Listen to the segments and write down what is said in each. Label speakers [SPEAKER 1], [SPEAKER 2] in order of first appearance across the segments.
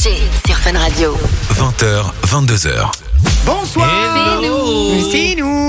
[SPEAKER 1] Jay sur Fun Radio.
[SPEAKER 2] 20h, 22h.
[SPEAKER 3] Bonsoir
[SPEAKER 4] Hello.
[SPEAKER 3] C'est nous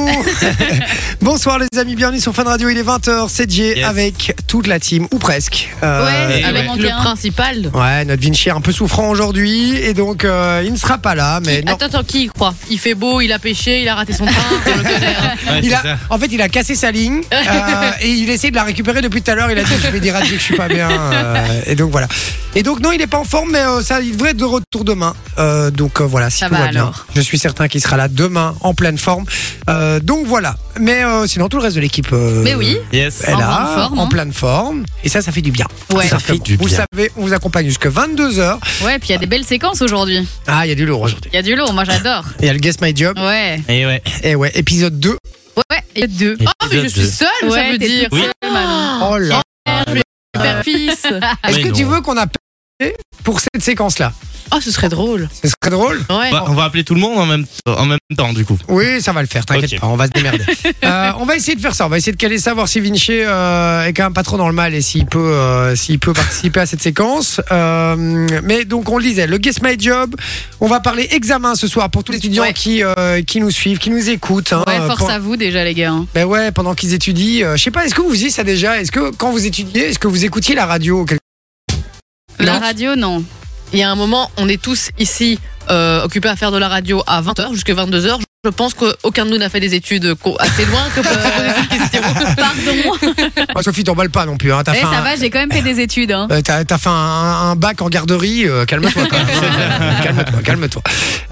[SPEAKER 3] Bonsoir les amis, bienvenue sur Fun Radio, il est 20h, c'est Jay
[SPEAKER 2] Yes.
[SPEAKER 3] avec toute la team, ou presque. Euh,
[SPEAKER 4] Ah, Ouais,
[SPEAKER 2] et
[SPEAKER 4] avec
[SPEAKER 2] ouais.
[SPEAKER 4] le principal.
[SPEAKER 3] ouais, notre Vinci est un peu souffrant aujourd'hui, et donc euh, il ne sera pas là, mais non.
[SPEAKER 4] Attends, attends, qui y croit Il fait beau, il a pêché, il a raté son train. on le connaît, hein.
[SPEAKER 3] Il a, en fait, il a cassé sa ligne euh, et il essaie de la récupérer depuis tout à l'heure. Il a dit Je vais dire à Dieu que je suis pas bien. euh, et donc voilà. Et donc, non, il est pas en forme, mais euh, ça, il devrait être de retour demain. Euh, donc euh, voilà, si
[SPEAKER 4] Ça
[SPEAKER 3] tout va,
[SPEAKER 4] va
[SPEAKER 3] bien.
[SPEAKER 4] alors.
[SPEAKER 3] Je suis certain qu'il sera là demain en pleine forme. Euh, donc voilà. Mais euh, sinon, tout le reste de l'équipe. euh,
[SPEAKER 4] Mais oui.
[SPEAKER 2] Yes.
[SPEAKER 3] Elle
[SPEAKER 4] En
[SPEAKER 3] a
[SPEAKER 4] pleine forme,
[SPEAKER 3] en
[SPEAKER 4] hein.
[SPEAKER 3] pleine forme et ça ça fait du bien.
[SPEAKER 4] Ouais.
[SPEAKER 3] Tout
[SPEAKER 4] Ça
[SPEAKER 2] fait
[SPEAKER 3] simplement.
[SPEAKER 2] du
[SPEAKER 3] Vous
[SPEAKER 2] bien.
[SPEAKER 3] savez, on vous accompagne jusque 22h.
[SPEAKER 4] Ouais, puis il y a des belles séquences aujourd'hui.
[SPEAKER 3] Ah, il y a du lourd aujourd'hui.
[SPEAKER 4] Il y a du lourd, moi j'adore.
[SPEAKER 3] Il y a le Guess My Job
[SPEAKER 4] Ouais.
[SPEAKER 2] Et ouais.
[SPEAKER 3] et ouais, épisode 2.
[SPEAKER 4] Ouais, et deux.
[SPEAKER 2] Et
[SPEAKER 4] Oh, mais je suis
[SPEAKER 2] deux.
[SPEAKER 4] seule, ça
[SPEAKER 5] Ouais,
[SPEAKER 4] veut
[SPEAKER 5] t'es
[SPEAKER 4] dire. Oh,
[SPEAKER 2] toute
[SPEAKER 4] Ah.
[SPEAKER 3] Oh là.
[SPEAKER 4] Père-fils.
[SPEAKER 3] Est-ce
[SPEAKER 2] Mais
[SPEAKER 3] que tu
[SPEAKER 2] non.
[SPEAKER 3] veux qu'on appelle pour cette séquence là
[SPEAKER 4] Oh, ce serait drôle.
[SPEAKER 3] Ce serait drôle
[SPEAKER 4] Ouais.
[SPEAKER 2] Bah, on va appeler tout le monde en même, en même temps, du coup.
[SPEAKER 3] Oui, ça va le faire, t'inquiète
[SPEAKER 2] Ok.
[SPEAKER 3] pas, on va se démerder. Euh, on va essayer de faire ça, on va essayer de caler ça, voir si Vinci euh, est quand même pas trop dans le mal et s'il peut, euh, s'il peut participer à cette séquence. Euh, mais donc on le disait, le Guess My Job, on va parler examen ce soir pour tous les étudiants
[SPEAKER 4] Ouais.
[SPEAKER 3] qui, euh, qui nous suivent, qui nous écoutent. hein,
[SPEAKER 4] Ouais,
[SPEAKER 3] euh,
[SPEAKER 4] force
[SPEAKER 3] pen-
[SPEAKER 4] à vous déjà, les gars. hein.
[SPEAKER 3] ben ouais, pendant qu'ils étudient. euh, je sais pas, est-ce que vous faisiez ça déjà Est-ce que quand vous étudiez, est-ce que vous écoutiez la radio ou quelque-
[SPEAKER 4] La
[SPEAKER 3] Non.
[SPEAKER 4] radio, non.
[SPEAKER 5] Il y a un moment, on est tous ici euh, occupés à faire de la radio à 20h jusqu'à 22h. Je pense qu'aucun de nous n'a fait des études co- assez loin que pour se poser cette question.
[SPEAKER 4] Pardon.
[SPEAKER 3] Ah, Sophie, t'emballe pas non plus. Hein, t'as
[SPEAKER 4] Eh,
[SPEAKER 3] fait
[SPEAKER 4] ça
[SPEAKER 3] un-
[SPEAKER 4] va, j'ai quand même fait des études. hein.
[SPEAKER 3] Euh, T'as t'as fait un, un bac en garderie, euh, calme-toi. quand même, hein. calme-toi, calme-toi.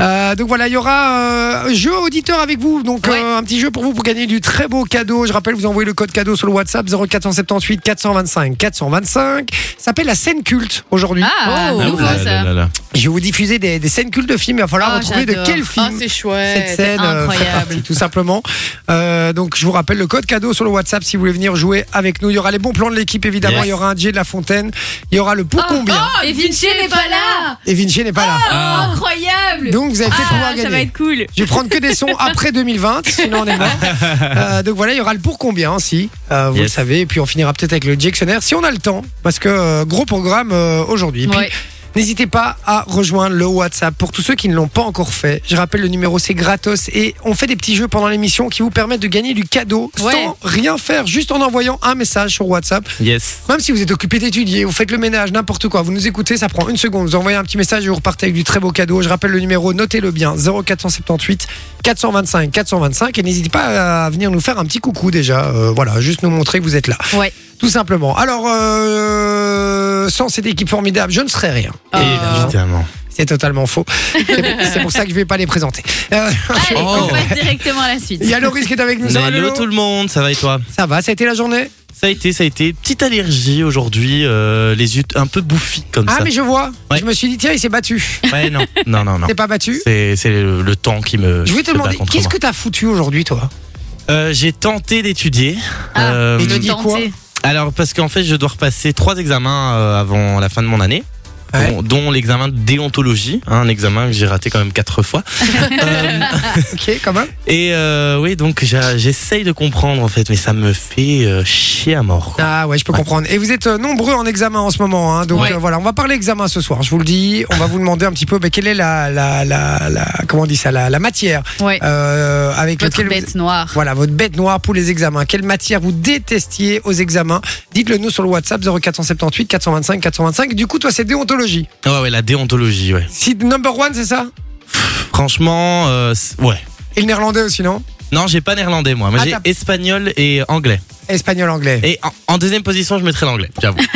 [SPEAKER 3] Euh, donc voilà, il y aura euh, jeu auditeur avec vous, donc
[SPEAKER 4] Ouais.
[SPEAKER 3] euh, un petit jeu pour vous pour gagner du très beau cadeau. Je rappelle, vous envoyez le code cadeau sur le WhatsApp 0478 425 425. Ça s'appelle la scène culte aujourd'hui.
[SPEAKER 4] Ah,
[SPEAKER 2] Ah,
[SPEAKER 4] nouveau
[SPEAKER 2] là, là,
[SPEAKER 4] ça.
[SPEAKER 2] là, là.
[SPEAKER 3] Je vais vous diffuser des, des scènes cultes de films. Il va falloir
[SPEAKER 4] Oh,
[SPEAKER 3] retrouver de
[SPEAKER 4] j'adore.
[SPEAKER 3] quel
[SPEAKER 5] Ah,
[SPEAKER 3] film
[SPEAKER 5] c'est
[SPEAKER 3] cette
[SPEAKER 5] chouette.
[SPEAKER 3] scène euh, fait
[SPEAKER 4] incroyable.
[SPEAKER 3] partie, tout simplement. Euh, donc je vous rappelle le code cadeau sur le WhatsApp si vous voulez venir jouer avec nous. Il y aura les bons plans de l'équipe évidemment.
[SPEAKER 2] Yes.
[SPEAKER 3] Il y aura un DJ de la Fontaine. Il y aura le pour combien.
[SPEAKER 4] Et Oh, Vinci n'est pas là. Oh,
[SPEAKER 3] Et Vinci n'est pas là.
[SPEAKER 2] Ah.
[SPEAKER 4] Incroyable.
[SPEAKER 3] Donc vous allez peut-être pouvoir
[SPEAKER 4] Ah, ça
[SPEAKER 3] gagner.
[SPEAKER 4] va être cool.
[SPEAKER 3] Je vais prendre que des sons après 2020, sinon on est mort. Euh, donc voilà, il y aura le pour combien aussi, euh, vous
[SPEAKER 2] Yes.
[SPEAKER 3] le savez. Et puis on finira peut-être avec le dictionnaire si on a le temps, parce que euh, gros programme euh, aujourd'hui. Et puis,
[SPEAKER 4] Ouais.
[SPEAKER 3] N'hésitez pas à rejoindre le WhatsApp pour tous ceux qui ne l'ont pas encore fait. Je rappelle, le numéro c'est gratos et on fait des petits jeux pendant l'émission qui vous permettent de gagner du cadeau
[SPEAKER 4] Ouais.
[SPEAKER 3] sans rien faire, juste en envoyant un message sur WhatsApp.
[SPEAKER 2] Yes.
[SPEAKER 3] Même si vous êtes occupé d'étudier, vous faites le ménage, n'importe quoi, vous nous écoutez, ça prend une seconde, vous envoyez un petit message et vous repartez avec du très beau cadeau. Je rappelle le numéro, notez-le bien, 0478 425 425 et n'hésitez pas à venir nous faire un petit coucou déjà, euh, voilà, juste nous montrer que vous êtes là.
[SPEAKER 4] Ouais.
[SPEAKER 3] Tout simplement. Alors, euh, sans cette équipe formidable, je ne serais rien.
[SPEAKER 4] Ah.
[SPEAKER 2] Évidemment.
[SPEAKER 3] C'est totalement faux. C'est pour- C'est pour ça que je vais pas les présenter. Euh,
[SPEAKER 4] Allez,
[SPEAKER 2] Oh.
[SPEAKER 4] on passe directement à la suite.
[SPEAKER 3] Il y a Loris qui est avec nous. Ça va,
[SPEAKER 2] Hello
[SPEAKER 3] Lolo
[SPEAKER 2] tout le monde, ça va et toi
[SPEAKER 3] Ça va, ça a été la journée
[SPEAKER 2] Ça a été, ça a été. Petite allergie aujourd'hui, euh, les yeux un peu bouffis comme
[SPEAKER 3] Ah,
[SPEAKER 2] ça.
[SPEAKER 3] mais je vois.
[SPEAKER 2] Ouais.
[SPEAKER 3] Je me suis dit, tiens, il s'est battu.
[SPEAKER 2] Ouais, non, non, non, non.
[SPEAKER 3] T'es pas battu
[SPEAKER 2] C'est c'est le, le temps qui me.
[SPEAKER 3] Je vais te
[SPEAKER 2] se bat
[SPEAKER 3] demander,
[SPEAKER 2] contre
[SPEAKER 3] qu'est-ce
[SPEAKER 2] moi.
[SPEAKER 3] que t'as foutu aujourd'hui, toi
[SPEAKER 2] Euh, J'ai tenté d'étudier.
[SPEAKER 4] Ah,
[SPEAKER 2] Euh,
[SPEAKER 3] et tu
[SPEAKER 4] Le
[SPEAKER 3] dis
[SPEAKER 4] tenter.
[SPEAKER 3] quoi
[SPEAKER 2] Alors, parce qu'en fait, je dois repasser trois examens euh, avant la fin de mon année.
[SPEAKER 3] Ouais.
[SPEAKER 2] Dont, dont l'examen de déontologie, hein, un examen que j'ai raté quand même quatre fois. Euh,
[SPEAKER 3] Ok, quand même.
[SPEAKER 2] et euh, oui, donc j'a- j'essaye de comprendre en fait, mais ça me fait euh, chier à mort. quoi.
[SPEAKER 3] Ah ouais, je peux
[SPEAKER 2] Ouais.
[SPEAKER 3] comprendre. Et vous êtes euh, nombreux en examen en ce moment, hein, donc
[SPEAKER 4] Ouais.
[SPEAKER 3] euh, voilà, on va parler examen ce soir. Je vous le dis, on va vous demander un petit peu, bah, quelle est la, la, la, la- comment on dit ça, la, la matière
[SPEAKER 4] Ouais.
[SPEAKER 3] euh, avec
[SPEAKER 4] Votre
[SPEAKER 3] laquelle vous-
[SPEAKER 4] bête noire.
[SPEAKER 3] Voilà, votre bête noire pour les examens. Quelle matière vous détestiez aux examens Dites-le nous sur le WhatsApp 0478 425 425. Du coup, toi, c'est déontologie.
[SPEAKER 2] Ah Ouais, ouais, la déontologie, ouais.
[SPEAKER 3] Si number one, c'est ça
[SPEAKER 2] Franchement, euh, c'est- ouais.
[SPEAKER 3] Et le néerlandais aussi, non
[SPEAKER 2] Non, j'ai pas néerlandais moi, mais
[SPEAKER 3] Ah,
[SPEAKER 2] j'ai
[SPEAKER 3] t'as-
[SPEAKER 2] espagnol et anglais.
[SPEAKER 3] Espagnol, anglais.
[SPEAKER 2] Et en, en deuxième position, je mettrais l'anglais, j'avoue.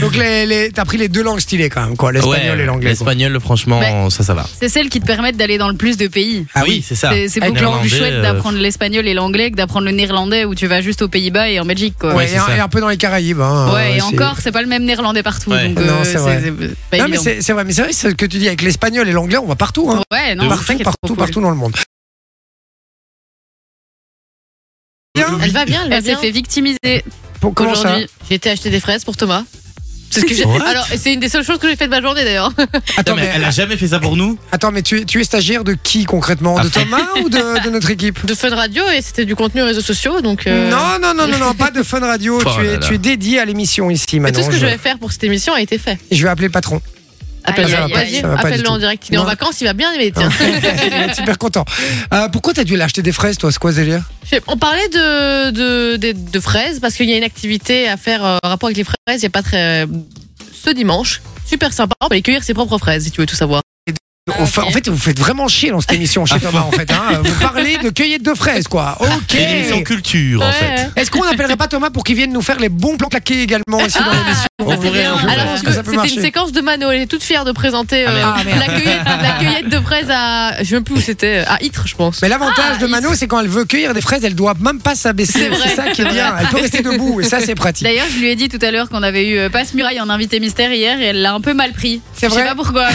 [SPEAKER 3] Donc, les, les- t'as pris les deux langues stylées quand même, quoi. L'espagnol
[SPEAKER 2] Ouais,
[SPEAKER 3] et l'anglais. quoi.
[SPEAKER 2] L'espagnol, franchement,
[SPEAKER 4] Mais-
[SPEAKER 2] ça, ça va.
[SPEAKER 4] C'est celles qui te permettent d'aller dans le plus de pays.
[SPEAKER 3] Ah
[SPEAKER 2] oui, c'est ça.
[SPEAKER 4] C'est- C'est
[SPEAKER 3] Ah,
[SPEAKER 4] beaucoup
[SPEAKER 2] néerlandais,
[SPEAKER 4] plus chouette
[SPEAKER 2] euh,
[SPEAKER 4] d'apprendre l'espagnol et l'anglais que d'apprendre le néerlandais où tu vas juste aux Pays-Bas et en Belgique. Quoi.
[SPEAKER 3] Ouais,
[SPEAKER 2] Ouais,
[SPEAKER 3] et,
[SPEAKER 2] c'est
[SPEAKER 3] un,
[SPEAKER 2] ça.
[SPEAKER 3] et un peu dans les Caraïbes. hein.
[SPEAKER 4] Ouais, et
[SPEAKER 3] Euh, c'est-
[SPEAKER 4] encore, c'est pas le même néerlandais partout.
[SPEAKER 2] Ouais.
[SPEAKER 4] Donc,
[SPEAKER 3] Non,
[SPEAKER 4] euh,
[SPEAKER 3] c'est
[SPEAKER 4] c'est
[SPEAKER 3] vrai.
[SPEAKER 4] c'est
[SPEAKER 2] Bah,
[SPEAKER 4] pas
[SPEAKER 3] Non, mais
[SPEAKER 4] évident.
[SPEAKER 3] c'est c'est vrai, mais c'est vrai ce que tu dis avec l'espagnol et l'anglais, on va partout. Hein.
[SPEAKER 4] Ouais, non, c'est ça
[SPEAKER 3] partout,
[SPEAKER 4] qui est trop
[SPEAKER 3] partout,
[SPEAKER 4] cool.
[SPEAKER 3] partout dans le monde. Bien.
[SPEAKER 5] Elle va bien, elle va
[SPEAKER 4] Elle s'est
[SPEAKER 5] bien.
[SPEAKER 4] fait victimiser
[SPEAKER 3] Pour- Comment ça
[SPEAKER 5] Aujourd'hui, j'ai été acheter des fraises pour Thomas.
[SPEAKER 4] C'est ce que j'ai-
[SPEAKER 2] What
[SPEAKER 4] Alors, c'est une des seules choses que j'ai fait de ma journée d'ailleurs.
[SPEAKER 3] Attends,
[SPEAKER 2] Putain, mais
[SPEAKER 3] mais,
[SPEAKER 2] elle a jamais fait ça pour nous.
[SPEAKER 3] attends, mais tu, es- tu es stagiaire de qui concrètement De
[SPEAKER 2] Ah.
[SPEAKER 3] Thomas ou de, de notre équipe
[SPEAKER 5] De Fun Radio et c'était du contenu réseaux sociaux. Donc, euh,
[SPEAKER 3] Non, non, non, non, non, pas de Fun Radio.
[SPEAKER 2] Oh
[SPEAKER 3] tu, es,
[SPEAKER 2] là là.
[SPEAKER 3] tu es dédié à l'émission ici
[SPEAKER 5] mais
[SPEAKER 3] maintenant.
[SPEAKER 5] tout ce que
[SPEAKER 3] Bah je,
[SPEAKER 5] je vais faire pour cette émission a été fait.
[SPEAKER 3] je vais appeler le patron.
[SPEAKER 5] Appelle-
[SPEAKER 3] ça va pas,
[SPEAKER 5] vas-y,
[SPEAKER 3] ça va pas du
[SPEAKER 5] Appelle-le en
[SPEAKER 3] tout.
[SPEAKER 5] direct. Il est en
[SPEAKER 3] Non. Ah.
[SPEAKER 5] vacances, il va bien aimer. Tiens.
[SPEAKER 3] Il est super content. Euh, pourquoi t'as dû l'acheter des fraises, toi C'est quoi ce délire
[SPEAKER 5] Je sais- On parlait de, de, de- de fraises parce qu'il y a une activité à faire euh, en rapport avec les fraises. Il n'y a pas très. Ce dimanche, super sympa. On peut aller cueillir ses propres fraises si tu veux tout savoir.
[SPEAKER 3] On fait- En fait, vous faites vraiment chier dans cette émission chez Thomas, en fait. hein. Vous parlez de cueillette de fraises, quoi. Ok.
[SPEAKER 2] Ah, C'est une émission culture, en
[SPEAKER 5] Ouais.
[SPEAKER 2] fait.
[SPEAKER 3] Est-ce qu'on n'appellerait pas Thomas pour qu'il vienne nous faire les bons plans claqués également ici dans l'émission
[SPEAKER 2] On pourrait,
[SPEAKER 5] bien.
[SPEAKER 2] on pourrait.
[SPEAKER 5] Alors,
[SPEAKER 3] Est-ce que
[SPEAKER 5] parce
[SPEAKER 3] ça
[SPEAKER 5] que
[SPEAKER 3] peut
[SPEAKER 5] c'était
[SPEAKER 3] marcher
[SPEAKER 5] une séquence de Mano. Elle est toute fière de présenter
[SPEAKER 2] Ah,
[SPEAKER 5] euh,
[SPEAKER 2] merde.
[SPEAKER 3] Ah, merde.
[SPEAKER 5] la, cueillette, la cueillette de fraises à. Je sais même plus où c'était. À Ytre, je pense.
[SPEAKER 3] Mais l'avantage de Mano, c'est quand elle veut cueillir des fraises, elle doit même pas
[SPEAKER 5] Ah, C'est
[SPEAKER 3] s'abaisser.
[SPEAKER 5] vrai.
[SPEAKER 3] C'est ça qui est bien. Elle peut rester debout et ça, c'est pratique.
[SPEAKER 4] D'ailleurs, je lui ai dit tout à l'heure qu'on avait eu euh, Passe Muraille en invité mystère hier et elle l'a un peu mal pris.
[SPEAKER 3] C'est
[SPEAKER 4] Je
[SPEAKER 3] vrai
[SPEAKER 4] sais pas pourquoi.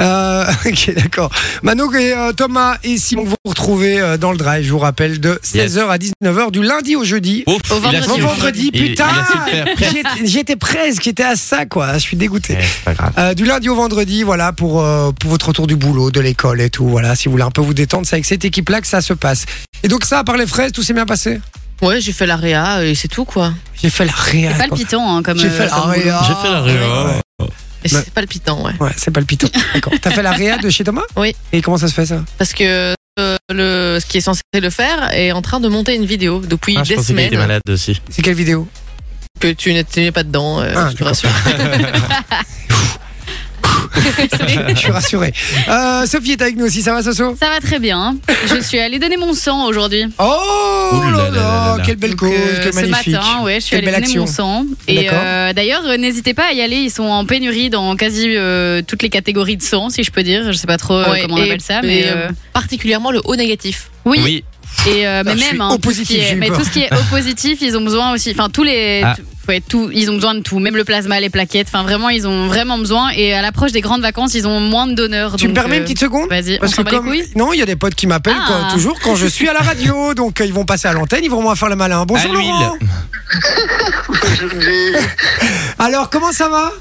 [SPEAKER 3] Euh, ok, d'accord. Mano et euh, Thomas et Simon, vous vous retrouvez euh, dans le drive, je vous rappelle, de 16h à 19h du lundi au jeudi.
[SPEAKER 2] Ouf,
[SPEAKER 5] Au
[SPEAKER 2] il a
[SPEAKER 5] vendredi.
[SPEAKER 2] su.
[SPEAKER 3] Au vendredi,
[SPEAKER 2] Il- il
[SPEAKER 3] putain
[SPEAKER 2] a su le faire.
[SPEAKER 3] J'y étais- J'y étais presque, j'étais à ça, quoi. Je suis dégoûté.
[SPEAKER 2] Eh, c'est pas grave.
[SPEAKER 3] Euh, du lundi au vendredi, voilà, pour, euh, pour votre retour du boulot, de l'école et tout. Voilà, si vous voulez un peu vous détendre, c'est avec cette équipe-là que ça se passe. Et donc, ça, à part les fraises, tout s'est bien passé
[SPEAKER 5] Ouais, j'ai fait la réa et c'est tout, quoi.
[SPEAKER 3] J'ai fait la réa.
[SPEAKER 4] C'est
[SPEAKER 3] quoi.
[SPEAKER 4] palpitant, hein, comme.
[SPEAKER 3] J'ai
[SPEAKER 4] euh,
[SPEAKER 3] fait la
[SPEAKER 4] comme boulot.
[SPEAKER 3] réa.
[SPEAKER 2] J'ai fait la hein. réa.
[SPEAKER 5] Et
[SPEAKER 3] Ouais.
[SPEAKER 5] c'est palpitant, ouais.
[SPEAKER 3] Ouais, c'est palpitant. D'accord. T'as fait la réa de chez Thomas
[SPEAKER 5] Oui.
[SPEAKER 3] Et comment ça se fait, ça
[SPEAKER 5] Parce que euh, le, ce qui est censé le faire est en train de monter une vidéo depuis
[SPEAKER 2] Ah, je
[SPEAKER 5] des
[SPEAKER 2] pensais qu'il était
[SPEAKER 5] semaines
[SPEAKER 2] malade aussi.
[SPEAKER 3] C'est quelle vidéo
[SPEAKER 5] que tu n'étais pas dedans. euh,
[SPEAKER 3] Ah,
[SPEAKER 5] je te rassure.
[SPEAKER 3] Je suis rassuré. Euh, Sophie est avec nous aussi, ça va, Soso
[SPEAKER 4] Ça va très bien. Je suis allée donner mon sang aujourd'hui.
[SPEAKER 3] Oh
[SPEAKER 2] Ouh
[SPEAKER 3] là
[SPEAKER 2] là là là
[SPEAKER 3] là,
[SPEAKER 2] là.
[SPEAKER 3] quelle belle cause,
[SPEAKER 4] Donc, euh,
[SPEAKER 3] quelle magnifique.
[SPEAKER 4] Ce matin, ouais, je suis
[SPEAKER 3] Quelle
[SPEAKER 4] allée
[SPEAKER 3] belle action.
[SPEAKER 4] donner mon sang. Et
[SPEAKER 3] D'accord.
[SPEAKER 4] euh, d'ailleurs, euh, n'hésitez pas à y aller. Ils sont en pénurie dans quasi euh, toutes les catégories de sang, si je peux dire. Je sais pas trop euh,
[SPEAKER 5] Ouais,
[SPEAKER 4] comment on
[SPEAKER 5] et-
[SPEAKER 4] appelle ça,
[SPEAKER 5] et,
[SPEAKER 4] mais
[SPEAKER 5] euh,
[SPEAKER 4] euh,
[SPEAKER 5] Particulièrement le haut négatif.
[SPEAKER 4] oui.
[SPEAKER 2] Oui,
[SPEAKER 4] Et euh,
[SPEAKER 3] Putain,
[SPEAKER 4] mais
[SPEAKER 3] Ah, je suis
[SPEAKER 4] même hein,
[SPEAKER 3] au
[SPEAKER 4] tout ce qui
[SPEAKER 3] positif,
[SPEAKER 4] est-
[SPEAKER 3] j'ai eu
[SPEAKER 4] mais
[SPEAKER 3] peur.
[SPEAKER 4] tout ce qui est au positif, ils ont besoin aussi. Enfin, tous les,
[SPEAKER 2] Ah.
[SPEAKER 4] tout- ouais, tout, ils ont besoin de tout, même le plasma, les plaquettes. Enfin, vraiment, ils ont vraiment besoin. Et à l'approche des grandes vacances, ils ont moins de donneurs.
[SPEAKER 3] Tu me
[SPEAKER 4] donc,
[SPEAKER 3] permets
[SPEAKER 4] euh,
[SPEAKER 3] une petite seconde
[SPEAKER 4] Vas-y, on
[SPEAKER 3] Parce que
[SPEAKER 4] s'en bat
[SPEAKER 3] comme
[SPEAKER 4] les couilles.
[SPEAKER 3] non, il y a des potes qui m'appellent
[SPEAKER 4] Ah.
[SPEAKER 3] quand- toujours quand je suis à la radio, donc euh, ils vont passer à l'antenne, ils vont moins faire le malin.
[SPEAKER 2] à
[SPEAKER 3] Bonjour Laurent.
[SPEAKER 2] l'huile.
[SPEAKER 3] Alors comment ça va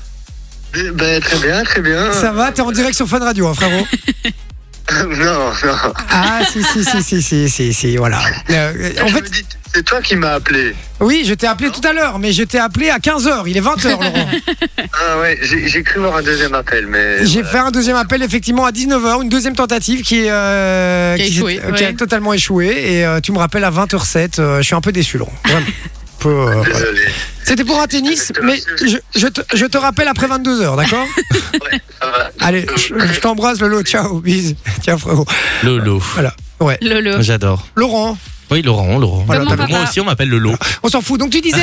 [SPEAKER 1] Eh Ben, très bien, très bien.
[SPEAKER 3] Ça va T'es en direct sur Fun Radio, hein, frérot
[SPEAKER 1] Non, non.
[SPEAKER 3] Ah si si si si si si si voilà. Euh, en
[SPEAKER 1] Je
[SPEAKER 3] fait,
[SPEAKER 1] me dis, c'est toi qui m'as appelé.
[SPEAKER 3] oui, je t'ai appelé tout à l'heure, mais je t'ai appelé à 15h, il est 20h Laurent.
[SPEAKER 1] Ah ouais, j'ai j'ai cru voir un deuxième appel, mais.
[SPEAKER 3] J'ai
[SPEAKER 1] voilà.
[SPEAKER 3] fait un deuxième appel effectivement à 19h, une deuxième tentative qui, euh,
[SPEAKER 5] Qui a
[SPEAKER 3] s'est-
[SPEAKER 5] échoué,
[SPEAKER 3] euh, qui a
[SPEAKER 5] ouais.
[SPEAKER 3] totalement échoué. Et euh, tu me rappelles à 20h07, euh, je suis un peu déçu, Laurent. Vraiment. Un peu, euh, voilà.
[SPEAKER 1] Désolé.
[SPEAKER 3] C'était pour un tennis, mais je, je te, je te rappelle après 22h, d'accord
[SPEAKER 1] Ça va. Euh,
[SPEAKER 3] Allez, je, je t'embrasse, Lolo. Ciao, bise. Ciao, frérot.
[SPEAKER 2] Lolo.
[SPEAKER 4] Lolo.
[SPEAKER 2] J'adore.
[SPEAKER 3] Laurent,
[SPEAKER 2] Oui, Laurent, Laurent.
[SPEAKER 3] Voilà,
[SPEAKER 4] Comment
[SPEAKER 3] t'as-
[SPEAKER 4] papa
[SPEAKER 2] Moi aussi, on m'appelle Lolo.
[SPEAKER 3] on s'en fout. Donc, tu disais.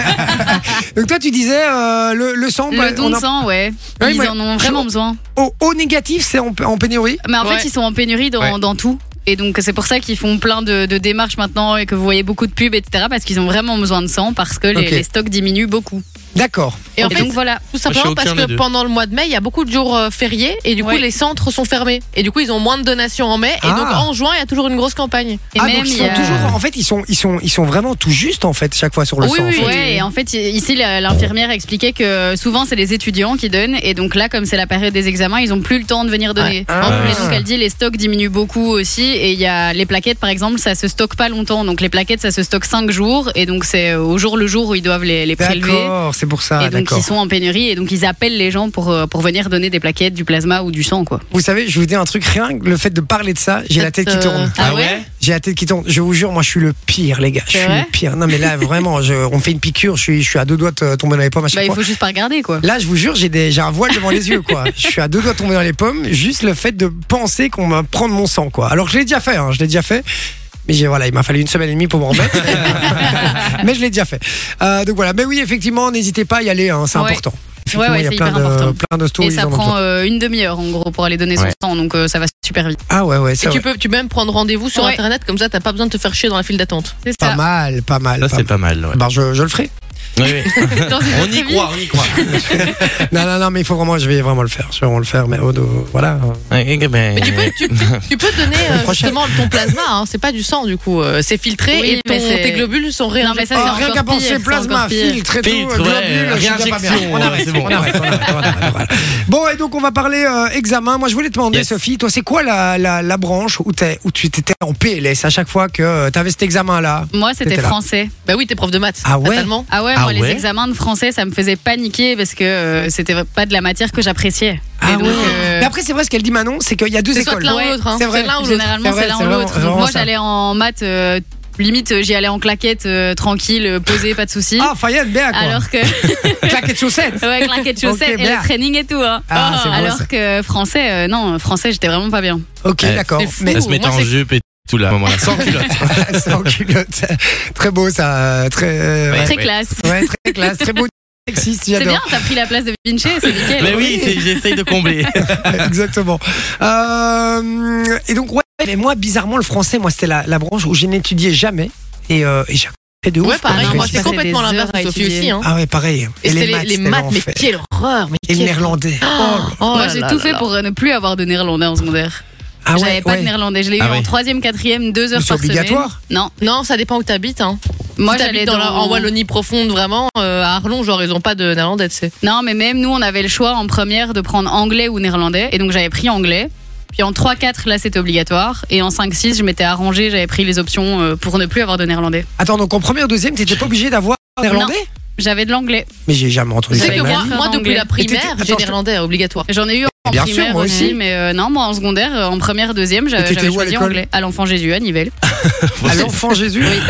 [SPEAKER 3] euh, Donc, toi, tu disais euh, le, le sang. bah,
[SPEAKER 4] Le don
[SPEAKER 3] on
[SPEAKER 4] de
[SPEAKER 3] a-
[SPEAKER 4] sang, ouais.
[SPEAKER 3] Oui,
[SPEAKER 4] Ils
[SPEAKER 3] moi,
[SPEAKER 4] en ont vraiment
[SPEAKER 3] je-
[SPEAKER 4] besoin.
[SPEAKER 3] Au, au négatif, c'est en, en pénurie
[SPEAKER 4] Mais en
[SPEAKER 5] Ouais.
[SPEAKER 4] fait, ils sont en pénurie dans,
[SPEAKER 2] Ouais.
[SPEAKER 4] dans tout. Et donc, c'est pour ça qu'ils font plein de, de démarches maintenant et que vous voyez beaucoup de pubs, etc. Parce qu'ils ont vraiment besoin de sang, parce que les,
[SPEAKER 3] Ok.
[SPEAKER 4] les stocks diminuent beaucoup.
[SPEAKER 3] D'accord.
[SPEAKER 5] Et
[SPEAKER 4] Et,
[SPEAKER 5] en fait,
[SPEAKER 4] donc, voilà.
[SPEAKER 5] tout
[SPEAKER 2] Moi,
[SPEAKER 5] simplement
[SPEAKER 2] je suis
[SPEAKER 5] parce
[SPEAKER 2] aucun des
[SPEAKER 5] que
[SPEAKER 2] deux.
[SPEAKER 5] pendant le mois de mai, il y a beaucoup de jours euh, fériés et du coup,
[SPEAKER 4] Ouais.
[SPEAKER 5] les centres sont fermés. Et du coup, ils ont moins de donations en mai. Et
[SPEAKER 3] Ah.
[SPEAKER 5] donc, en juin, il y a toujours une grosse campagne.
[SPEAKER 4] Et
[SPEAKER 3] ah,
[SPEAKER 4] même,
[SPEAKER 3] donc, ils
[SPEAKER 4] il
[SPEAKER 3] sont
[SPEAKER 4] y a-
[SPEAKER 3] toujours. En fait, ils sont, ils, sont, ils sont vraiment tout juste, en fait, chaque fois sur le
[SPEAKER 5] Oui,
[SPEAKER 3] sang. en
[SPEAKER 5] oui,
[SPEAKER 3] fait.
[SPEAKER 5] oui.
[SPEAKER 4] Ouais, et en fait, ici, la- l'infirmière expliquait que souvent, c'est les étudiants qui donnent. Et donc là, comme c'est la période des examens, ils ont plus le temps de venir donner.
[SPEAKER 3] Ah.
[SPEAKER 4] Et donc, elle dit, les stocks diminuent beaucoup aussi. Et il y a les plaquettes, par exemple, ça se stocke pas longtemps. Donc, les plaquettes, ça se stocke 5 jours. Et donc, c'est euh, au jour le jour où ils doivent les, les prélever.
[SPEAKER 3] D'accord, c'est pour ça.
[SPEAKER 4] et donc,
[SPEAKER 3] Ah, d'accord.
[SPEAKER 4] ils sont en pénurie. Et donc, ils appellent les gens pour, euh, pour venir donner des plaquettes, du plasma ou du sang, quoi.
[SPEAKER 3] Vous savez, je vous dis un truc, rien que le fait de parler de ça, j'ai la tête qui
[SPEAKER 5] Euh,
[SPEAKER 3] tourne.
[SPEAKER 4] Ah ouais
[SPEAKER 3] J'ai la tête qui tourne. Je vous jure, moi, je suis le pire, les gars. Je
[SPEAKER 5] C'est
[SPEAKER 3] suis
[SPEAKER 5] vrai
[SPEAKER 3] le pire. Non, mais là, vraiment, je- on me fait une piqûre. Je suis, je suis à deux doigts de tomber dans les pommes à
[SPEAKER 4] Bah,
[SPEAKER 3] chaque
[SPEAKER 4] il
[SPEAKER 3] fois.
[SPEAKER 4] faut juste pas regarder, quoi.
[SPEAKER 3] Là, je vous jure, j'ai des- j'ai un voile devant les yeux, quoi. Je suis à deux doigts de tomber dans les pommes. Juste le fait de penser qu'on va prendre mon sang, quoi. Alors que je l'ai déjà fait, hein, je l'ai déjà fait. Mais j'ai- voilà, il m'a fallu une semaine et demie pour m'en remettre. mais je l'ai déjà fait. Euh, donc voilà. Mais oui, effectivement, n'hésitez pas à y aller, hein, c'est
[SPEAKER 4] Ouais.
[SPEAKER 3] important.
[SPEAKER 4] Ouais,
[SPEAKER 3] Effectivement,
[SPEAKER 4] ouais,
[SPEAKER 3] il y a
[SPEAKER 4] c'est
[SPEAKER 3] plein
[SPEAKER 4] hyper
[SPEAKER 3] de,
[SPEAKER 4] important.
[SPEAKER 3] plein de stories.
[SPEAKER 4] Et ça
[SPEAKER 3] ils en ont besoin.
[SPEAKER 4] prend euh, une demi-heure, en gros, pour aller donner
[SPEAKER 2] Ouais.
[SPEAKER 4] son sang. Donc, euh, ça va super vite.
[SPEAKER 3] Ah ouais, ouais, c'est
[SPEAKER 5] Et tu
[SPEAKER 3] vrai.
[SPEAKER 5] peux, tu peux même prendre rendez-vous sur
[SPEAKER 4] Ouais.
[SPEAKER 5] Internet, comme ça, t'as pas besoin de te faire chier dans la file d'attente.
[SPEAKER 4] C'est
[SPEAKER 3] Pas
[SPEAKER 4] ça.
[SPEAKER 3] mal, pas mal. pas
[SPEAKER 2] Ça, c'est
[SPEAKER 3] mal.
[SPEAKER 2] pas mal. ouais.
[SPEAKER 3] Ben, je- je le ferai.
[SPEAKER 2] Oui, oui.
[SPEAKER 4] Dans une
[SPEAKER 2] On
[SPEAKER 4] autre
[SPEAKER 2] y
[SPEAKER 4] vie.
[SPEAKER 2] croit, on y croit.
[SPEAKER 3] Non, non, non, mais il faut vraiment, je vais vraiment le faire. Je vais vraiment le faire, mais oh, de- voilà.
[SPEAKER 4] Ah,
[SPEAKER 2] Ouais, eh ben,
[SPEAKER 5] Mais tu peux, tu, tu- tu peux donner euh,
[SPEAKER 3] Ah. Prochaine.
[SPEAKER 5] justement ton plasma, hein, c'est pas du sang du coup, euh, c'est filtré
[SPEAKER 4] Oui,
[SPEAKER 5] et ton-
[SPEAKER 4] mais c'est-
[SPEAKER 5] tes globules sont
[SPEAKER 4] Non, mais
[SPEAKER 5] réinjectés.
[SPEAKER 4] ça, c'est
[SPEAKER 3] Ah, rien
[SPEAKER 4] encore
[SPEAKER 3] qu'à penser
[SPEAKER 4] pire, c'est
[SPEAKER 3] plasma,
[SPEAKER 4] encore pire.
[SPEAKER 3] filtre et tout,
[SPEAKER 2] Filtre,
[SPEAKER 3] globules,
[SPEAKER 2] ouais,
[SPEAKER 3] je suis déjà pas bien.
[SPEAKER 2] réinjection,
[SPEAKER 3] On
[SPEAKER 2] ouais,
[SPEAKER 3] arrête,
[SPEAKER 2] c'est bon.
[SPEAKER 3] on arrête, on arrête, on arrête, on arrête. Bon, et donc on va parler euh, examen. Moi, je voulais te demander,
[SPEAKER 2] Yes.
[SPEAKER 3] Sophie, toi, c'est quoi la, la, la branche où, t'es- où tu t'étais en PLS à chaque fois que tu avais cet examen-là
[SPEAKER 4] Moi, c'était
[SPEAKER 3] T'étais là.
[SPEAKER 4] français.
[SPEAKER 5] Bah oui, t'es prof de maths.
[SPEAKER 3] Ah ouais
[SPEAKER 5] fatalement.
[SPEAKER 4] Ah ouais,
[SPEAKER 2] Ah
[SPEAKER 4] moi, les
[SPEAKER 2] ouais
[SPEAKER 4] examens de français, ça me faisait paniquer parce que euh, c'était pas de la matière que j'appréciais.
[SPEAKER 3] Ah
[SPEAKER 4] Et donc,
[SPEAKER 3] ouais.
[SPEAKER 4] euh,
[SPEAKER 3] Mais après, c'est vrai ce qu'elle dit Manon, c'est qu'il y a deux
[SPEAKER 5] C'est soit
[SPEAKER 3] écoles.
[SPEAKER 5] l'un ou l'autre. hein.
[SPEAKER 3] C'est vrai.
[SPEAKER 5] C'est l'un ou l'autre.
[SPEAKER 4] Généralement,
[SPEAKER 3] C'est
[SPEAKER 4] c'est l'un
[SPEAKER 3] vrai,
[SPEAKER 4] ou
[SPEAKER 3] c'est
[SPEAKER 4] l'autre.
[SPEAKER 3] vraiment-
[SPEAKER 4] Donc, Moi,
[SPEAKER 3] vraiment
[SPEAKER 4] j'allais en maths, euh, limite, j'y allais en claquette, euh, tranquille, euh, posée, pas de soucis.
[SPEAKER 3] Ah, Fayette, Béa, quoi.
[SPEAKER 4] Alors que,
[SPEAKER 3] Claquette chaussette.
[SPEAKER 4] ouais, claquette chaussettes
[SPEAKER 3] Ok,
[SPEAKER 4] et
[SPEAKER 3] bien.
[SPEAKER 4] le training et tout. hein.
[SPEAKER 3] Ah,
[SPEAKER 4] Oh,
[SPEAKER 3] c'est beau,
[SPEAKER 4] Alors
[SPEAKER 3] ça.
[SPEAKER 4] que français, euh, non, français, j'étais vraiment pas bien.
[SPEAKER 3] Ok,
[SPEAKER 2] Ouais.
[SPEAKER 3] d'accord.
[SPEAKER 5] C'est fou.
[SPEAKER 3] Mais
[SPEAKER 2] Elle se mettait
[SPEAKER 5] moi,
[SPEAKER 2] en
[SPEAKER 5] c'est-
[SPEAKER 2] jupe et tout là, à un moment-là, sans culotte.
[SPEAKER 3] sans culotte. Très beau, ça. euh, Très. euh,
[SPEAKER 2] Ouais.
[SPEAKER 3] ouais.
[SPEAKER 4] Très classe.
[SPEAKER 3] Ouais, très classe. Très beau. Sexiste,
[SPEAKER 4] C'est bien,
[SPEAKER 3] j'adore.
[SPEAKER 4] t'as pris la place de Vinci, c'est nickel.
[SPEAKER 2] Mais oui, c'est- j'essaye de combler.
[SPEAKER 3] Exactement. Euh, et donc, ouais, mais moi, bizarrement, le français, moi, c'était la, la branche où je n'étudiais jamais. Et, euh, et j'ai appris de ouf.
[SPEAKER 4] Ah,
[SPEAKER 5] Ouais, pareil.
[SPEAKER 3] quand je
[SPEAKER 5] Moi,
[SPEAKER 3] suis
[SPEAKER 5] c'est
[SPEAKER 3] passé-
[SPEAKER 5] complètement
[SPEAKER 4] des
[SPEAKER 5] l'inverse
[SPEAKER 4] heures à
[SPEAKER 5] de Sophie
[SPEAKER 4] étudier.
[SPEAKER 5] aussi. hein.
[SPEAKER 3] Ah ouais, pareil.
[SPEAKER 5] Et c'était les, les
[SPEAKER 3] c'était
[SPEAKER 5] maths, mais
[SPEAKER 3] l'enfer.
[SPEAKER 5] quelle horreur. Mais
[SPEAKER 3] Et le
[SPEAKER 5] quelle-
[SPEAKER 3] néerlandais.
[SPEAKER 5] Oh,
[SPEAKER 4] Moi,
[SPEAKER 5] là
[SPEAKER 4] j'ai
[SPEAKER 5] là
[SPEAKER 4] tout
[SPEAKER 5] là
[SPEAKER 4] fait
[SPEAKER 5] là.
[SPEAKER 4] pour euh, ne plus avoir de néerlandais en secondaire.
[SPEAKER 3] Ah ouais,
[SPEAKER 4] J'avais pas
[SPEAKER 3] ouais.
[SPEAKER 4] de néerlandais. Je l'ai eu
[SPEAKER 2] Ah ouais.
[SPEAKER 4] en troisième, quatrième, deux heures
[SPEAKER 3] C'est
[SPEAKER 4] par semaine.
[SPEAKER 3] obligatoire
[SPEAKER 4] Non,
[SPEAKER 5] Non, ça dépend où t'habites. Hein.
[SPEAKER 4] moi
[SPEAKER 5] si
[SPEAKER 4] j'allais
[SPEAKER 5] t'habites dans... la- en Wallonie profonde, vraiment, euh, à Arlon, genre, ils ont pas de néerlandais, tu sais.
[SPEAKER 4] Non, mais même nous, on avait le choix en première de prendre anglais ou néerlandais. Et donc j'avais pris anglais. Puis en 3-4, là, c'était obligatoire. Et en 5-6, je m'étais arrangée, j'avais pris les options euh, pour ne plus avoir de néerlandais.
[SPEAKER 3] Attends, donc en première, deuxième, t'étais pas obligé d'avoir néerlandais
[SPEAKER 4] J'avais de l'anglais.
[SPEAKER 3] Mais j'ai jamais entendu
[SPEAKER 5] Tu
[SPEAKER 3] ça.
[SPEAKER 5] sais
[SPEAKER 4] savais
[SPEAKER 5] que
[SPEAKER 4] même pas
[SPEAKER 5] moi, moi, depuis
[SPEAKER 4] d'anglais.
[SPEAKER 5] la
[SPEAKER 3] Et
[SPEAKER 5] primaire,
[SPEAKER 3] t'étais-
[SPEAKER 5] j'ai
[SPEAKER 3] attends, je-
[SPEAKER 5] néerlandais obligatoire.
[SPEAKER 4] J'en ai eu en
[SPEAKER 3] Bien sûr,
[SPEAKER 4] primaire
[SPEAKER 3] moi aussi.
[SPEAKER 4] mais euh, non, moi en secondaire, euh, en première, deuxième,
[SPEAKER 3] Et
[SPEAKER 4] j'avais
[SPEAKER 3] t'étais
[SPEAKER 4] j'avais
[SPEAKER 3] où à
[SPEAKER 4] choisi
[SPEAKER 3] l'école Bah
[SPEAKER 4] anglais. À l'enfant Jésus, à Nivelles.
[SPEAKER 3] À l'enfant Jésus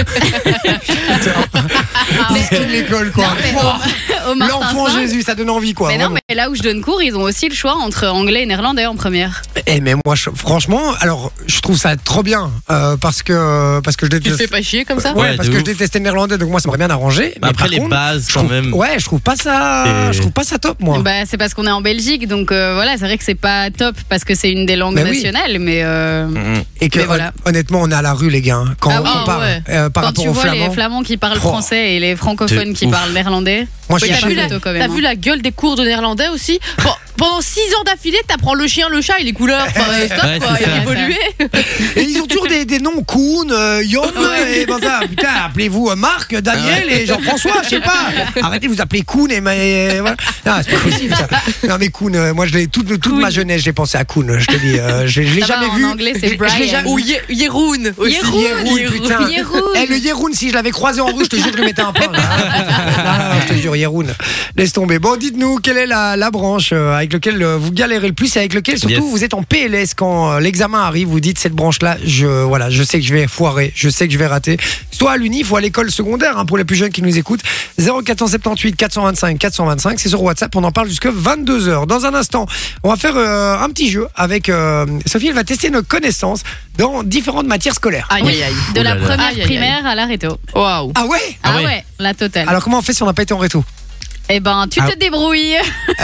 [SPEAKER 3] Putain. C'est de l'école, quoi.
[SPEAKER 4] Non, mais
[SPEAKER 3] Pouah,
[SPEAKER 4] au- au Martin
[SPEAKER 3] L'enfant
[SPEAKER 4] cinq,
[SPEAKER 3] Jésus, ça donne envie, quoi.
[SPEAKER 4] Mais non,
[SPEAKER 3] vraiment.
[SPEAKER 4] mais là où je donne cours, ils ont aussi le choix entre anglais et néerlandais en première.
[SPEAKER 3] Eh, mais moi, je- franchement, alors, je trouve ça trop bien euh, parce que parce que je
[SPEAKER 5] Tu te fais
[SPEAKER 3] déteste.
[SPEAKER 5] pas chier comme ça
[SPEAKER 3] Ouais,
[SPEAKER 2] Ouais,
[SPEAKER 3] parce
[SPEAKER 2] de
[SPEAKER 3] que je
[SPEAKER 2] ouf.
[SPEAKER 3] détestais le néerlandais, donc moi, ça m'aurait bien arrangé. Mais
[SPEAKER 2] Après,
[SPEAKER 3] par
[SPEAKER 2] les
[SPEAKER 3] contre,
[SPEAKER 2] bases,
[SPEAKER 3] je
[SPEAKER 2] quand
[SPEAKER 3] trouve-
[SPEAKER 2] même.
[SPEAKER 3] Ouais, je trouve pas ça.
[SPEAKER 2] C'est-
[SPEAKER 3] Je trouve pas ça top, moi.
[SPEAKER 4] Bah, c'est parce qu'on est en Belgique, donc euh, voilà, c'est vrai que c'est pas top parce que c'est une des langues
[SPEAKER 3] Mais oui.
[SPEAKER 4] nationales, mais euh,
[SPEAKER 2] Mhm.
[SPEAKER 3] Et que
[SPEAKER 4] mais voilà.
[SPEAKER 3] hon- honnêtement, on est à la rue, les gars. hein. Quand
[SPEAKER 4] Ah oui.
[SPEAKER 3] on
[SPEAKER 5] Ah
[SPEAKER 3] parle
[SPEAKER 5] ouais.
[SPEAKER 3] euh, par
[SPEAKER 4] quand
[SPEAKER 3] rapport
[SPEAKER 4] tu
[SPEAKER 3] aux
[SPEAKER 4] vois
[SPEAKER 3] flamands,
[SPEAKER 4] les flamands qui parlent
[SPEAKER 3] Oh.
[SPEAKER 4] français et les francophones
[SPEAKER 2] De
[SPEAKER 4] qui
[SPEAKER 2] ouf.
[SPEAKER 4] parlent néerlandais,
[SPEAKER 3] moi, je
[SPEAKER 5] Mais
[SPEAKER 4] y a
[SPEAKER 3] suis
[SPEAKER 5] t'as
[SPEAKER 4] pas
[SPEAKER 5] vu, la,
[SPEAKER 4] photo quand même,
[SPEAKER 5] t'as
[SPEAKER 4] hein.
[SPEAKER 5] vu la gueule des cours de néerlandais aussi Bon, Pendant 6 ans d'affilée, t'apprends le chien, le chat et les couleurs. Enfin, euh, stop,
[SPEAKER 2] Ouais,
[SPEAKER 5] quoi,
[SPEAKER 2] c'est
[SPEAKER 5] il a
[SPEAKER 2] ça.
[SPEAKER 5] évolué.
[SPEAKER 3] Et ils ont toujours des, des noms Kuhn, euh, Yom, et ben ça, putain, appelez-vous euh, Marc, Daniel et Jean-François, je sais pas. Arrêtez de vous appeler Kuhn et ma- et voilà. Non, c'est pas possible ça. Non mais Kuhn, euh, moi je l'ai toute, toute ma jeunesse, j'ai pensé à Kuhn, je te dis, euh, je, je l'ai
[SPEAKER 4] Ça va,
[SPEAKER 3] jamais
[SPEAKER 4] en
[SPEAKER 3] vu.
[SPEAKER 4] anglais, c'est
[SPEAKER 3] Je- je l'ai
[SPEAKER 4] Brian.
[SPEAKER 3] jamais-
[SPEAKER 5] Ou Ye- Yeroun aussi.
[SPEAKER 3] Yeroun, putain.
[SPEAKER 4] Yeroun.
[SPEAKER 3] Eh, le Yeroun, si je l'avais croisé en rue, je te jure que je lui mettais un pain. là. Non, non, je te jure, Yeroun. Laisse tomber. Bon, dites-nous, quelle est la, la branche euh, avec laquelle euh, vous galérez le plus et avec laquelle, surtout,
[SPEAKER 2] Yes.
[SPEAKER 3] vous êtes en PLS quand euh, l'examen arrive, vous dites, cette branche-là, je, voilà, je sais que je vais foirer, je sais que je vais rater. Soit à l'UNIF ou à l'école secondaire, hein, pour les plus jeunes qui nous écoutent. 0478 425 425, c'est sur WhatsApp, on en parle jusqu'à 22h. Dans un instant, on va faire euh, un petit jeu avec euh, Sophie, elle va tester nos connaissances dans différentes matières scolaires.
[SPEAKER 5] Aïe, aïe, aïe.
[SPEAKER 4] de la
[SPEAKER 2] Ouh là là.
[SPEAKER 4] première
[SPEAKER 5] Aïe, aïe, aïe.
[SPEAKER 4] primaire à la réto.
[SPEAKER 5] Waouh.
[SPEAKER 3] Oh Ah ouais
[SPEAKER 4] Ah,
[SPEAKER 2] Ah
[SPEAKER 4] ouais.
[SPEAKER 2] ouais.
[SPEAKER 4] la totale.
[SPEAKER 3] Alors comment on fait si on n'a pas été en réto
[SPEAKER 4] eh ben, tu
[SPEAKER 3] Ah.
[SPEAKER 4] te débrouilles.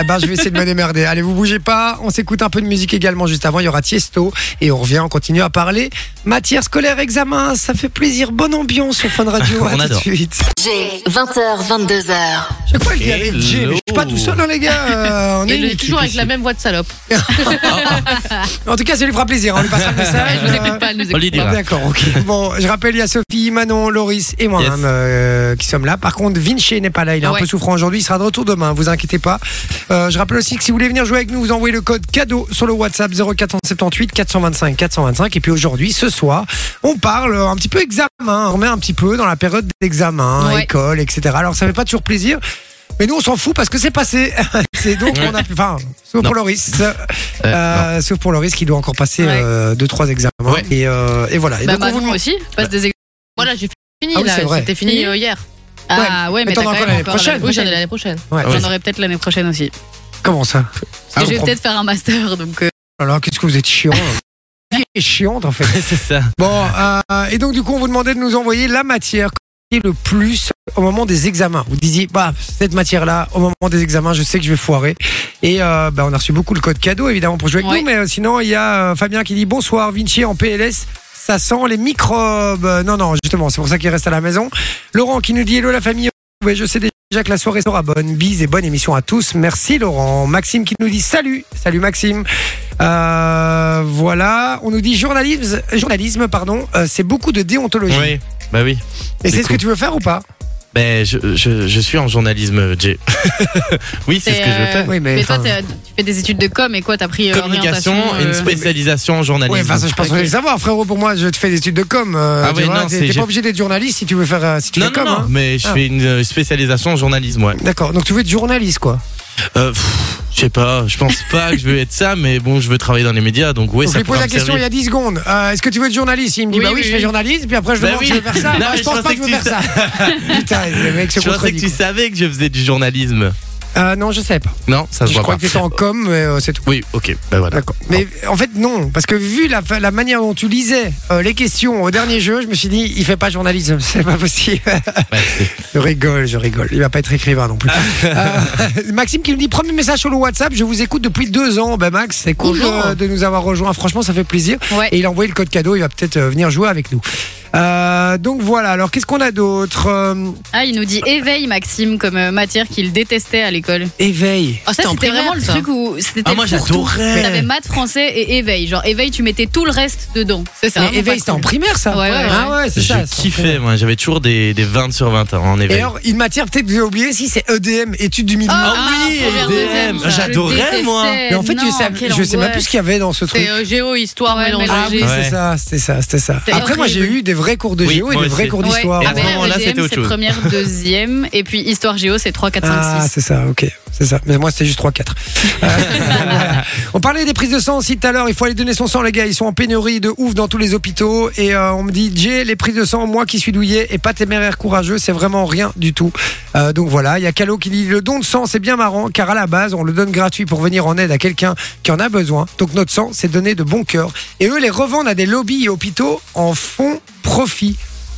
[SPEAKER 3] Eh ben, je vais essayer de me démerder. Allez, vous bougez pas. On s'écoute un peu de musique également juste avant. Il y aura Tiesto et on revient. On continue à parler matière scolaire, examen. Ça fait plaisir. Bonne ambiance sur Fun Radio.
[SPEAKER 2] On
[SPEAKER 3] à
[SPEAKER 2] adore.
[SPEAKER 3] tout de suite.
[SPEAKER 6] J, 20h, 22h.
[SPEAKER 3] Je crois qu'il y avait Jay, mais Je suis pas tout seul, hein, les gars. Euh, on est
[SPEAKER 5] Et
[SPEAKER 3] une
[SPEAKER 5] le-
[SPEAKER 3] équipe
[SPEAKER 5] toujours avec
[SPEAKER 3] ici.
[SPEAKER 5] la même voix de salope.
[SPEAKER 3] En tout cas, ça lui fera plaisir. hein. On lui passera le message.
[SPEAKER 5] Je vous
[SPEAKER 3] Euh,
[SPEAKER 5] écoute pas, elle nous
[SPEAKER 2] On hein.
[SPEAKER 5] écoute
[SPEAKER 2] lui
[SPEAKER 5] pas.
[SPEAKER 2] dira.
[SPEAKER 3] D'accord, ok. Bon, je rappelle, il y a Sophie, Manon, Loris et moi-même
[SPEAKER 2] Yes.
[SPEAKER 3] euh, qui sommes là. Par contre, Vinci n'est pas là, il est un
[SPEAKER 4] Ouais.
[SPEAKER 3] peu souffrant aujourd'hui, il sera de retour demain, vous inquiétez pas. Euh, je rappelle aussi que si vous voulez venir jouer avec nous, vous envoyez le code cadeau sur le WhatsApp 0478 425 425. Et puis aujourd'hui, ce soir, on parle euh, un petit peu examen, on remet un petit peu dans la période d'examen, hein,
[SPEAKER 4] Ouais.
[SPEAKER 3] école, etc. Alors ça fait pas toujours plaisir. Mais nous, on s'en fout parce que c'est passé. c'est donc on a plus. Enfin, sauf
[SPEAKER 2] Non.
[SPEAKER 3] pour Loris.
[SPEAKER 2] Euh,
[SPEAKER 3] Euh, sauf pour Loris qui doit encore passer
[SPEAKER 4] Ouais.
[SPEAKER 3] 2 deux trois examens
[SPEAKER 2] Ouais.
[SPEAKER 3] et, euh, et voilà. Et
[SPEAKER 4] Bah,
[SPEAKER 3] donc, on
[SPEAKER 4] Manon
[SPEAKER 3] vous demande-
[SPEAKER 4] aussi, passe des ex-
[SPEAKER 5] Voilà, j'ai fini
[SPEAKER 3] Ah oui,
[SPEAKER 5] là.
[SPEAKER 3] c'est vrai.
[SPEAKER 5] C'était fini euh, hier.
[SPEAKER 4] Ah ouais, mais
[SPEAKER 3] t'en
[SPEAKER 4] t'as
[SPEAKER 3] as
[SPEAKER 4] quand
[SPEAKER 3] encore
[SPEAKER 4] même
[SPEAKER 3] l'année
[SPEAKER 4] encore
[SPEAKER 3] prochaine.
[SPEAKER 5] Oui, j'en ai l'année prochaine.
[SPEAKER 3] Ouais.
[SPEAKER 2] Ouais.
[SPEAKER 4] J'en aurai peut-être l'année prochaine aussi.
[SPEAKER 3] Ah, Comment ça Ah,
[SPEAKER 4] Parce que je vais peut-être faire un master, donc. euh,
[SPEAKER 3] Oh là là, qu'est-ce que vous êtes chiant. Vous êtes chiante en fait.
[SPEAKER 2] C'est ça.
[SPEAKER 3] Bon, euh, et donc du coup, on vous demandait de nous envoyer la matière qui est le plus au moment des examens. Vous disiez, bah, cette matière-là, au moment des examens, je sais que je vais foirer. Et euh, bah, on a reçu beaucoup le code cadeau, évidemment, pour jouer avec
[SPEAKER 4] Ouais.
[SPEAKER 3] nous. Mais euh, sinon, il y a euh, Fabien qui dit, bonsoir, Vinci en PLS. Ça sent les microbes. Euh, Non, non, justement, c'est pour ça qu'il reste à la maison. Laurent qui nous dit, hello la famille. Ouais, je sais déjà que la soirée sera bonne. Bise et bonne émission à tous. Merci Laurent. Maxime qui nous dit salut. Salut Maxime. Euh, voilà, on nous dit journalisme, journalisme pardon, euh, c'est beaucoup de déontologie.
[SPEAKER 2] Oui, bah oui.
[SPEAKER 3] et c'est ce
[SPEAKER 2] c'est
[SPEAKER 3] que
[SPEAKER 2] cool.
[SPEAKER 3] tu veux faire ou pas
[SPEAKER 2] Ben, je, je, je suis en journalisme, Jay. oui, c'est ce que je fais.
[SPEAKER 3] Oui, mais,
[SPEAKER 4] toi,
[SPEAKER 3] enfin-
[SPEAKER 4] t'as- tu fais des études de com et quoi T'as pris euh,
[SPEAKER 2] Communication et
[SPEAKER 4] orientation,
[SPEAKER 2] une
[SPEAKER 4] euh,
[SPEAKER 2] spécialisation en journalisme.
[SPEAKER 3] Ouais, enfin, ça, je pense qu'on va le savoir, frérot. Pour moi, je te fais des études de com. euh,
[SPEAKER 2] Ah
[SPEAKER 3] tu
[SPEAKER 2] oui,
[SPEAKER 3] vois,
[SPEAKER 2] non,
[SPEAKER 3] t'es
[SPEAKER 2] c'est-
[SPEAKER 3] t'es
[SPEAKER 2] j'ai-
[SPEAKER 3] pas obligé d'être journaliste si tu veux faire, euh, si tu
[SPEAKER 2] non,
[SPEAKER 3] fais
[SPEAKER 2] non,
[SPEAKER 3] com.
[SPEAKER 2] non,
[SPEAKER 3] hein.
[SPEAKER 2] mais je
[SPEAKER 3] Ah.
[SPEAKER 2] fais une euh, spécialisation en journalisme, ouais.
[SPEAKER 3] D'accord. Donc, tu veux être journaliste, quoi.
[SPEAKER 2] Euh, pff, je sais pas, je pense pas que je veux être ça, mais bon, je veux travailler dans les médias, donc
[SPEAKER 3] Donc,
[SPEAKER 2] ouais,
[SPEAKER 3] je
[SPEAKER 2] ça
[SPEAKER 3] lui
[SPEAKER 2] pourrait
[SPEAKER 3] pose la
[SPEAKER 2] me
[SPEAKER 3] question il y
[SPEAKER 2] servir.
[SPEAKER 3] a 10 secondes. Euh, Est-ce que tu veux être journaliste Il me dit
[SPEAKER 4] Oui,
[SPEAKER 3] Bah oui,
[SPEAKER 4] oui,
[SPEAKER 3] je fais
[SPEAKER 4] oui.
[SPEAKER 3] journaliste. Puis après, je
[SPEAKER 2] Bah
[SPEAKER 3] demande
[SPEAKER 2] oui.
[SPEAKER 3] si je veux faire ça.
[SPEAKER 2] Non,
[SPEAKER 3] Bah,
[SPEAKER 2] mais
[SPEAKER 3] je pense pas que je veux faire
[SPEAKER 2] pensais
[SPEAKER 3] ça. Putain, le mec se
[SPEAKER 2] Je pensais que
[SPEAKER 3] contredit.
[SPEAKER 2] tu
[SPEAKER 3] quoi.
[SPEAKER 2] savais que je faisais du journalisme.
[SPEAKER 3] Euh, Non, je sais pas.
[SPEAKER 2] Non, ça se
[SPEAKER 3] Je
[SPEAKER 2] voit
[SPEAKER 3] crois
[SPEAKER 2] pas.
[SPEAKER 3] que t'étais en com, mais euh, c'est tout.
[SPEAKER 2] Oui, ok, ben voilà.
[SPEAKER 3] D'accord. Mais en fait, non. Parce que vu la, fa- la manière dont tu lisais euh, les questions au dernier jeu, je me suis dit, il fait pas journalisme. C'est pas possible.
[SPEAKER 2] Ouais, c'est-
[SPEAKER 3] Je rigole, je rigole. Il va pas être écrivain non plus.
[SPEAKER 2] Ah.
[SPEAKER 3] Euh, Maxime qui nous dit premier message sur le WhatsApp. Je vous écoute depuis deux ans. Ben Max, c'est cool
[SPEAKER 4] Bonjour.
[SPEAKER 3] euh, de nous avoir rejoints. Franchement, ça fait plaisir.
[SPEAKER 4] Ouais.
[SPEAKER 3] Et il a envoyé le code cadeau. Il va peut-être euh, venir jouer avec nous. Euh, donc voilà. Alors qu'est-ce qu'on a d'autre Euh,
[SPEAKER 4] Ah, il nous dit éveil, Maxime, comme euh, matière qu'il détestait à l'école.
[SPEAKER 3] Éveil.
[SPEAKER 5] Ah,
[SPEAKER 4] Ça,
[SPEAKER 5] c'était en
[SPEAKER 4] c'était
[SPEAKER 5] primaire,
[SPEAKER 4] vraiment le
[SPEAKER 5] ça.
[SPEAKER 4] truc où c'était
[SPEAKER 2] Ah,
[SPEAKER 4] le
[SPEAKER 2] moi
[SPEAKER 4] fourre-tout.
[SPEAKER 2] j'adorais.
[SPEAKER 4] T'avais maths, français et éveil. Genre, éveil, tu mettais tout le reste dedans. C'est ça.
[SPEAKER 3] Mais
[SPEAKER 4] vraiment
[SPEAKER 3] éveil,
[SPEAKER 4] pas
[SPEAKER 3] c'était en
[SPEAKER 4] cool.
[SPEAKER 3] primaire ça.
[SPEAKER 4] Ouais, ouais,
[SPEAKER 3] Ah ouais, c'est
[SPEAKER 2] Je
[SPEAKER 3] ça. c'est en primaire.
[SPEAKER 2] kiffais, moi. J'avais toujours des, des 20 sur 20 en
[SPEAKER 3] Et
[SPEAKER 2] éveil.
[SPEAKER 3] alors, ah, une matière peut-être que j'ai oublié si c'est EDM, études du milieu.
[SPEAKER 4] Ah,
[SPEAKER 2] Ah oui,
[SPEAKER 4] première,
[SPEAKER 2] EDM,
[SPEAKER 4] deuxième, ça.
[SPEAKER 2] j'adorais,
[SPEAKER 4] Je détestais.
[SPEAKER 2] moi.
[SPEAKER 3] Mais en fait, je
[SPEAKER 4] Non,
[SPEAKER 3] sais,
[SPEAKER 4] quelle
[SPEAKER 3] je sais même
[SPEAKER 4] angoisse.
[SPEAKER 3] plus ce qu'il y avait dans ce truc.
[SPEAKER 5] C'est euh, géo, histoire,
[SPEAKER 4] Ouais,
[SPEAKER 5] mélangée.
[SPEAKER 3] Ah oui,
[SPEAKER 2] Ouais.
[SPEAKER 3] c'est ça, c'était ça, c'était ça.
[SPEAKER 4] C'est
[SPEAKER 3] Après, moi, j'ai
[SPEAKER 4] horrible.
[SPEAKER 3] eu des vrais cours de
[SPEAKER 2] Oui,
[SPEAKER 3] géo et
[SPEAKER 2] moi
[SPEAKER 3] des vrais
[SPEAKER 2] aussi.
[SPEAKER 3] cours
[SPEAKER 4] Ouais,
[SPEAKER 3] d'histoire.
[SPEAKER 2] Et
[SPEAKER 4] ah,
[SPEAKER 2] à ce
[SPEAKER 4] mais
[SPEAKER 2] moment-là,
[SPEAKER 4] EDM,
[SPEAKER 2] c'était autre
[SPEAKER 4] c'est
[SPEAKER 2] chose.
[SPEAKER 4] Première, deuxième, et puis histoire géo, c'est 3, 4, 5,
[SPEAKER 3] Ah,
[SPEAKER 4] 6.
[SPEAKER 3] c'est ça, ok, c'est ça. Mais moi, c'était juste 3-4. Euh, voilà. on parlait des prises de sang aussi tout à l'heure. Il faut aller donner son sang, les gars. Ils sont en pénurie de ouf dans tous les hôpitaux. Et euh, on me dit, Jay, les prises de sang, moi qui suis douillet et pas téméraire courageux, c'est vraiment rien du tout. Euh, donc voilà, il y a Calo qui dit, le don de sang, c'est bien marrant, car à la base, on le donne gratuit pour venir en aide à quelqu'un qui en a besoin. Donc notre sang, c'est donné de bon cœur. Et eux, les revendent à des lobbies et hôpitaux en font profit.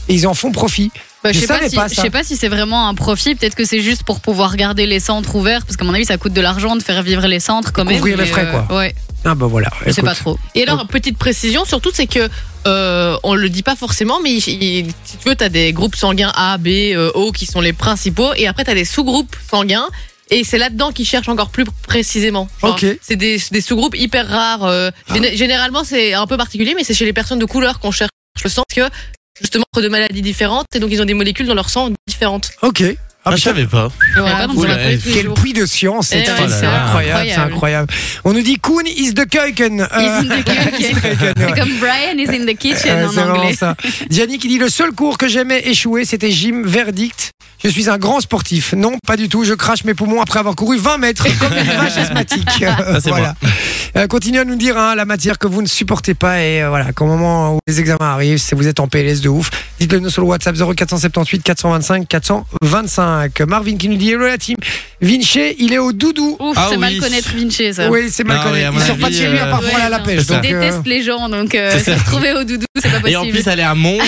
[SPEAKER 3] Et ils en font profit.
[SPEAKER 4] Bah,
[SPEAKER 3] Je
[SPEAKER 4] je sais pas,
[SPEAKER 3] savais
[SPEAKER 4] si,
[SPEAKER 3] pas
[SPEAKER 4] je
[SPEAKER 3] ça.
[SPEAKER 4] sais pas si c'est vraiment un profit. Peut-être que c'est juste pour pouvoir garder les centres ouverts, parce qu'à mon avis, ça coûte de l'argent de faire vivre les centres quand même.
[SPEAKER 3] Couvrir les
[SPEAKER 4] mais,
[SPEAKER 3] frais, quoi.
[SPEAKER 4] euh, Ouais,
[SPEAKER 3] Ah bah voilà.
[SPEAKER 4] je sais
[SPEAKER 3] écoute.
[SPEAKER 4] pas trop.
[SPEAKER 5] Et alors, petite précision, surtout, c'est que euh, on le dit pas forcément, mais il- il- si tu veux, t'as des groupes sanguins A, B, euh, O qui sont les principaux, et après t'as des sous-groupes sanguins. Et c'est là-dedans qu'ils cherchent encore plus précisément.
[SPEAKER 3] Ok.
[SPEAKER 5] C'est des, des sous-groupes hyper rares. euh, géné- Généralement, c'est un peu particulier, mais c'est chez les personnes de couleur qu'on cherche le sang, parce que justement, entre deux maladies différentes, et donc ils ont des molécules dans leur sang différentes.
[SPEAKER 3] Ok. Ah,
[SPEAKER 4] Bah,
[SPEAKER 2] Ah, je
[SPEAKER 3] putain,
[SPEAKER 2] savais pas.
[SPEAKER 4] Ouais, pas donc,
[SPEAKER 2] cool,
[SPEAKER 4] on l'a
[SPEAKER 2] ouais.
[SPEAKER 4] pas eu tous les
[SPEAKER 3] Quel
[SPEAKER 4] jours.
[SPEAKER 3] puits de science, c'est
[SPEAKER 5] Eh ouais,
[SPEAKER 2] c'est
[SPEAKER 3] c'est incroyable, c'est
[SPEAKER 4] incroyable.
[SPEAKER 3] incroyable. On nous dit Kuhn is the Keuken. Euh,
[SPEAKER 4] Is in the
[SPEAKER 3] Keuken,
[SPEAKER 4] kitchen.
[SPEAKER 3] ouais.
[SPEAKER 4] C'est comme Brian is in the kitchen
[SPEAKER 3] Euh,
[SPEAKER 4] en
[SPEAKER 3] c'est vraiment
[SPEAKER 4] anglais.
[SPEAKER 3] ça. Gianni qui dit le seul cours que j'aimais échouer, c'était gym verdict. Je suis un grand sportif. Non, pas du tout. Je crache mes poumons après avoir couru 20 mètres comme une vache asthmatique. Euh,
[SPEAKER 2] c'est
[SPEAKER 3] voilà. Euh, continuez à nous dire hein, la matière que vous ne supportez pas et euh, voilà, qu'au moment où les examens arrivent, si vous êtes en PLS de ouf, dites-le nous sur le WhatsApp 0478 425 425. Marvin qui nous dit hello la team. Vinci, il est au doudou.
[SPEAKER 4] Ouf,
[SPEAKER 2] Ah
[SPEAKER 4] c'est mal
[SPEAKER 2] oui.
[SPEAKER 4] connaître Vinci, ça.
[SPEAKER 3] Oui, c'est mal
[SPEAKER 2] Ah
[SPEAKER 3] connu.
[SPEAKER 2] oui, à
[SPEAKER 3] il
[SPEAKER 2] mon
[SPEAKER 3] sort pas de
[SPEAKER 2] avis,
[SPEAKER 3] chez lui à part
[SPEAKER 4] euh,
[SPEAKER 3] pour aller à la
[SPEAKER 4] ouais,
[SPEAKER 3] pêche.
[SPEAKER 2] c'est ça.
[SPEAKER 3] Donc, euh,
[SPEAKER 4] Déteste les gens, donc euh,
[SPEAKER 2] C'est
[SPEAKER 4] se
[SPEAKER 2] ça.
[SPEAKER 4] retrouver au doudou, c'est pas
[SPEAKER 2] Et en
[SPEAKER 4] possible.
[SPEAKER 2] plus, aller à Mons,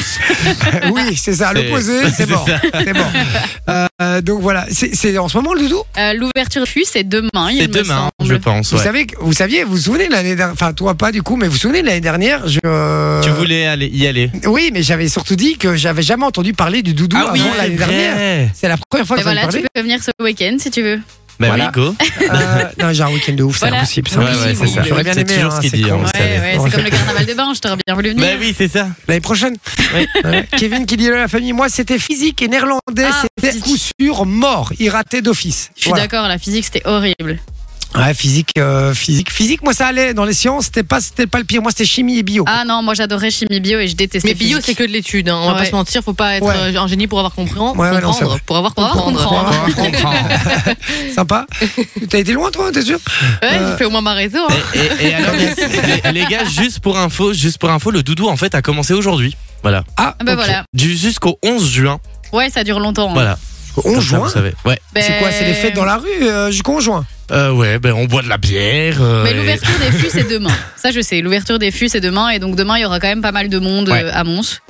[SPEAKER 3] oui, c'est ça.
[SPEAKER 2] C'est-
[SPEAKER 3] L'opposé, c'est
[SPEAKER 2] c'est
[SPEAKER 3] bon.
[SPEAKER 2] ça.
[SPEAKER 3] C'est bon. Euh, euh, donc voilà, c'est c'est en ce moment le doudou.
[SPEAKER 4] Euh, L'ouverture du puits, c'est demain. il
[SPEAKER 2] c'est
[SPEAKER 4] me
[SPEAKER 2] demain,
[SPEAKER 4] semble.
[SPEAKER 2] je pense.
[SPEAKER 3] Vous
[SPEAKER 2] ouais.
[SPEAKER 3] savez, que- vous saviez, vous vous souvenez de l'année dernière, enfin toi pas du coup, mais vous vous souvenez de l'année dernière, je. euh,
[SPEAKER 2] Tu voulais aller, y aller.
[SPEAKER 3] Oui, mais j'avais surtout dit que j'avais jamais entendu parler du doudou avant
[SPEAKER 2] Ah c'est
[SPEAKER 3] l'année
[SPEAKER 2] vrai.
[SPEAKER 3] dernière. C'est la première fois
[SPEAKER 4] Et
[SPEAKER 3] que j'en ai
[SPEAKER 4] voilà, tu
[SPEAKER 3] parlé.
[SPEAKER 4] peux venir ce week-end si tu veux.
[SPEAKER 2] Bah
[SPEAKER 3] Voilà.
[SPEAKER 2] oui, go.
[SPEAKER 3] Euh, non, j'ai un week-end de ouf, c'est
[SPEAKER 4] Voilà.
[SPEAKER 3] impossible. c'est
[SPEAKER 2] Ouais,
[SPEAKER 3] impossible.
[SPEAKER 2] ouais, c'est ça.
[SPEAKER 3] J'aurais bien
[SPEAKER 2] C'est
[SPEAKER 3] aimé.
[SPEAKER 2] toujours ce
[SPEAKER 3] hein,
[SPEAKER 2] qu'il
[SPEAKER 3] c'est
[SPEAKER 2] dit,
[SPEAKER 3] con.
[SPEAKER 2] on le
[SPEAKER 4] Ouais,
[SPEAKER 2] savait.
[SPEAKER 4] ouais,
[SPEAKER 3] On le
[SPEAKER 4] c'est comme
[SPEAKER 3] fait.
[SPEAKER 4] le carnaval de Binge, t'aurais bien voulu
[SPEAKER 2] Bah
[SPEAKER 4] venir.
[SPEAKER 2] oui, c'est ça.
[SPEAKER 3] L'année prochaine.
[SPEAKER 2] Oui.
[SPEAKER 3] Ouais. Kevin qui dit la famille, moi c'était physique et néerlandais,
[SPEAKER 4] Ah,
[SPEAKER 3] c'était coup sûr mort, irraté d'office.
[SPEAKER 4] Je suis
[SPEAKER 3] Voilà.
[SPEAKER 4] d'accord, la physique c'était horrible.
[SPEAKER 3] Ouais, physique, euh, physique, physique. Moi ça allait dans les sciences, c'était pas, c'était pas le pire. Moi c'était chimie et bio.
[SPEAKER 4] Ah non, moi j'adorais chimie bio et je détestais.
[SPEAKER 5] Mais bio, c'est
[SPEAKER 4] physique.
[SPEAKER 5] que de l'étude, hein, on va
[SPEAKER 4] Ouais.
[SPEAKER 5] pas se mentir, faut pas être
[SPEAKER 3] Ouais.
[SPEAKER 5] euh, un génie pour avoir comprend-
[SPEAKER 3] Ouais, ouais, non, c'est
[SPEAKER 5] comprendre.
[SPEAKER 3] vrai.
[SPEAKER 5] pour avoir
[SPEAKER 4] Pour avoir
[SPEAKER 5] comprendre.
[SPEAKER 4] comprendre.
[SPEAKER 3] Sympa. T'as été loin toi, t'es sûr
[SPEAKER 5] Ouais,
[SPEAKER 3] Euh,
[SPEAKER 5] j'ai fait au moins ma réseau. hein.
[SPEAKER 2] Et, et- et alors, les, les gars, juste pour info, juste pour info, le doudou en fait a commencé aujourd'hui. Voilà.
[SPEAKER 3] Ah,
[SPEAKER 4] Ah bah
[SPEAKER 3] ok.
[SPEAKER 4] voilà.
[SPEAKER 2] Du jusqu'au 11 juin.
[SPEAKER 4] Ouais, ça dure longtemps. hein.
[SPEAKER 2] Voilà.
[SPEAKER 3] On
[SPEAKER 2] Comme ça,
[SPEAKER 3] joint.
[SPEAKER 2] Vous savez. Ouais.
[SPEAKER 3] C'est
[SPEAKER 4] Ben-
[SPEAKER 3] quoi C'est les fêtes dans la rue euh, jusqu'en juin.
[SPEAKER 2] Euh, ouais, ben on boit de la bière. euh,
[SPEAKER 4] Mais
[SPEAKER 2] et-
[SPEAKER 4] ben, l'ouverture des fûts, c'est demain. Ça, je sais. L'ouverture des fûts, c'est demain. Et donc, demain, il y aura quand même pas mal de monde
[SPEAKER 2] Ouais.
[SPEAKER 4] euh, à Mons.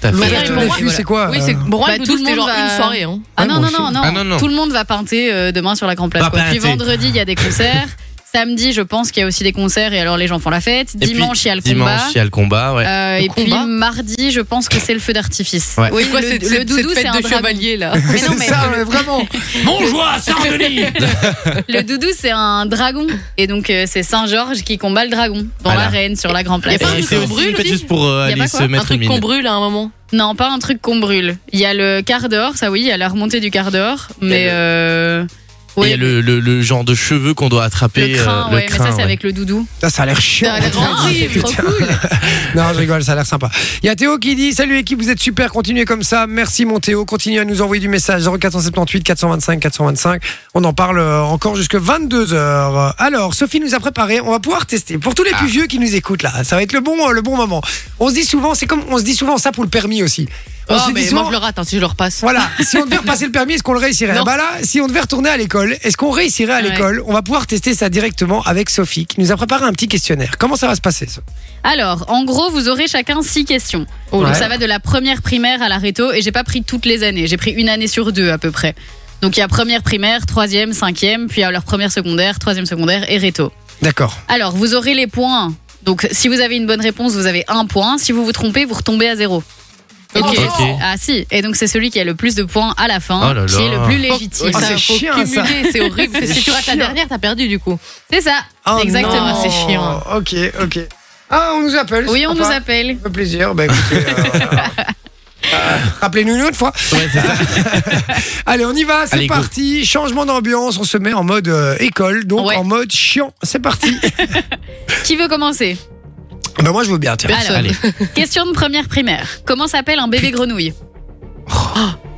[SPEAKER 2] T'as fait-
[SPEAKER 5] L'ouverture
[SPEAKER 3] L'ouverture
[SPEAKER 5] pour
[SPEAKER 3] des
[SPEAKER 5] moi,
[SPEAKER 3] fûts, c'est quoi
[SPEAKER 5] Oui,
[SPEAKER 3] euh,
[SPEAKER 5] c'est bon,
[SPEAKER 4] Bah,
[SPEAKER 5] le tout le monde genre
[SPEAKER 4] va-
[SPEAKER 5] une soirée. Hein.
[SPEAKER 4] Ah
[SPEAKER 3] Ouais,
[SPEAKER 4] non,
[SPEAKER 3] moi
[SPEAKER 4] non,
[SPEAKER 3] aussi.
[SPEAKER 4] non, non,
[SPEAKER 2] Ah non, non.
[SPEAKER 4] Tout le monde va pinter euh, demain sur la Grand Place.
[SPEAKER 2] Va
[SPEAKER 4] quoi. Puis
[SPEAKER 2] pinter.
[SPEAKER 4] vendredi, il y a des concerts. Samedi, je pense qu'il y a aussi des concerts et alors les gens font la fête.
[SPEAKER 2] Et puis,
[SPEAKER 4] dimanche, il y a le
[SPEAKER 2] Dimanche,
[SPEAKER 4] combat.
[SPEAKER 2] il y a le combat, ouais.
[SPEAKER 4] Euh,
[SPEAKER 5] Le
[SPEAKER 4] et
[SPEAKER 5] combat.
[SPEAKER 4] puis mardi, je pense que c'est le feu d'artifice.
[SPEAKER 2] Ouais.
[SPEAKER 5] Oui, quoi,
[SPEAKER 4] le,
[SPEAKER 5] c'est
[SPEAKER 4] le
[SPEAKER 5] le
[SPEAKER 4] doudou,
[SPEAKER 5] cette
[SPEAKER 4] c'est
[SPEAKER 5] fête
[SPEAKER 4] un
[SPEAKER 5] de
[SPEAKER 4] dragon.
[SPEAKER 5] chevalier là.
[SPEAKER 4] Mais non, mais
[SPEAKER 3] Ça, mais vraiment.
[SPEAKER 2] Bonjour, Sardoni
[SPEAKER 4] le doudou, c'est un dragon. Et donc, euh, c'est Saint-Georges qui combat le dragon dans
[SPEAKER 2] Voilà.
[SPEAKER 4] l'arène, sur la grande place.
[SPEAKER 5] Il y a pas un
[SPEAKER 2] Et
[SPEAKER 5] truc
[SPEAKER 2] c'est
[SPEAKER 5] qu'on
[SPEAKER 2] aussi
[SPEAKER 5] brûle
[SPEAKER 2] une fête
[SPEAKER 5] aussi
[SPEAKER 2] juste pour
[SPEAKER 4] Y
[SPEAKER 2] euh,
[SPEAKER 4] a
[SPEAKER 2] aller
[SPEAKER 4] pas
[SPEAKER 2] se
[SPEAKER 4] quoi
[SPEAKER 5] Un
[SPEAKER 2] mettre une
[SPEAKER 5] truc qu'on
[SPEAKER 2] mine.
[SPEAKER 5] brûle à un moment.
[SPEAKER 4] Non, pas un truc qu'on brûle. Il y a le quart d'heure, ça oui, il y a la remontée du quart d'heure. Mais.
[SPEAKER 5] le-
[SPEAKER 4] euh,
[SPEAKER 2] Et Il
[SPEAKER 4] ouais,
[SPEAKER 2] y a le, le- le genre de cheveux qu'on doit
[SPEAKER 4] le
[SPEAKER 2] attraper.
[SPEAKER 4] crain,
[SPEAKER 2] euh, le
[SPEAKER 4] ouais,
[SPEAKER 2] crain,
[SPEAKER 4] mais ça, c'est
[SPEAKER 2] ouais.
[SPEAKER 4] avec le doudou.
[SPEAKER 3] Putain, ça a l'air chiant.
[SPEAKER 5] Ça a l'air
[SPEAKER 3] Putain,
[SPEAKER 5] horrible,
[SPEAKER 3] putain. Non, je rigole, ça a l'air sympa. Il y a Théo qui dit Salut équipe, vous êtes super, continuez comme ça. Merci mon Théo, continuez à nous envoyer du message 0478 425 425. On en parle euh, encore jusque 22h. Alors, Sophie nous a préparé, on va pouvoir tester. Pour tous les
[SPEAKER 5] Ah.
[SPEAKER 3] plus vieux qui nous écoutent là, ça va être le bon, euh, le bon moment. On se dit souvent, c'est comme on se dit souvent ça pour le permis aussi. On
[SPEAKER 5] Oh,
[SPEAKER 3] se dit
[SPEAKER 5] mais
[SPEAKER 3] souvent,
[SPEAKER 5] moi je le rate hein, si je le repasse.
[SPEAKER 3] Voilà, si on devait repasser le permis, est-ce qu'on le réussirait
[SPEAKER 5] Non.
[SPEAKER 3] Bah là, si on devait retourner à l'école, est-ce qu'on réussirait à
[SPEAKER 4] Ouais.
[SPEAKER 3] l'école On va pouvoir tester ça directement avec Sophie qui nous a préparé un petit questionnaire. Comment ça va se passer ça
[SPEAKER 4] Alors, en gros, vous aurez chacun six questions. Oh,
[SPEAKER 3] là.
[SPEAKER 4] Donc, ça va de la première primaire à la réto, et j'ai pas pris toutes les années, j'ai pris une année sur deux à peu près. Donc, il y a première primaire, troisième, cinquième, puis alors première secondaire, troisième secondaire et réto.
[SPEAKER 3] D'accord.
[SPEAKER 4] Alors, vous aurez les points. Donc, si vous avez une bonne réponse, vous avez un point. Si vous vous trompez, vous retombez à zéro.
[SPEAKER 5] Ok.
[SPEAKER 2] Ok.
[SPEAKER 4] Ah si, et donc c'est celui qui a le plus de points à la fin,
[SPEAKER 2] Oh là là.
[SPEAKER 4] qui est le plus
[SPEAKER 5] Oh,
[SPEAKER 4] légitime.
[SPEAKER 3] Ah, c'est
[SPEAKER 5] ça, faut
[SPEAKER 3] chiant, ça.
[SPEAKER 5] cumuler, c'est horrible. Parce que si tu rates la
[SPEAKER 3] Chiant.
[SPEAKER 5] dernière, t'as perdu du coup.
[SPEAKER 4] C'est ça,
[SPEAKER 3] Ah,
[SPEAKER 4] exactement.
[SPEAKER 3] non.
[SPEAKER 5] c'est chiant.
[SPEAKER 3] Ok, ok. Ah, on nous appelle.
[SPEAKER 4] Oui,
[SPEAKER 3] c'est
[SPEAKER 4] on nous
[SPEAKER 3] sympa.
[SPEAKER 4] appelle.
[SPEAKER 3] Ça fait plaisir. Bah, écoutez, euh, voilà. Euh, Rappelez-nous une autre fois.
[SPEAKER 2] Ouais, c'est ça.
[SPEAKER 3] Allez, on y va, c'est
[SPEAKER 2] Allez, go.
[SPEAKER 3] parti. Changement d'ambiance, on se met en mode euh, école, donc
[SPEAKER 4] Ouais.
[SPEAKER 3] en mode chiant. C'est parti.
[SPEAKER 4] Qui veut commencer
[SPEAKER 3] bah, moi, je veux bien, tiens.
[SPEAKER 4] Alors,
[SPEAKER 2] Allez.
[SPEAKER 4] question de première primaire. Comment s'appelle un bébé grenouille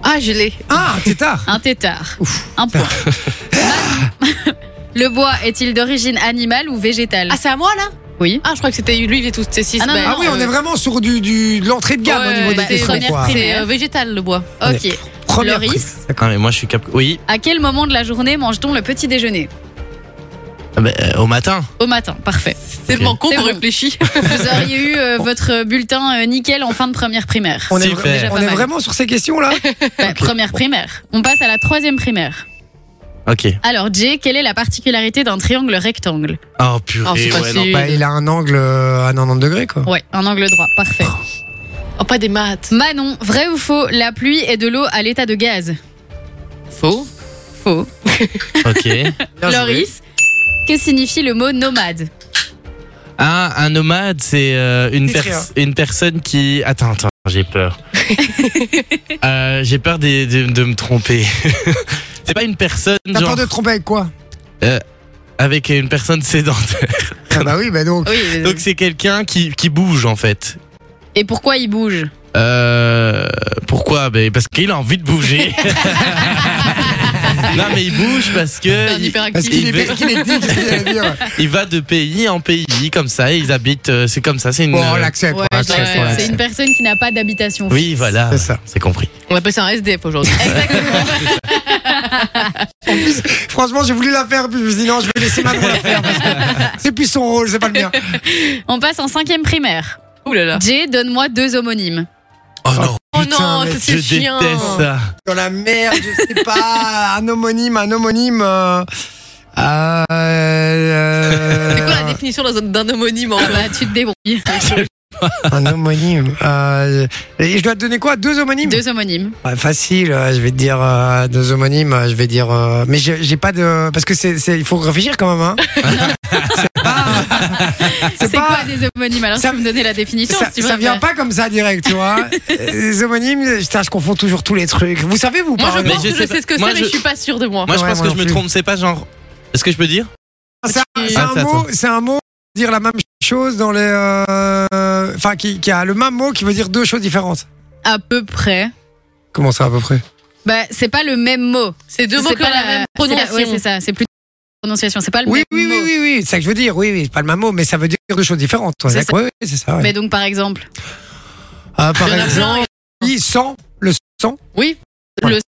[SPEAKER 5] Ah, je l'ai.
[SPEAKER 3] Ah, t'es tard.
[SPEAKER 4] Un tétard. Un point. le bois est-il d'origine animale ou végétale
[SPEAKER 5] Ah, c'est à moi là
[SPEAKER 4] Oui.
[SPEAKER 5] Ah, je crois que c'était lui, il est tous ces six.
[SPEAKER 4] Ah, non,
[SPEAKER 5] bah,
[SPEAKER 4] non,
[SPEAKER 3] Ah oui, on
[SPEAKER 5] euh,
[SPEAKER 3] est vraiment sur du, du- de l'entrée de gamme au
[SPEAKER 5] ouais,
[SPEAKER 3] niveau
[SPEAKER 5] bah,
[SPEAKER 3] des questions.
[SPEAKER 4] première
[SPEAKER 3] quoi.
[SPEAKER 4] prise.
[SPEAKER 5] C'est euh, végétal le bois.
[SPEAKER 4] Ok.
[SPEAKER 3] Première
[SPEAKER 4] Loris
[SPEAKER 3] prise. D'accord.
[SPEAKER 2] Non, Ah, mais moi, je suis cap. Oui,
[SPEAKER 4] À quel moment de la journée mange-t-on le petit déjeuner
[SPEAKER 2] Ah, bah, euh, au matin.
[SPEAKER 4] Au matin, parfait.
[SPEAKER 5] C'est tellement con
[SPEAKER 4] C'est
[SPEAKER 5] qu'on
[SPEAKER 4] bon.
[SPEAKER 5] réfléchit.
[SPEAKER 4] Vous auriez eu euh, votre bulletin euh, nickel en fin de première primaire.
[SPEAKER 3] On est,
[SPEAKER 2] Super. Déjà
[SPEAKER 3] on
[SPEAKER 4] pas
[SPEAKER 3] est
[SPEAKER 4] mal.
[SPEAKER 3] vraiment sur ces questions-là
[SPEAKER 4] Bah, Première primaire. On passe à la troisième primaire.
[SPEAKER 2] Ok.
[SPEAKER 4] Alors Jay, quelle est la particularité d'un triangle rectangle
[SPEAKER 2] Oh
[SPEAKER 5] Oh,
[SPEAKER 2] purée,
[SPEAKER 5] c'est
[SPEAKER 2] ouais, non.
[SPEAKER 5] facile.
[SPEAKER 3] bah, Il a un angle euh, à 90 degrés, quoi.
[SPEAKER 4] Ouais, un angle droit, parfait.
[SPEAKER 5] Oh, pas des maths.
[SPEAKER 4] Manon, vrai ou faux, la pluie est de l'eau à l'état de gaz
[SPEAKER 5] Faux.
[SPEAKER 4] Faux.
[SPEAKER 2] Ok.
[SPEAKER 3] Bien joué.
[SPEAKER 4] Loris, que signifie le mot nomade
[SPEAKER 2] Ah, un nomade, c'est euh, une,
[SPEAKER 3] Dites
[SPEAKER 2] pers-
[SPEAKER 3] rien.
[SPEAKER 2] une personne qui. Attends, attends, j'ai peur. Euh, j'ai peur des- de, de me tromper. c'est pas une personne
[SPEAKER 3] T'as
[SPEAKER 2] genre,
[SPEAKER 3] peur de te tromper avec quoi
[SPEAKER 2] avec une personne sédente.
[SPEAKER 3] ah Bah oui, bah donc.
[SPEAKER 4] Oui.
[SPEAKER 2] Donc c'est quelqu'un qui, qui bouge en fait.
[SPEAKER 4] Et pourquoi il bouge
[SPEAKER 2] Euh, pourquoi Ben, Parce qu'il a envie de bouger. non mais il bouge parce
[SPEAKER 5] C'est un
[SPEAKER 2] que il,
[SPEAKER 5] hyperactif.
[SPEAKER 3] Parce qu'il
[SPEAKER 2] il
[SPEAKER 3] est
[SPEAKER 2] veut-
[SPEAKER 3] épileptique, qu'est-ce qu'il allait dire
[SPEAKER 2] il va de pays en pays comme ça. Et ils habitent. euh, C'est comme ça. C'est une.
[SPEAKER 3] Bon, on
[SPEAKER 2] euh,
[SPEAKER 3] l'accepte. on
[SPEAKER 4] Ouais,
[SPEAKER 3] l'accepte,
[SPEAKER 5] ouais,
[SPEAKER 3] on
[SPEAKER 5] ouais,
[SPEAKER 4] C'est
[SPEAKER 3] l'accepte.
[SPEAKER 4] une personne qui n'a pas d'habitation.
[SPEAKER 2] oui, voilà.
[SPEAKER 3] C'est ça.
[SPEAKER 2] C'est compris.
[SPEAKER 5] On appelle ça un SDF aujourd'hui.
[SPEAKER 3] Franchement, j'ai voulu la faire, puis je me suis dit non, je vais laisser Manon la faire. parce que C'est plus son rôle, c'est pas le mien.
[SPEAKER 4] On passe en cinquième primaire.
[SPEAKER 5] Ouh là là.
[SPEAKER 4] Jay, donne-moi deux homonymes.
[SPEAKER 2] Oh non.
[SPEAKER 5] Oh
[SPEAKER 3] Putain,
[SPEAKER 5] non,
[SPEAKER 3] mais
[SPEAKER 5] ça,
[SPEAKER 2] Je
[SPEAKER 5] c'est chiant.
[SPEAKER 2] déteste ça.
[SPEAKER 3] Dans la merde, je sais pas. Un homonyme, un homonyme. euh, euh, euh,
[SPEAKER 5] C'est quoi la définition d'un- d'un homonyme en
[SPEAKER 4] Ah bah, tu te débrouilles.
[SPEAKER 3] Un homonyme. Euh, et je dois te donner quoi Deux homonymes
[SPEAKER 4] deux homonymes.
[SPEAKER 3] Ouais, Facile, euh, je vais te dire euh, deux homonymes, euh, je vais dire. euh, mais j'ai j'ai pas de. Parce que c'est, c'est- il faut réfléchir quand même. Hein. c'est pas.
[SPEAKER 4] C'est
[SPEAKER 3] pas-
[SPEAKER 4] quoi des homonymes Alors,
[SPEAKER 3] ça-
[SPEAKER 4] tu peux me donner la définition
[SPEAKER 3] Ça,
[SPEAKER 4] si tu veux.
[SPEAKER 3] ça vient pas comme ça direct, tu vois. Euh, Les homonymes, putain, je confonds toujours tous les trucs. Vous savez, vous
[SPEAKER 5] Moi,
[SPEAKER 3] par
[SPEAKER 5] je
[SPEAKER 2] Mais
[SPEAKER 3] exemple
[SPEAKER 5] pense
[SPEAKER 2] je
[SPEAKER 5] que je
[SPEAKER 2] sais pas.
[SPEAKER 5] sais ce que c'est,
[SPEAKER 2] Moi,
[SPEAKER 5] mais
[SPEAKER 2] je-
[SPEAKER 5] je suis pas sûre de moi.
[SPEAKER 2] Moi, je
[SPEAKER 3] Ouais,
[SPEAKER 2] pense
[SPEAKER 3] moi
[SPEAKER 2] que
[SPEAKER 3] non
[SPEAKER 2] je me
[SPEAKER 3] plus.
[SPEAKER 2] trompe. C'est pas genre. Est-ce que je peux dire
[SPEAKER 3] C'est un- c'est
[SPEAKER 2] Ah,
[SPEAKER 3] un,
[SPEAKER 2] c'est à
[SPEAKER 3] mot,
[SPEAKER 2] toi.
[SPEAKER 3] c'est un mot dire la même chose dans les. euh, Enfin, qui, qui a le même mot qui veut dire deux choses différentes.
[SPEAKER 4] À peu près.
[SPEAKER 3] Comment ça, à peu près
[SPEAKER 4] Bah, c'est pas le même mot.
[SPEAKER 5] C'est deux mots
[SPEAKER 4] C'est
[SPEAKER 5] qui ont
[SPEAKER 4] pas
[SPEAKER 5] la même
[SPEAKER 4] c'est la-
[SPEAKER 5] prononciation.
[SPEAKER 4] Ouais, c'est ça. C'est plus prononciation. C'est pas le
[SPEAKER 3] Oui,
[SPEAKER 4] même
[SPEAKER 3] oui,
[SPEAKER 4] mot.
[SPEAKER 3] oui, oui, oui, c'est ça que je veux dire. Oui, oui, c'est pas le même mot, mais ça veut dire deux choses différentes. toi,
[SPEAKER 4] C'est
[SPEAKER 3] d'accord Oui, oui, c'est ça. ouais.
[SPEAKER 4] Mais donc, par exemple,
[SPEAKER 3] Ah, par
[SPEAKER 5] Il y en a plein,
[SPEAKER 3] exemple, il sent le sang
[SPEAKER 4] le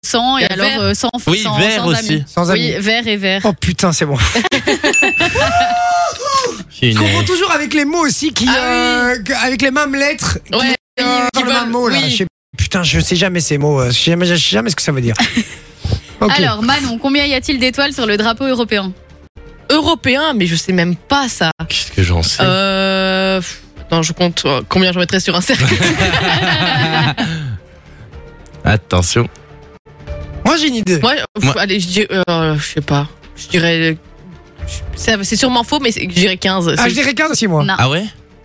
[SPEAKER 4] sang et
[SPEAKER 5] Il y a
[SPEAKER 4] alors
[SPEAKER 5] vert.
[SPEAKER 4] euh, sans,
[SPEAKER 2] Oui,
[SPEAKER 4] sans,
[SPEAKER 2] vert
[SPEAKER 4] sans
[SPEAKER 2] aussi.
[SPEAKER 4] amis.
[SPEAKER 3] sans ami.
[SPEAKER 4] Oui, vert et vert.
[SPEAKER 3] Oh putain, c'est bon. Je
[SPEAKER 2] J'ai une-
[SPEAKER 3] comprends toujours avec les mots aussi, qui,
[SPEAKER 5] Ah
[SPEAKER 3] euh, que- avec les mêmes lettres, qui,
[SPEAKER 5] Ouais,
[SPEAKER 3] euh,
[SPEAKER 5] qui- qui
[SPEAKER 3] dans le
[SPEAKER 5] veulent-
[SPEAKER 3] même mot. Là.
[SPEAKER 5] oui.
[SPEAKER 3] Je sais- putain, je sais jamais ces mots. euh, Je sais jamais, je sais jamais ce que ça veut dire. Ok.
[SPEAKER 4] Alors, Manon, combien y a-t-il d'étoiles sur le drapeau européen
[SPEAKER 5] européen, mais je sais même pas ça.
[SPEAKER 2] Qu'est-ce que j'en sais
[SPEAKER 5] Euh. pff, Attends, je compte euh, combien je mettrais sur un cercle.
[SPEAKER 2] Attention.
[SPEAKER 3] Moi, j'ai une idée.
[SPEAKER 5] Moi, pff,
[SPEAKER 2] Moi-
[SPEAKER 5] allez, je dis- euh, je sais pas. Je dirais. je- ça- C'est sûrement faux, mais c'est- je dirais 15.
[SPEAKER 3] Ah,
[SPEAKER 5] C'est-
[SPEAKER 3] je dirais 15 aussi, moi.
[SPEAKER 4] Non.
[SPEAKER 2] Ah ouais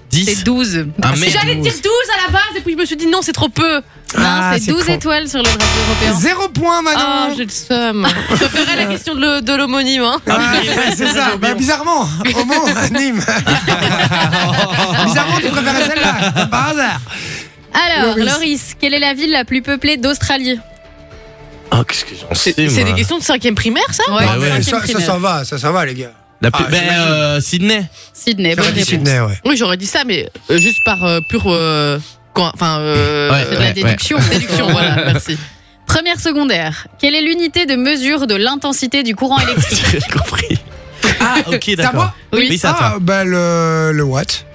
[SPEAKER 2] 10
[SPEAKER 4] C'est 12.
[SPEAKER 2] Ah
[SPEAKER 5] Si
[SPEAKER 2] merde.
[SPEAKER 5] J'allais dire 12 à la base, et puis je me suis dit non, c'est trop peu.
[SPEAKER 3] Ah,
[SPEAKER 4] non, c'est 12
[SPEAKER 3] trop.
[SPEAKER 4] étoiles sur le drapeau européen.
[SPEAKER 3] Zéro point, Manon.
[SPEAKER 5] Ah, j'ai le seum. Je ferai la question de le- de l'homonyme. Hein.
[SPEAKER 3] Ah, ouais, c'est ça. Bah, bizarrement, au mot, Nîmes. bizarrement, tu préférais celle-là, comme par hasard.
[SPEAKER 4] Alors,
[SPEAKER 3] Loris.
[SPEAKER 4] Loris. quelle est la ville la plus peuplée d'Australie
[SPEAKER 2] Ah, qu'est-ce que j'en sais
[SPEAKER 5] C'est c'est
[SPEAKER 2] moi
[SPEAKER 5] des questions de 5 primaire, ça
[SPEAKER 4] Ouais, Ah,
[SPEAKER 2] bah ouais.
[SPEAKER 4] cinquième
[SPEAKER 3] ça, ça,
[SPEAKER 4] primaire.
[SPEAKER 3] ça va, ça, ça va, les gars.
[SPEAKER 2] La plus-
[SPEAKER 3] Ah,
[SPEAKER 2] ben,
[SPEAKER 3] j'imagine.
[SPEAKER 2] euh, Sydney.
[SPEAKER 4] Sydney, bonne
[SPEAKER 3] J'aurais dit
[SPEAKER 4] réponse.
[SPEAKER 3] Sydney, ouais.
[SPEAKER 5] Oui, j'aurais dit ça, mais euh, juste par euh, pure. euh, coin- Enfin. euh,
[SPEAKER 2] Ouais,
[SPEAKER 4] C'est de
[SPEAKER 5] euh,
[SPEAKER 4] la déduction.
[SPEAKER 5] déduction, voilà, merci.
[SPEAKER 4] Première secondaire. Quelle est l'unité de mesure de l'intensité du courant électrique
[SPEAKER 2] J'ai compris. Ah, ok,
[SPEAKER 3] C'est à
[SPEAKER 2] d'accord.
[SPEAKER 3] moi
[SPEAKER 4] Oui.
[SPEAKER 2] Oui, c'est à
[SPEAKER 3] Ah,
[SPEAKER 2] toi.
[SPEAKER 3] bah, le, le watt.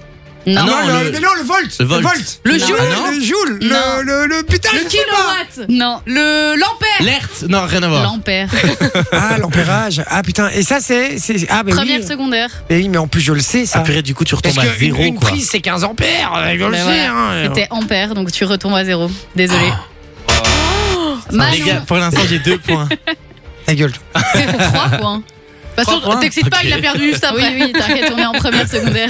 [SPEAKER 4] Non.
[SPEAKER 2] non.
[SPEAKER 3] Non, le,
[SPEAKER 2] le-
[SPEAKER 3] non, le volt.
[SPEAKER 2] le volt.
[SPEAKER 5] Le
[SPEAKER 3] Le
[SPEAKER 5] joule
[SPEAKER 3] Le joule.
[SPEAKER 4] Non.
[SPEAKER 3] Le, le, le, putain, je
[SPEAKER 5] Le
[SPEAKER 3] sais pas.
[SPEAKER 5] kilowatt
[SPEAKER 4] Non.
[SPEAKER 5] Le l'ampère
[SPEAKER 2] L'ERT Non, rien à voir.
[SPEAKER 4] L'ampère.
[SPEAKER 3] Ah, l'ampérage. Ah, putain. Et ça, c'est, c'est, ah, mais
[SPEAKER 4] Première
[SPEAKER 3] oui.
[SPEAKER 4] secondaire.
[SPEAKER 3] Mais oui, mais en plus, je le sais,
[SPEAKER 2] Ah,
[SPEAKER 3] ça.
[SPEAKER 2] purée, du coup, tu
[SPEAKER 3] Parce
[SPEAKER 2] retombes à
[SPEAKER 3] que une,
[SPEAKER 2] zéro,
[SPEAKER 3] une
[SPEAKER 2] quoi.
[SPEAKER 3] prise, c'est 15 ampères. euh, Je le
[SPEAKER 4] Mais
[SPEAKER 3] sais,
[SPEAKER 4] voilà.
[SPEAKER 3] hein.
[SPEAKER 4] Bah C'était ampère, donc tu retombes à zéro. Désolé. Oh.
[SPEAKER 2] Les gars,
[SPEAKER 4] Manon,
[SPEAKER 2] pour l'instant, j'ai deux points.
[SPEAKER 3] Ta gueule.
[SPEAKER 4] 3 points. Bah,
[SPEAKER 5] De toute façon,
[SPEAKER 2] Trois
[SPEAKER 5] t'excites
[SPEAKER 2] points.
[SPEAKER 5] pas, il a
[SPEAKER 2] Ok.
[SPEAKER 5] perdu juste
[SPEAKER 4] Oui,
[SPEAKER 5] après.
[SPEAKER 4] oui, t'inquiète, on est en première secondaire.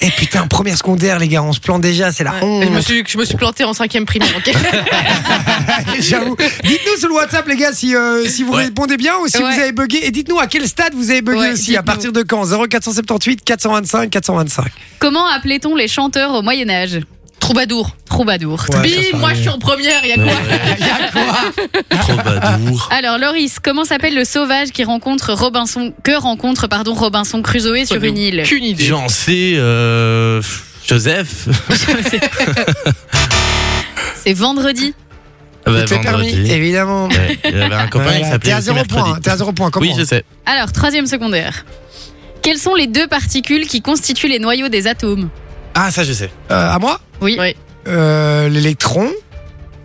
[SPEAKER 3] Eh putain, première secondaire, les gars, on se plante déjà, c'est la honte.
[SPEAKER 5] Et Ah, Je me suis, je me suis planté en cinquième primaire, ok
[SPEAKER 3] J'avoue. Dites-nous sur le WhatsApp, les gars, si, euh, si vous
[SPEAKER 2] Ouais.
[SPEAKER 3] répondez bien ou si
[SPEAKER 4] Ouais.
[SPEAKER 3] vous avez bugué. Et dites-nous à quel stade vous avez bugué
[SPEAKER 4] Ouais,
[SPEAKER 3] aussi, à
[SPEAKER 4] dites-nous.
[SPEAKER 3] partir de quand 0478 425 425.
[SPEAKER 4] Comment appelait-on les chanteurs au Moyen-Âge
[SPEAKER 5] Troubadour.
[SPEAKER 4] Troubadour.
[SPEAKER 3] Ouais, ça,
[SPEAKER 5] Bim,
[SPEAKER 3] ça
[SPEAKER 5] moi
[SPEAKER 3] va.
[SPEAKER 5] je suis en première, il y a quoi
[SPEAKER 3] Ah.
[SPEAKER 2] Trop badour.
[SPEAKER 4] Alors, Loris, comment s'appelle le sauvage qui rencontre Robinson, que rencontre, pardon, Robinson Crusoe sur une île
[SPEAKER 5] Qu'une idée.
[SPEAKER 2] J'en sais, euh, Joseph.
[SPEAKER 4] C'est vendredi.
[SPEAKER 2] Ah bah,
[SPEAKER 3] Tout est permis,
[SPEAKER 2] vendredi.
[SPEAKER 3] évidemment.
[SPEAKER 2] Ouais, Il y avait un copain
[SPEAKER 3] Voilà.
[SPEAKER 2] qui s'appelait
[SPEAKER 3] T'es à
[SPEAKER 2] aussi
[SPEAKER 3] zéro
[SPEAKER 2] mercredi.
[SPEAKER 3] point, hein, t'es à zéro point, comment
[SPEAKER 2] Oui, je sais.
[SPEAKER 4] Alors, troisième secondaire. Quelles sont les deux particules qui constituent les noyaux des atomes
[SPEAKER 2] Ah, ça, je sais.
[SPEAKER 3] Euh, À moi
[SPEAKER 4] Oui.
[SPEAKER 5] Oui.
[SPEAKER 3] Euh, L'électron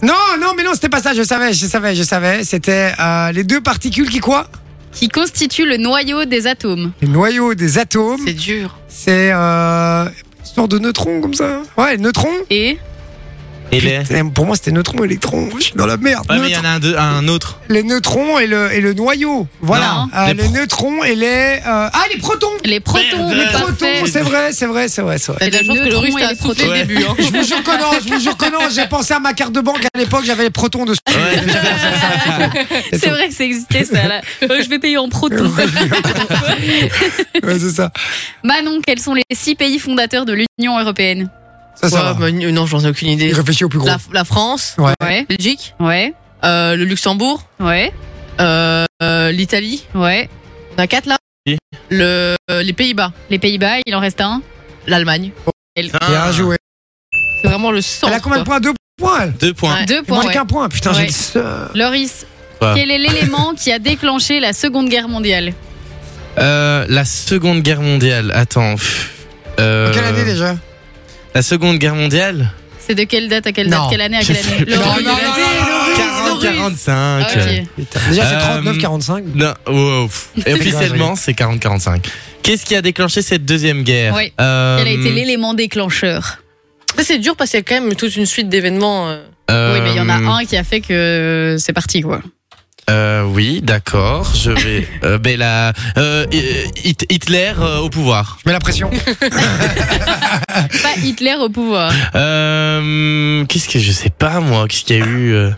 [SPEAKER 3] Non, non, mais non, c'était pas ça, je savais, je savais, je savais. C'était euh, les deux particules qui quoi
[SPEAKER 4] Qui constituent le noyau des atomes
[SPEAKER 3] Les noyaux des atomes,
[SPEAKER 5] C'est dur.
[SPEAKER 3] c'est euh, une sorte de neutrons comme ça. Ouais, neutron
[SPEAKER 4] Et
[SPEAKER 2] Et les. Ouais,
[SPEAKER 3] Pour moi, c'était neutron, électron. Je suis dans la merde.
[SPEAKER 2] mais il y
[SPEAKER 3] Neutron.
[SPEAKER 2] en a un, deux- un autre.
[SPEAKER 3] les neutrons et le, et le noyau. Voilà.
[SPEAKER 4] Non.
[SPEAKER 3] Euh,
[SPEAKER 2] Les
[SPEAKER 3] les,
[SPEAKER 2] pro-
[SPEAKER 3] neutrons et les. euh, ah, les protons
[SPEAKER 4] les protons,
[SPEAKER 2] Merde.
[SPEAKER 3] Les
[SPEAKER 2] Euh,
[SPEAKER 3] protons,
[SPEAKER 4] parfait.
[SPEAKER 3] c'est vrai, c'est vrai, c'est vrai, c'est vrai.
[SPEAKER 5] T'as de la
[SPEAKER 4] les
[SPEAKER 5] chance que le
[SPEAKER 4] neutrons
[SPEAKER 5] russe
[SPEAKER 4] et
[SPEAKER 5] t'a
[SPEAKER 4] les
[SPEAKER 5] soufflé le
[SPEAKER 2] protons.
[SPEAKER 5] début. Hein.
[SPEAKER 3] Je vous jure que non, je vous jure que non, j'ai pensé à ma carte de banque à l'époque, j'avais les protons dessus.
[SPEAKER 2] Ouais, c'est ça, c'est ça.
[SPEAKER 4] C'est vrai que ça existait ça. Là. Euh, je vais payer en protons.
[SPEAKER 3] Ouais, c'est ça.
[SPEAKER 4] Manon, quels sont les six pays fondateurs de l'Union européenne
[SPEAKER 3] hein. Ça, ça va.
[SPEAKER 5] Ouais, mais non, j'en ai aucune idée.
[SPEAKER 3] Il réfléchit au plus gros.
[SPEAKER 5] La, la France,
[SPEAKER 3] Ouais.
[SPEAKER 4] Ouais,
[SPEAKER 5] Belgique,
[SPEAKER 4] ouais,
[SPEAKER 5] euh, le Luxembourg,
[SPEAKER 4] ouais,
[SPEAKER 5] euh, euh, l'Italie.
[SPEAKER 4] ouais.
[SPEAKER 5] On a quatre là.
[SPEAKER 2] Oui.
[SPEAKER 5] Le, euh, les Pays-Bas,
[SPEAKER 4] Les Pays-Bas, il en reste un.
[SPEAKER 5] l'Allemagne.
[SPEAKER 2] Ah.
[SPEAKER 3] Bien joué.
[SPEAKER 5] C'est vraiment le centre.
[SPEAKER 3] Elle a combien de points Deux points, elle
[SPEAKER 2] Deux points.
[SPEAKER 5] Ouais.
[SPEAKER 4] Ah. Deux
[SPEAKER 3] Moins
[SPEAKER 4] points. ouais.
[SPEAKER 3] qu'un point, putain, j'ai
[SPEAKER 4] Ouais.
[SPEAKER 3] le seum.
[SPEAKER 4] Loris,
[SPEAKER 2] Quoi
[SPEAKER 4] quel est l'élément qui a déclenché la Seconde Guerre mondiale
[SPEAKER 2] Euh, la Seconde Guerre mondiale. Attends. pff. Euh,
[SPEAKER 3] Quelle année déjà
[SPEAKER 2] La Seconde Guerre mondiale
[SPEAKER 4] C'est de quelle date à quelle date
[SPEAKER 3] Non.
[SPEAKER 4] Quelle année à
[SPEAKER 2] Je
[SPEAKER 4] quelle
[SPEAKER 2] sais
[SPEAKER 4] année
[SPEAKER 2] pas.
[SPEAKER 4] Loris,
[SPEAKER 3] Non, non,
[SPEAKER 4] il a
[SPEAKER 3] non,
[SPEAKER 4] dit-
[SPEAKER 5] non,
[SPEAKER 2] 40,
[SPEAKER 5] non, non,
[SPEAKER 2] 45.
[SPEAKER 4] Ok.
[SPEAKER 3] Putain. Déjà, c'est
[SPEAKER 2] Euh,
[SPEAKER 3] 39, 45.
[SPEAKER 2] Non, wow, pff. Et officiellement, c'est 40-45. Qu'est-ce qui a déclenché cette deuxième guerre
[SPEAKER 4] Ouais.
[SPEAKER 2] Euh,
[SPEAKER 4] Quel a été l'élément déclencheur
[SPEAKER 5] Ça, c'est dur parce qu'il y a quand même toute une suite d'événements. euh.
[SPEAKER 2] euh,
[SPEAKER 4] Oui, mais il y en a un qui a fait que c'est parti, quoi.
[SPEAKER 2] Euh, oui, d'accord. Je vais. euh, ben la, euh, Hit- Hitler euh, au pouvoir.
[SPEAKER 3] Je mets la pression.
[SPEAKER 4] Pas Hitler au pouvoir.
[SPEAKER 2] Euh, Qu'est-ce que je sais pas moi Qu'est-ce qu'il y a eu euh,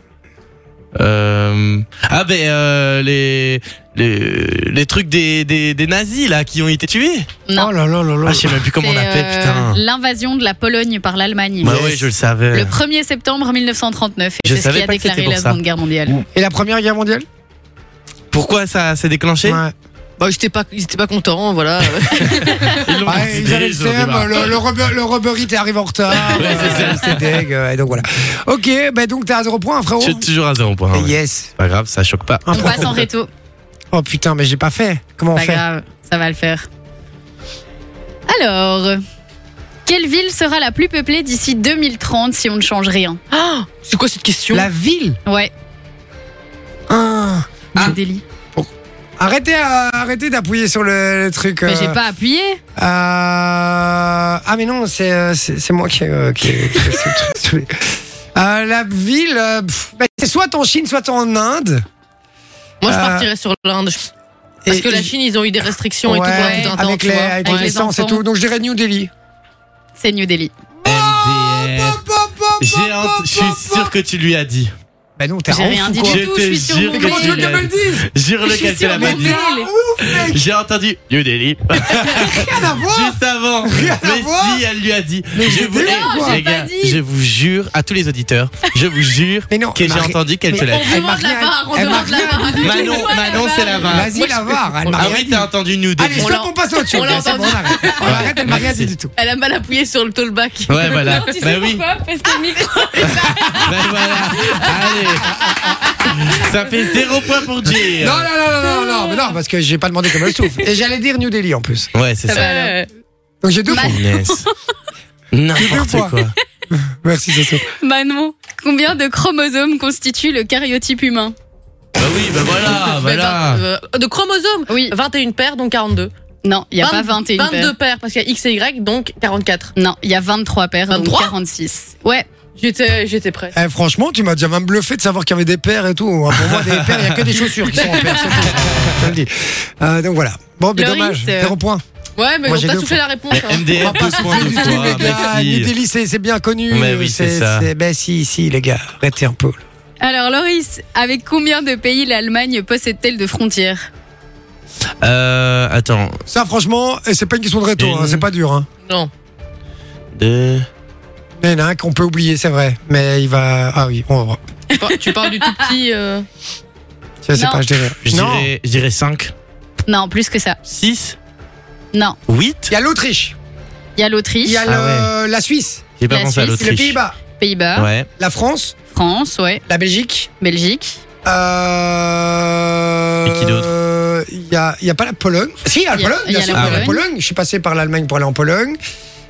[SPEAKER 2] euh, Ah ben euh, les les les trucs des, des des nazis là qui ont été tués.
[SPEAKER 4] Non.
[SPEAKER 3] Oh là là là là.
[SPEAKER 2] Ah je sais même plus comment on
[SPEAKER 4] C'est,
[SPEAKER 2] appelle
[SPEAKER 4] euh,
[SPEAKER 2] putain.
[SPEAKER 4] L'invasion de la Pologne par l'Allemagne.
[SPEAKER 2] Bah oui, je le savais.
[SPEAKER 4] Le 1er septembre 1939, et
[SPEAKER 2] Je
[SPEAKER 4] c'est ce
[SPEAKER 2] savais
[SPEAKER 4] qui a
[SPEAKER 2] pas que c'était
[SPEAKER 4] déclaré
[SPEAKER 2] pour
[SPEAKER 4] la
[SPEAKER 2] ça.
[SPEAKER 4] Seconde Guerre mondiale.
[SPEAKER 3] Et la première guerre mondiale
[SPEAKER 2] Pourquoi ça s'est déclenché
[SPEAKER 3] Ouais.
[SPEAKER 5] Bah, j'étais pas, ils étaient pas contents, voilà.
[SPEAKER 2] Ils l'ont
[SPEAKER 3] Ouais,
[SPEAKER 2] décidé,
[SPEAKER 3] ils avaient le
[SPEAKER 2] ils ont
[SPEAKER 3] CM,
[SPEAKER 2] débarqué.
[SPEAKER 3] Ah, le, le, rubber, le rubber it arrive en retard.
[SPEAKER 2] Ouais, c'est
[SPEAKER 3] euh, c'est deg. euh, Et donc voilà. Ok, bah donc t'es à 0 point, frérot.
[SPEAKER 2] Je suis toujours à zéro point.
[SPEAKER 3] Et
[SPEAKER 2] hein, ouais.
[SPEAKER 3] Yes.
[SPEAKER 2] Pas grave, ça choque pas.
[SPEAKER 3] Un
[SPEAKER 4] On
[SPEAKER 3] point
[SPEAKER 4] passe
[SPEAKER 3] pour
[SPEAKER 4] en
[SPEAKER 3] moi.
[SPEAKER 4] réto.
[SPEAKER 3] Oh putain, mais j'ai pas fait. Comment on
[SPEAKER 4] Pas
[SPEAKER 3] fait
[SPEAKER 4] grave, ça va le faire. Alors, quelle ville sera la plus peuplée d'ici 2030 si on ne change rien
[SPEAKER 5] Ah, c'est quoi cette question
[SPEAKER 3] La ville
[SPEAKER 4] Ouais,
[SPEAKER 3] Ah.
[SPEAKER 2] euh,
[SPEAKER 4] c'est délit.
[SPEAKER 3] Arrêtez, euh, arrêtez d'appuyer sur le, le truc.
[SPEAKER 4] Mais
[SPEAKER 3] euh,
[SPEAKER 4] j'ai pas appuyé.
[SPEAKER 3] euh, Ah mais non, c'est euh, c'est c'est moi qui. euh, qui- qui- qui- Euh, la ville, euh, pff, bah, c'est soit en Chine, soit en Inde.
[SPEAKER 5] Moi, je
[SPEAKER 3] Euh,
[SPEAKER 5] partirais sur l'Inde. Parce
[SPEAKER 3] Et-
[SPEAKER 5] que la Chine, ils ont eu des restrictions et tout
[SPEAKER 3] Ouais,
[SPEAKER 5] pendant tout un temps,
[SPEAKER 3] avec
[SPEAKER 5] tu
[SPEAKER 3] les,
[SPEAKER 5] vois.
[SPEAKER 3] avec
[SPEAKER 4] Ouais.
[SPEAKER 3] les
[SPEAKER 4] Les
[SPEAKER 3] licences et
[SPEAKER 4] enfants.
[SPEAKER 3] tout. Donc je dirais New Delhi.
[SPEAKER 4] C'est New Delhi.
[SPEAKER 2] MDR. J'ai hâte- Je suis sûr que tu lui as dit.
[SPEAKER 3] Bah non, t'es
[SPEAKER 4] J'ai
[SPEAKER 3] un
[SPEAKER 4] rien
[SPEAKER 3] ouf
[SPEAKER 4] dit
[SPEAKER 3] ou quoi
[SPEAKER 4] du tout, je suis sur
[SPEAKER 2] jure
[SPEAKER 4] mon
[SPEAKER 2] que
[SPEAKER 3] Mais
[SPEAKER 4] mail.
[SPEAKER 3] comment tu veux qu'elle me le dise
[SPEAKER 2] Jure
[SPEAKER 4] Je
[SPEAKER 2] le
[SPEAKER 4] suis
[SPEAKER 2] qu'elle te
[SPEAKER 4] sur
[SPEAKER 2] l'a
[SPEAKER 4] mon
[SPEAKER 2] pas
[SPEAKER 3] Mais
[SPEAKER 2] dit.
[SPEAKER 3] t'es un ouf, mec
[SPEAKER 2] J'ai entendu New Delhi
[SPEAKER 3] Rien à voir
[SPEAKER 2] juste avant.
[SPEAKER 3] Rien à
[SPEAKER 2] Mais
[SPEAKER 3] voir.
[SPEAKER 2] si elle lui a dit. je
[SPEAKER 3] j'étais
[SPEAKER 2] vous
[SPEAKER 3] là,
[SPEAKER 2] eh,
[SPEAKER 4] quoi.
[SPEAKER 2] les
[SPEAKER 4] J'ai pas
[SPEAKER 2] gars,
[SPEAKER 4] dit.
[SPEAKER 2] je vous jure à tous les auditeurs, je vous jure
[SPEAKER 3] Mais non,
[SPEAKER 2] que j'ai
[SPEAKER 3] Marie-
[SPEAKER 2] entendu qu'elle
[SPEAKER 3] mais
[SPEAKER 2] te l'a
[SPEAKER 3] on
[SPEAKER 2] dit.
[SPEAKER 5] On
[SPEAKER 3] Elle m'a
[SPEAKER 5] demande la
[SPEAKER 3] rien-
[SPEAKER 5] barre, on
[SPEAKER 3] elle m'a
[SPEAKER 5] demande la barre.
[SPEAKER 2] Manon,
[SPEAKER 5] Ouais,
[SPEAKER 2] Manon,
[SPEAKER 5] la
[SPEAKER 2] c'est
[SPEAKER 5] barre.
[SPEAKER 2] la vanne.
[SPEAKER 3] Vas-y, la var, elle m'a
[SPEAKER 2] Ah
[SPEAKER 3] rien
[SPEAKER 2] oui,
[SPEAKER 3] dit.
[SPEAKER 2] t'as entendu New
[SPEAKER 3] Allez,
[SPEAKER 2] Delhi.
[SPEAKER 5] on
[SPEAKER 3] stop,
[SPEAKER 5] l'a-
[SPEAKER 3] on passe au dessus.
[SPEAKER 5] on l'a
[SPEAKER 3] C'est bon, on arrête. On
[SPEAKER 2] Ouais,
[SPEAKER 3] arrête, elle m'a rien
[SPEAKER 2] merci.
[SPEAKER 3] dit du tout.
[SPEAKER 5] Elle a mal appuyé sur le tollback.
[SPEAKER 2] Ouais, voilà.
[SPEAKER 4] Tu
[SPEAKER 2] Bah
[SPEAKER 4] sais
[SPEAKER 2] oui,
[SPEAKER 4] pourquoi Parce que le micro.
[SPEAKER 2] bah voilà. Allez. Ça fait zéro point pour Jay.
[SPEAKER 3] Non, non, non, non, non, non, mais non, parce que j'ai pas demandé comment elle souffle. Et j'allais dire New Delhi en plus.
[SPEAKER 2] Ouais, c'est ça.
[SPEAKER 5] Euh,
[SPEAKER 3] Donc j'ai deux fois.
[SPEAKER 2] Punaise.
[SPEAKER 3] Deux
[SPEAKER 2] N'importe
[SPEAKER 3] points.
[SPEAKER 2] quoi. Bah
[SPEAKER 3] Merci, Soso.
[SPEAKER 4] Manon, combien de chromosomes constitue le cariotype humain
[SPEAKER 2] Bah oui, bah voilà, voilà.
[SPEAKER 5] euh, De chromosomes
[SPEAKER 4] Oui.
[SPEAKER 5] 21 paires, donc 42.
[SPEAKER 4] Non, il n'y a pas
[SPEAKER 5] 20
[SPEAKER 4] 21
[SPEAKER 5] 22
[SPEAKER 4] paires.
[SPEAKER 5] paires. parce qu'il y a X et Y, donc 44.
[SPEAKER 4] Non, il y a 23 paires, donc
[SPEAKER 5] 23?
[SPEAKER 4] 46. Ouais,
[SPEAKER 5] J'étais, j'étais prêt.
[SPEAKER 3] Eh, franchement, tu m'as déjà même bluffé de savoir qu'il y avait des paires et tout. Hein, Pour moi, des paires, il n'y a que des chaussures qui sont en paires. c'est tout. Je te le dis. Euh, donc voilà. Bon, mais
[SPEAKER 4] Loris,
[SPEAKER 3] dommage.
[SPEAKER 4] euh,
[SPEAKER 3] Zéro point.
[SPEAKER 5] Ouais, mais
[SPEAKER 3] Moi, j'ai
[SPEAKER 5] on t'a
[SPEAKER 3] deux
[SPEAKER 5] soufflé la réponse. hein.
[SPEAKER 2] MDR, deux points de
[SPEAKER 3] Du tout, les
[SPEAKER 2] toi,
[SPEAKER 3] gars. New
[SPEAKER 2] merci.
[SPEAKER 3] Delhi, c'est c'est bien connu.
[SPEAKER 2] Mais oui, c'est ça.
[SPEAKER 3] Ben si, si, les gars. Arrêtez un peu.
[SPEAKER 4] Alors Loris, avec combien de pays l'Allemagne possède-t-elle de frontières
[SPEAKER 2] Euh, attends.
[SPEAKER 3] Ça, franchement, et c'est pas une question de réto.
[SPEAKER 2] Une.
[SPEAKER 3] hein, c'est pas dur. Hein.
[SPEAKER 5] Non.
[SPEAKER 2] Deux.
[SPEAKER 3] Mais il y en a un qu'on peut oublier, c'est vrai. Mais il va. Ah oui, on va voir.
[SPEAKER 5] Tu par- Tu parles du tout
[SPEAKER 4] Ah.
[SPEAKER 5] petit. euh,
[SPEAKER 3] Je sais
[SPEAKER 4] Non.
[SPEAKER 3] pas, je dirais.
[SPEAKER 2] Je
[SPEAKER 3] Non.
[SPEAKER 2] dirais- je dirais 5.
[SPEAKER 4] Non, plus que ça.
[SPEAKER 2] 6.
[SPEAKER 4] Non,
[SPEAKER 2] 8.
[SPEAKER 3] Il y a l'Autriche.
[SPEAKER 4] il y a
[SPEAKER 3] Il
[SPEAKER 4] l'Autriche,
[SPEAKER 3] y a
[SPEAKER 2] Ah
[SPEAKER 3] le- la Suisse.
[SPEAKER 2] J'ai pas
[SPEAKER 4] La
[SPEAKER 2] pensé à
[SPEAKER 4] Suisse,
[SPEAKER 3] Les
[SPEAKER 2] l'Autriche.
[SPEAKER 3] Pays-Bas.
[SPEAKER 4] Pays-Bas,
[SPEAKER 2] Ouais.
[SPEAKER 3] La France.
[SPEAKER 4] France, ouais,
[SPEAKER 3] La Belgique.
[SPEAKER 4] Belgique.
[SPEAKER 3] Euh...
[SPEAKER 2] Et qui d'autre
[SPEAKER 3] Il y a, il y a pas la Pologne. Si, il y a la
[SPEAKER 4] Il y a-
[SPEAKER 3] Pologne.
[SPEAKER 4] il y a
[SPEAKER 3] bien sûr,
[SPEAKER 4] la
[SPEAKER 3] il y a la
[SPEAKER 4] Pologne.
[SPEAKER 3] Pologne. Je suis passé par l'Allemagne pour aller en Pologne.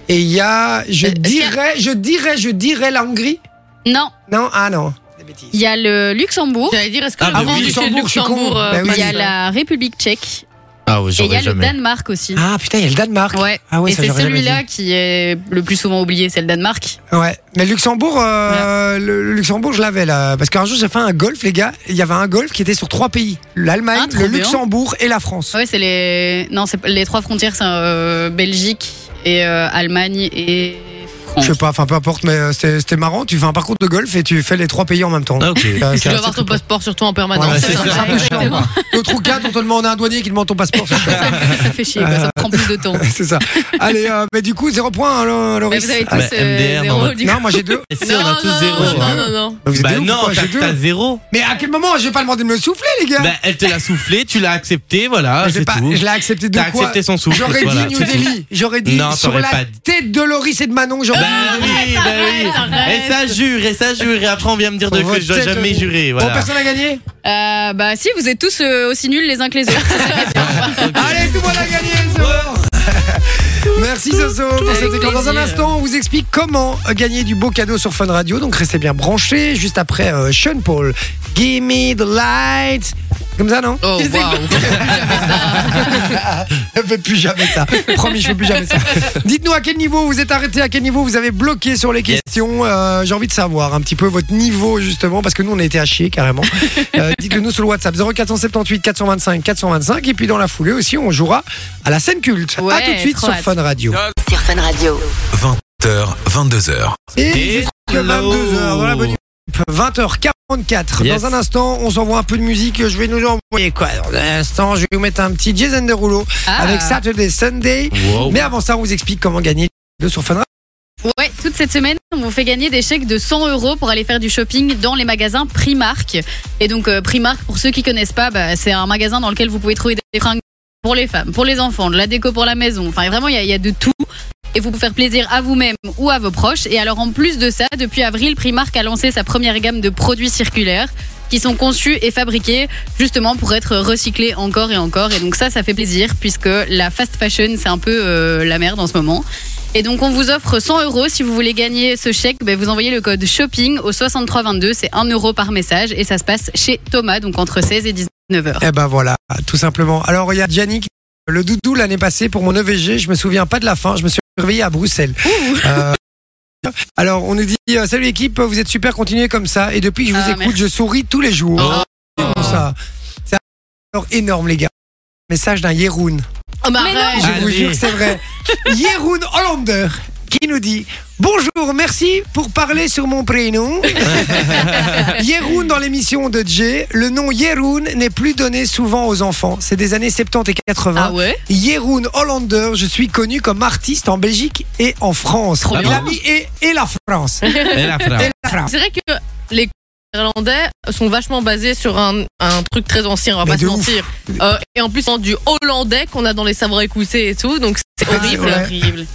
[SPEAKER 3] Et il y a, je
[SPEAKER 5] Euh, est-ce qu'il y a-
[SPEAKER 3] dirais, je dirais, je dirais la Hongrie.
[SPEAKER 4] Non,
[SPEAKER 3] Non, ah non. Des bêtises.
[SPEAKER 4] il y a le Luxembourg,
[SPEAKER 5] J'allais dire, est-ce que
[SPEAKER 2] Ah,
[SPEAKER 5] le
[SPEAKER 2] bah
[SPEAKER 5] grand
[SPEAKER 2] oui.
[SPEAKER 5] duché de
[SPEAKER 3] Luxembourg, je suis
[SPEAKER 5] Luxembourg.
[SPEAKER 3] con.
[SPEAKER 5] euh,
[SPEAKER 3] Bah oui.
[SPEAKER 4] il y a
[SPEAKER 5] passe, euh,
[SPEAKER 4] la République tchèque
[SPEAKER 2] Ah ouais,
[SPEAKER 4] et il y
[SPEAKER 2] j'aurais
[SPEAKER 4] a le
[SPEAKER 2] jamais.
[SPEAKER 4] Danemark aussi.
[SPEAKER 3] Ah putain, il y a le Danemark.
[SPEAKER 4] Ouais.
[SPEAKER 3] Ah ouais,
[SPEAKER 4] et
[SPEAKER 3] ça,
[SPEAKER 4] c'est
[SPEAKER 3] j'aurais jamais
[SPEAKER 4] celui-là qui est le plus souvent oublié, c'est le Danemark.
[SPEAKER 3] Ouais. Mais Luxembourg, euh, le, le Luxembourg, je l'avais là. Parce qu'un jour, j'ai fait un golf, les gars. Il y avait un golf qui était sur trois pays l'Allemagne,
[SPEAKER 4] Ah, trop
[SPEAKER 3] le
[SPEAKER 4] bien.
[SPEAKER 3] Luxembourg et la France.
[SPEAKER 4] Ouais, c'est les non, c'est les trois frontières, c'est euh, Belgique et euh, Allemagne et France.
[SPEAKER 3] Je sais pas, enfin peu importe, mais euh, c'était c'était marrant. Tu fais un parcours de golf et tu fais les trois pays en même temps.
[SPEAKER 2] Ah, ok.
[SPEAKER 3] Euh,
[SPEAKER 5] Tu
[SPEAKER 3] c'est
[SPEAKER 5] dois
[SPEAKER 3] un
[SPEAKER 5] avoir
[SPEAKER 3] truc
[SPEAKER 5] ton passeport sur toi en
[SPEAKER 3] Ouais, bah,
[SPEAKER 5] permanence.
[SPEAKER 2] c'est ça.
[SPEAKER 3] c'est un peu chiant.
[SPEAKER 2] bah,
[SPEAKER 3] quoi. L'autre ou quatre, on te demande un douanier qui demande ton passeport. c'est chiant.
[SPEAKER 4] ça fait chier, quoi, ça prend plus de temps.
[SPEAKER 3] c'est ça. Allez, euh, mais du coup, zéro point, hein, Lo-
[SPEAKER 4] Mais
[SPEAKER 3] Loris.
[SPEAKER 4] vous avez tous
[SPEAKER 2] Ah, bah,
[SPEAKER 4] euh,
[SPEAKER 2] MDR,
[SPEAKER 4] zéro,
[SPEAKER 2] non,
[SPEAKER 4] du coup.
[SPEAKER 3] Non, moi j'ai deux.
[SPEAKER 2] Et si
[SPEAKER 5] Non,
[SPEAKER 2] on a tous
[SPEAKER 5] non,
[SPEAKER 2] zéro.
[SPEAKER 5] non,
[SPEAKER 2] hein.
[SPEAKER 5] non, non, non.
[SPEAKER 3] Vous êtes des
[SPEAKER 2] Bah
[SPEAKER 3] ouf,
[SPEAKER 2] non,
[SPEAKER 3] quoi, j'ai
[SPEAKER 2] t'as-
[SPEAKER 3] deux.
[SPEAKER 2] t'as zéro.
[SPEAKER 3] Mais à quel moment J'ai pas demandé de me souffler, les gars.
[SPEAKER 2] Bah, elle te l'a soufflé, tu l'as accepté, voilà,
[SPEAKER 3] je l'ai
[SPEAKER 2] c'est
[SPEAKER 3] pas-
[SPEAKER 2] tout.
[SPEAKER 3] je l'ai accepté de
[SPEAKER 2] T'as
[SPEAKER 3] quoi
[SPEAKER 2] accepté son souffle.
[SPEAKER 3] J'aurais
[SPEAKER 2] voilà,
[SPEAKER 3] dit New
[SPEAKER 2] c'est tout.
[SPEAKER 3] Delhi. J'aurais dit
[SPEAKER 2] Non,
[SPEAKER 3] sur
[SPEAKER 2] t'aurais
[SPEAKER 3] la
[SPEAKER 2] pas dit.
[SPEAKER 3] tête de Loris et de Manon. J'aurais
[SPEAKER 2] Bah
[SPEAKER 3] dit.
[SPEAKER 2] oui, bah oui.
[SPEAKER 5] arrête.
[SPEAKER 2] Et ça jure, et ça jure. Et après, on vient me dire de
[SPEAKER 3] Votre
[SPEAKER 2] que je dois
[SPEAKER 3] tête de-
[SPEAKER 2] jamais jurer.
[SPEAKER 3] Bon,
[SPEAKER 2] Voilà.
[SPEAKER 3] personne a gagné
[SPEAKER 4] Euh, bah si, vous êtes tous euh, aussi nuls les uns que les autres.
[SPEAKER 3] Allez, tout le monde a gagné, c'est bon. Merci Soso pour cet écran. Dans un
[SPEAKER 5] plaisir.
[SPEAKER 3] instant, on vous explique comment gagner du beau cadeau sur Fun Radio. Donc restez bien branchés. Juste après euh, Sean Paul, Give Me the Light. Comme ça, non
[SPEAKER 5] Oh,
[SPEAKER 3] Je sais
[SPEAKER 5] waouh.
[SPEAKER 3] Je fais plus jamais ça. Promis, je fais plus jamais ça. Dites-nous à quel niveau vous êtes arrêté, à quel niveau vous avez bloqué sur les
[SPEAKER 2] Yes.
[SPEAKER 3] questions. Euh, J'ai envie de savoir un petit peu votre niveau justement parce que nous on a été à chier carrément. Euh, Dites-le nous sur le WhatsApp 0478 425 425 et puis dans la foulée aussi on jouera à la scène culte. à
[SPEAKER 4] Ouais,
[SPEAKER 3] tout de suite
[SPEAKER 4] trop
[SPEAKER 3] sur
[SPEAKER 4] hâte.
[SPEAKER 3] Fun Radio.
[SPEAKER 6] Sur Fun Radio.
[SPEAKER 7] 20h, 22h.
[SPEAKER 3] Et jusqu'à
[SPEAKER 2] Hello.
[SPEAKER 3] 22h dans la bonne 20h44.
[SPEAKER 2] Yes.
[SPEAKER 3] Dans un instant, on s'envoie un peu de musique. Je vais nous envoyer quoi Dans un instant, je vais vous mettre un petit Jason Derulo
[SPEAKER 4] Ah.
[SPEAKER 3] avec Saturday Sunday.
[SPEAKER 2] Wow.
[SPEAKER 3] Mais avant ça, on vous explique comment gagner de sur Fun Radio.
[SPEAKER 4] Ouais, toute cette semaine, on vous fait gagner des chèques de 100 euros pour aller faire du shopping dans les magasins Primark. Et donc euh, Primark, pour ceux qui connaissent pas, bah, c'est un magasin dans lequel vous pouvez trouver des fringues pour les femmes, pour les enfants, de la déco pour la maison. Enfin, vraiment, il y, a- il y a de tout. Et vous pouvez faire plaisir à vous-même ou à vos proches. Et alors, en plus de ça, depuis avril, Primark a lancé sa première gamme de produits circulaires qui sont conçus et fabriqués justement pour être recyclés encore et encore. Et donc ça, ça fait plaisir puisque la fast fashion, c'est un peu euh, la merde en ce moment. Et donc on vous offre 100 euros si vous voulez gagner ce chèque. ben, vous envoyez le code shopping au 6322, c'est 1 euro par message et ça se passe chez Thomas, donc entre 16 et 19 9h.
[SPEAKER 3] Eh ben voilà, tout simplement. Alors il y a Yannick, le doudou l'année passée pour mon EVG, je me souviens pas de la fin, je me suis réveillé à Bruxelles. Euh, alors on nous dit euh, salut équipe, vous êtes super, continuez comme ça. Et depuis que je vous
[SPEAKER 4] Ah,
[SPEAKER 3] écoute,
[SPEAKER 4] merci.
[SPEAKER 3] je souris tous les jours.
[SPEAKER 2] Oh.
[SPEAKER 3] C'est bon, ça, c'est un effort énorme les gars. Message d'un Yeroun.
[SPEAKER 5] Oh, bah,
[SPEAKER 4] Mais non.
[SPEAKER 5] arrête.
[SPEAKER 3] Je vous
[SPEAKER 2] Allez.
[SPEAKER 3] jure que c'est vrai. Jeroen Hollander qui nous dit Bonjour, merci pour parler sur mon prénom. Jeroen dans l'émission de Jay. Le nom Jeroen n'est plus donné souvent aux enfants. C'est des années 70 et 80.
[SPEAKER 5] Ah ouais
[SPEAKER 3] Jeroen Hollander, je suis connu comme artiste en Belgique et en France.
[SPEAKER 2] Trop
[SPEAKER 3] Il
[SPEAKER 2] bien.
[SPEAKER 3] a mis et, et la France. Et
[SPEAKER 2] Elle a frappé.
[SPEAKER 3] la France.
[SPEAKER 5] C'est vrai que les Irlandais sont vachement basés sur un, un truc très ancien, on va
[SPEAKER 3] Mais
[SPEAKER 5] pas se
[SPEAKER 3] de ouf.
[SPEAKER 5] mentir. Euh, et en plus, en du hollandais qu'on a dans les sabres écoussés et tout, donc c'est
[SPEAKER 3] Ah,
[SPEAKER 5] horrible.
[SPEAKER 3] c'est vrai.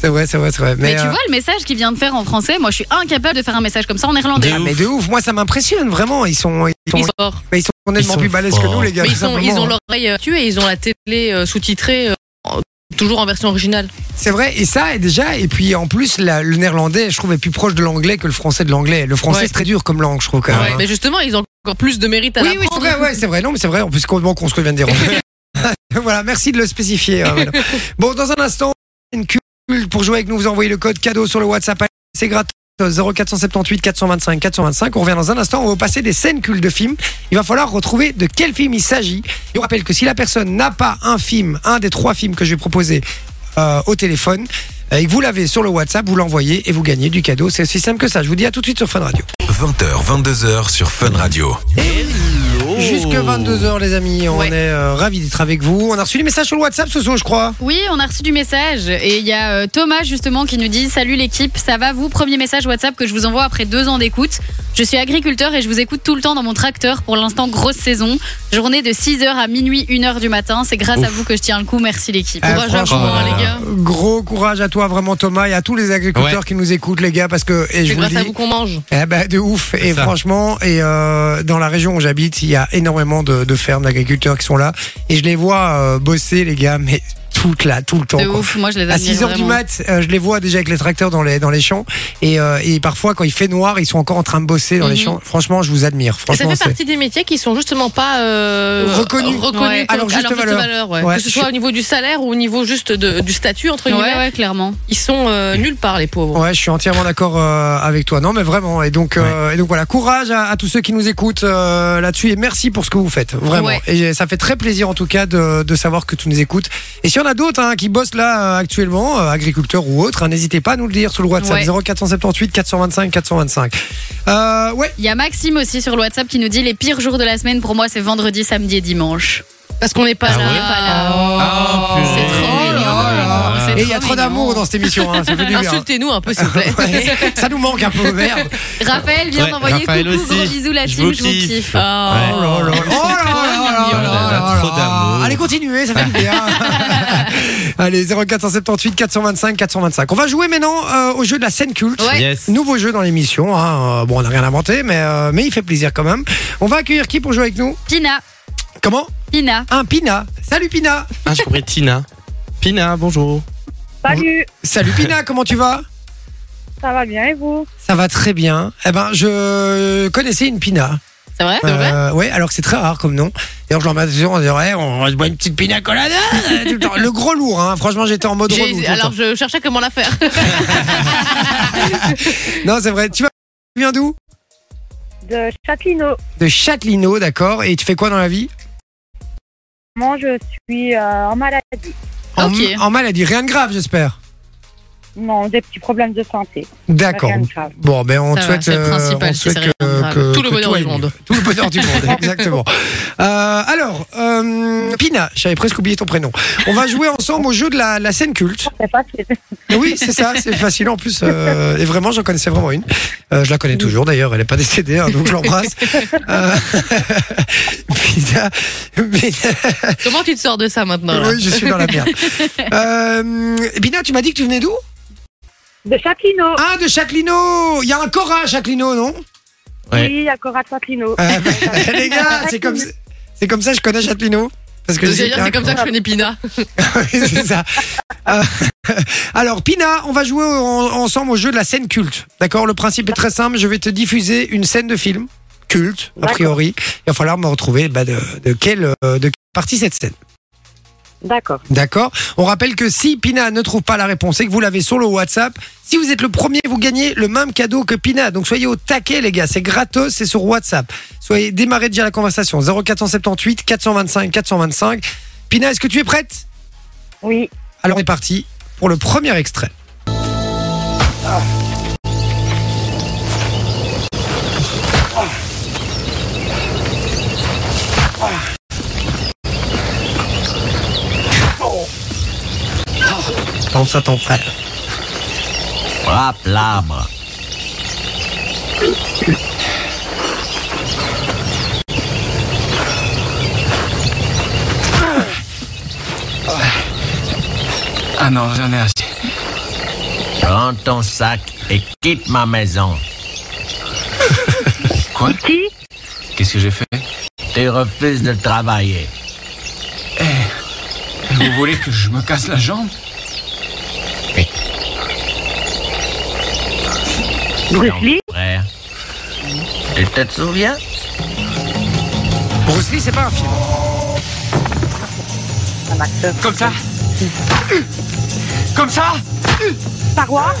[SPEAKER 3] C'est vrai, c'est vrai, c'est vrai.
[SPEAKER 4] Mais tu
[SPEAKER 3] euh,
[SPEAKER 4] vois le message qu'il vient de faire en français, moi je suis incapable de faire un message comme ça en néerlandais.
[SPEAKER 2] De
[SPEAKER 3] ah, mais de ouf, moi ça m'impressionne vraiment. Ils sont, ils sont,
[SPEAKER 5] Ils sont forts.
[SPEAKER 3] mais ils sont honnêtement
[SPEAKER 2] sont
[SPEAKER 3] plus balèzes que
[SPEAKER 2] forts.
[SPEAKER 3] nous, les gars.
[SPEAKER 5] Mais ils,
[SPEAKER 3] tout
[SPEAKER 5] sont, ils
[SPEAKER 3] simplement. hein.
[SPEAKER 5] ont l'oreille euh, tuée et ils ont la télé euh, sous-titrée, euh, en- toujours en version originale.
[SPEAKER 3] C'est vrai, et ça, et déjà, et puis en plus, la- le néerlandais, je trouve, est plus proche de l'anglais que le français de l'anglais. Le français,
[SPEAKER 5] Ouais.
[SPEAKER 3] c'est très dur comme langue, je trouve, quand même.
[SPEAKER 5] Mais justement, ils ont encore plus de mérite à
[SPEAKER 3] Ah. Oui, oui, c'est
[SPEAKER 5] l'apprendre.
[SPEAKER 3] vrai, ouais, c'est vrai. Non, mais c'est vrai, en plus, qu'on qu'on se revient de dire. voilà, merci de le spécifier. euh, voilà. Bon, dans un instant, une cule pour jouer avec nous, vous envoyez le code cadeau sur le WhatsApp. C'est gratuit. 0478 425 425. On revient dans un instant. On va passer des scènes cultes de films. Il va falloir retrouver de quel film il s'agit. Et on rappelle que si la personne n'a pas un film, un des trois films que je vais proposer euh, au téléphone, et que vous l'avez sur le WhatsApp, vous l'envoyez et vous gagnez du cadeau. C'est aussi simple que ça. Je vous dis à tout de suite sur Fun Radio.
[SPEAKER 7] 20h, 22h sur Fun Radio.
[SPEAKER 3] Jusque
[SPEAKER 2] Oh.
[SPEAKER 3] 22h les amis, on
[SPEAKER 5] Ouais.
[SPEAKER 3] est euh, ravis d'être avec vous. On a reçu les messages sur le WhatsApp ce soir je crois.
[SPEAKER 4] Oui, on a reçu du message et il y a euh, Thomas justement qui nous dit Salut l'équipe, ça va vous Premier message WhatsApp que je vous envoie après deux ans d'écoute. Je suis agriculteur et je vous écoute tout le temps dans mon tracteur. Pour l'instant, grosse saison. Journée de 6h à minuit, 1h du matin. C'est grâce à vous que je tiens le coup. Merci l'équipe.
[SPEAKER 3] Ah,
[SPEAKER 4] Courage à
[SPEAKER 3] franchement,
[SPEAKER 4] vous, hein,
[SPEAKER 2] euh,
[SPEAKER 4] les gars.
[SPEAKER 3] Gros courage à toi vraiment Thomas et à tous les agriculteurs
[SPEAKER 2] Ouais.
[SPEAKER 3] qui nous écoutent les gars parce que et je
[SPEAKER 5] C'est
[SPEAKER 3] vous le
[SPEAKER 5] grâce à vous
[SPEAKER 3] dis
[SPEAKER 5] qu'on mange.
[SPEAKER 3] eh ben, de ouf et
[SPEAKER 2] ça.
[SPEAKER 3] franchement et euh, dans la région où j'habite il y a énormément de, de fermes d'agriculteurs qui sont là et je les vois euh, bosser les gars mais toute là tout le temps.
[SPEAKER 4] De
[SPEAKER 3] quoi.
[SPEAKER 4] ouf, moi je les admire.
[SPEAKER 3] À 6 heures du
[SPEAKER 4] vraiment.
[SPEAKER 3] mat, euh, je les vois déjà avec les tracteurs dans les, dans les champs. Et, euh, et parfois, quand il fait noir, ils sont encore en train de bosser dans les
[SPEAKER 4] Mhm.
[SPEAKER 3] champs. Franchement, je vous admire.
[SPEAKER 5] Et ça
[SPEAKER 3] Franchement,
[SPEAKER 5] fait
[SPEAKER 3] c'est-
[SPEAKER 5] partie des métiers qui sont justement pas euh,
[SPEAKER 3] Reconnus.
[SPEAKER 5] reconnus
[SPEAKER 4] Ouais.
[SPEAKER 5] comme-
[SPEAKER 3] Alors,
[SPEAKER 5] à
[SPEAKER 3] juste
[SPEAKER 5] leur juste
[SPEAKER 3] valeur.
[SPEAKER 5] valeur, ouais.
[SPEAKER 3] Ouais.
[SPEAKER 5] Que ce soit au niveau du salaire ou au niveau juste de- du statut, entre guillemets.
[SPEAKER 4] Ouais, ouais, clairement.
[SPEAKER 5] Ils sont euh, nulle part, les pauvres.
[SPEAKER 3] Ouais, je suis entièrement d'accord euh, avec toi. Non, mais vraiment. Et donc, euh, et donc voilà, courage à, à tous ceux qui nous écoutent euh, là-dessus et merci pour ce que vous faites. Vraiment.
[SPEAKER 4] Ouais.
[SPEAKER 3] Et ça fait très plaisir en tout cas de, de savoir que tu nous écoutes. Et s'il y en a d'autres hein, qui bossent là euh, actuellement, euh, agriculteurs ou autres, hein, n'hésitez pas à nous le dire sur le WhatsApp
[SPEAKER 4] Ouais.
[SPEAKER 3] 0478 425 425. Euh, ouais.
[SPEAKER 4] Il y a Maxime aussi sur le WhatsApp qui nous dit Les pires jours de la semaine pour moi, c'est vendredi, samedi et dimanche.
[SPEAKER 5] Parce qu'on n'est pas,
[SPEAKER 2] Ah
[SPEAKER 5] là.
[SPEAKER 2] ouais
[SPEAKER 5] on n'est pas là.
[SPEAKER 2] Ah, purée.
[SPEAKER 4] Oh, C'est trop
[SPEAKER 2] Oh là
[SPEAKER 4] mignon.
[SPEAKER 2] là là.
[SPEAKER 4] C'est
[SPEAKER 3] Et il y a
[SPEAKER 4] trop
[SPEAKER 3] trop d'amour
[SPEAKER 4] mignon.
[SPEAKER 3] dans cette émission. Hein, ça fait du bien.
[SPEAKER 5] Insultez-nous un peu, s'il vous plaît. Oh,
[SPEAKER 3] Ouais, ça nous manque un peu, merde.
[SPEAKER 4] Raphaël vient
[SPEAKER 2] Ouais,
[SPEAKER 4] d'envoyer
[SPEAKER 2] Raphaël
[SPEAKER 4] coucou,
[SPEAKER 2] aussi.
[SPEAKER 4] gros bisous la
[SPEAKER 2] Je
[SPEAKER 4] team,
[SPEAKER 2] vous
[SPEAKER 4] je vous
[SPEAKER 2] kiffe.
[SPEAKER 4] kiffe.
[SPEAKER 5] Ah.
[SPEAKER 3] Oh là là là. Oh là là là là là
[SPEAKER 2] Trop d'amour.
[SPEAKER 3] là. Allez, continuez, ça fait du bien. Allez, 0478 425 425. On va jouer maintenant euh, au jeu de la scène culte.
[SPEAKER 4] Ouais.
[SPEAKER 2] Yes.
[SPEAKER 3] Nouveau jeu dans l'émission. hein. Euh, Bon, on n'a rien inventé, mais, euh, mais il fait plaisir quand même. On va accueillir qui pour jouer avec nous
[SPEAKER 4] Pina,
[SPEAKER 3] Comment
[SPEAKER 4] Pina.
[SPEAKER 3] Un Pina. Salut Pina.
[SPEAKER 2] Ah, je compris Tina. Pina, bonjour.
[SPEAKER 8] Salut,
[SPEAKER 3] Salut Pina, comment tu vas
[SPEAKER 8] ça va bien et vous
[SPEAKER 3] Ça va très bien. Eh ben, je connaissais une Pina.
[SPEAKER 5] C'est vrai, c'est vrai.
[SPEAKER 3] Euh, ouais, alors que c'est très rare comme nom. D'ailleurs, je leur mets toujours, on dirait, on va se boire une petite pina colada. euh, tout le, temps. Le gros lourd, hein. franchement, j'étais en mode relou. tout
[SPEAKER 5] J'ai-
[SPEAKER 3] le
[SPEAKER 5] Alors
[SPEAKER 3] temps.
[SPEAKER 5] je cherchais comment la faire.
[SPEAKER 3] Non, c'est vrai. Tu vas- tu viens d'où
[SPEAKER 8] De Châtelineau.
[SPEAKER 3] De Châtelineau, d'accord. Et tu fais quoi dans la vie
[SPEAKER 8] Moi, je suis euh, en maladie.
[SPEAKER 3] en,
[SPEAKER 4] Ok.
[SPEAKER 3] en maladie, rien de grave, j'espère.
[SPEAKER 8] Non, des petits problèmes de santé.
[SPEAKER 3] D'accord.
[SPEAKER 8] Rien de grave.
[SPEAKER 3] Bon, ben on
[SPEAKER 4] Ça
[SPEAKER 3] te
[SPEAKER 4] va,
[SPEAKER 3] souhaite,
[SPEAKER 4] c'est le
[SPEAKER 3] euh,
[SPEAKER 4] principal,
[SPEAKER 3] on te
[SPEAKER 4] si
[SPEAKER 3] souhaite
[SPEAKER 4] c'est
[SPEAKER 3] que,
[SPEAKER 4] rien de grave.
[SPEAKER 3] que-
[SPEAKER 5] Tout le
[SPEAKER 3] que
[SPEAKER 5] bonheur
[SPEAKER 3] tout
[SPEAKER 5] du
[SPEAKER 3] aille
[SPEAKER 5] monde.
[SPEAKER 3] mieux. Tout le bonheur du monde, exactement. Euh, alors, euh, Pina, j'avais presque oublié ton prénom. On va jouer ensemble au jeu de la, la scène culte.
[SPEAKER 8] C'est facile.
[SPEAKER 3] Oui, c'est ça, c'est facile en plus. euh, et vraiment, j'en connaissais vraiment une. Euh, je la connais toujours d'ailleurs, elle n'est pas décédée, hein, donc je l'embrasse. Euh, Pina- Pina-
[SPEAKER 5] comment tu te sors de ça maintenant là
[SPEAKER 3] oui, je suis dans la merde. Euh, Pina, tu m'as dit que tu venais d'où
[SPEAKER 8] De Châtelineau.
[SPEAKER 3] Ah, de Châtelineau Il y a un Cora à Châtelineau, non
[SPEAKER 2] Ouais.
[SPEAKER 8] Oui, à Cora de Châtelineau.
[SPEAKER 3] Euh, Les gars, c'est comme, c'est comme ça que je connais Châtelineau. Parce que je sais
[SPEAKER 5] C'est-à-dire,
[SPEAKER 3] qu'il y a
[SPEAKER 5] c'est
[SPEAKER 3] un
[SPEAKER 5] comme ça que je connais Pina.
[SPEAKER 3] Oui, c'est ça. Euh, alors, Pina, on va jouer en- ensemble au jeu de la scène culte. D'accord Le principe est très simple. Je vais te diffuser une scène de film. culte, a
[SPEAKER 8] D'accord.
[SPEAKER 3] priori. Il va falloir me retrouver bah, de, de quelle, euh, de quelle partie cette scène.
[SPEAKER 8] D'accord.
[SPEAKER 3] D'accord On rappelle que si Pina ne trouve pas la réponse et que vous l'avez sur le WhatsApp, si vous êtes le premier, vous gagnez le même cadeau que Pina. Donc soyez au taquet, les gars. C'est gratos, c'est sur WhatsApp. Soyez démarrez déjà la conversation. 0478 425 425. Pina, est-ce que tu es prête
[SPEAKER 8] Oui.
[SPEAKER 3] Alors on est parti pour le premier extrait. Pense à ton frère.
[SPEAKER 9] Frappe l'arbre.
[SPEAKER 10] Ah non, j'en ai assez.
[SPEAKER 9] Prends ton sac et quitte ma maison.
[SPEAKER 10] Quoi
[SPEAKER 8] Qui
[SPEAKER 10] Qu'est-ce que j'ai fait
[SPEAKER 9] Tu refuses de travailler.
[SPEAKER 10] Eh, Vous voulez que je me casse la jambe
[SPEAKER 9] Eh.
[SPEAKER 8] Bruce Lee
[SPEAKER 9] Frère. Tu te souviens
[SPEAKER 3] Bruce Lee, c'est pas un film.
[SPEAKER 8] Un acteur.
[SPEAKER 10] Comme ça Comme ça
[SPEAKER 8] Star Wars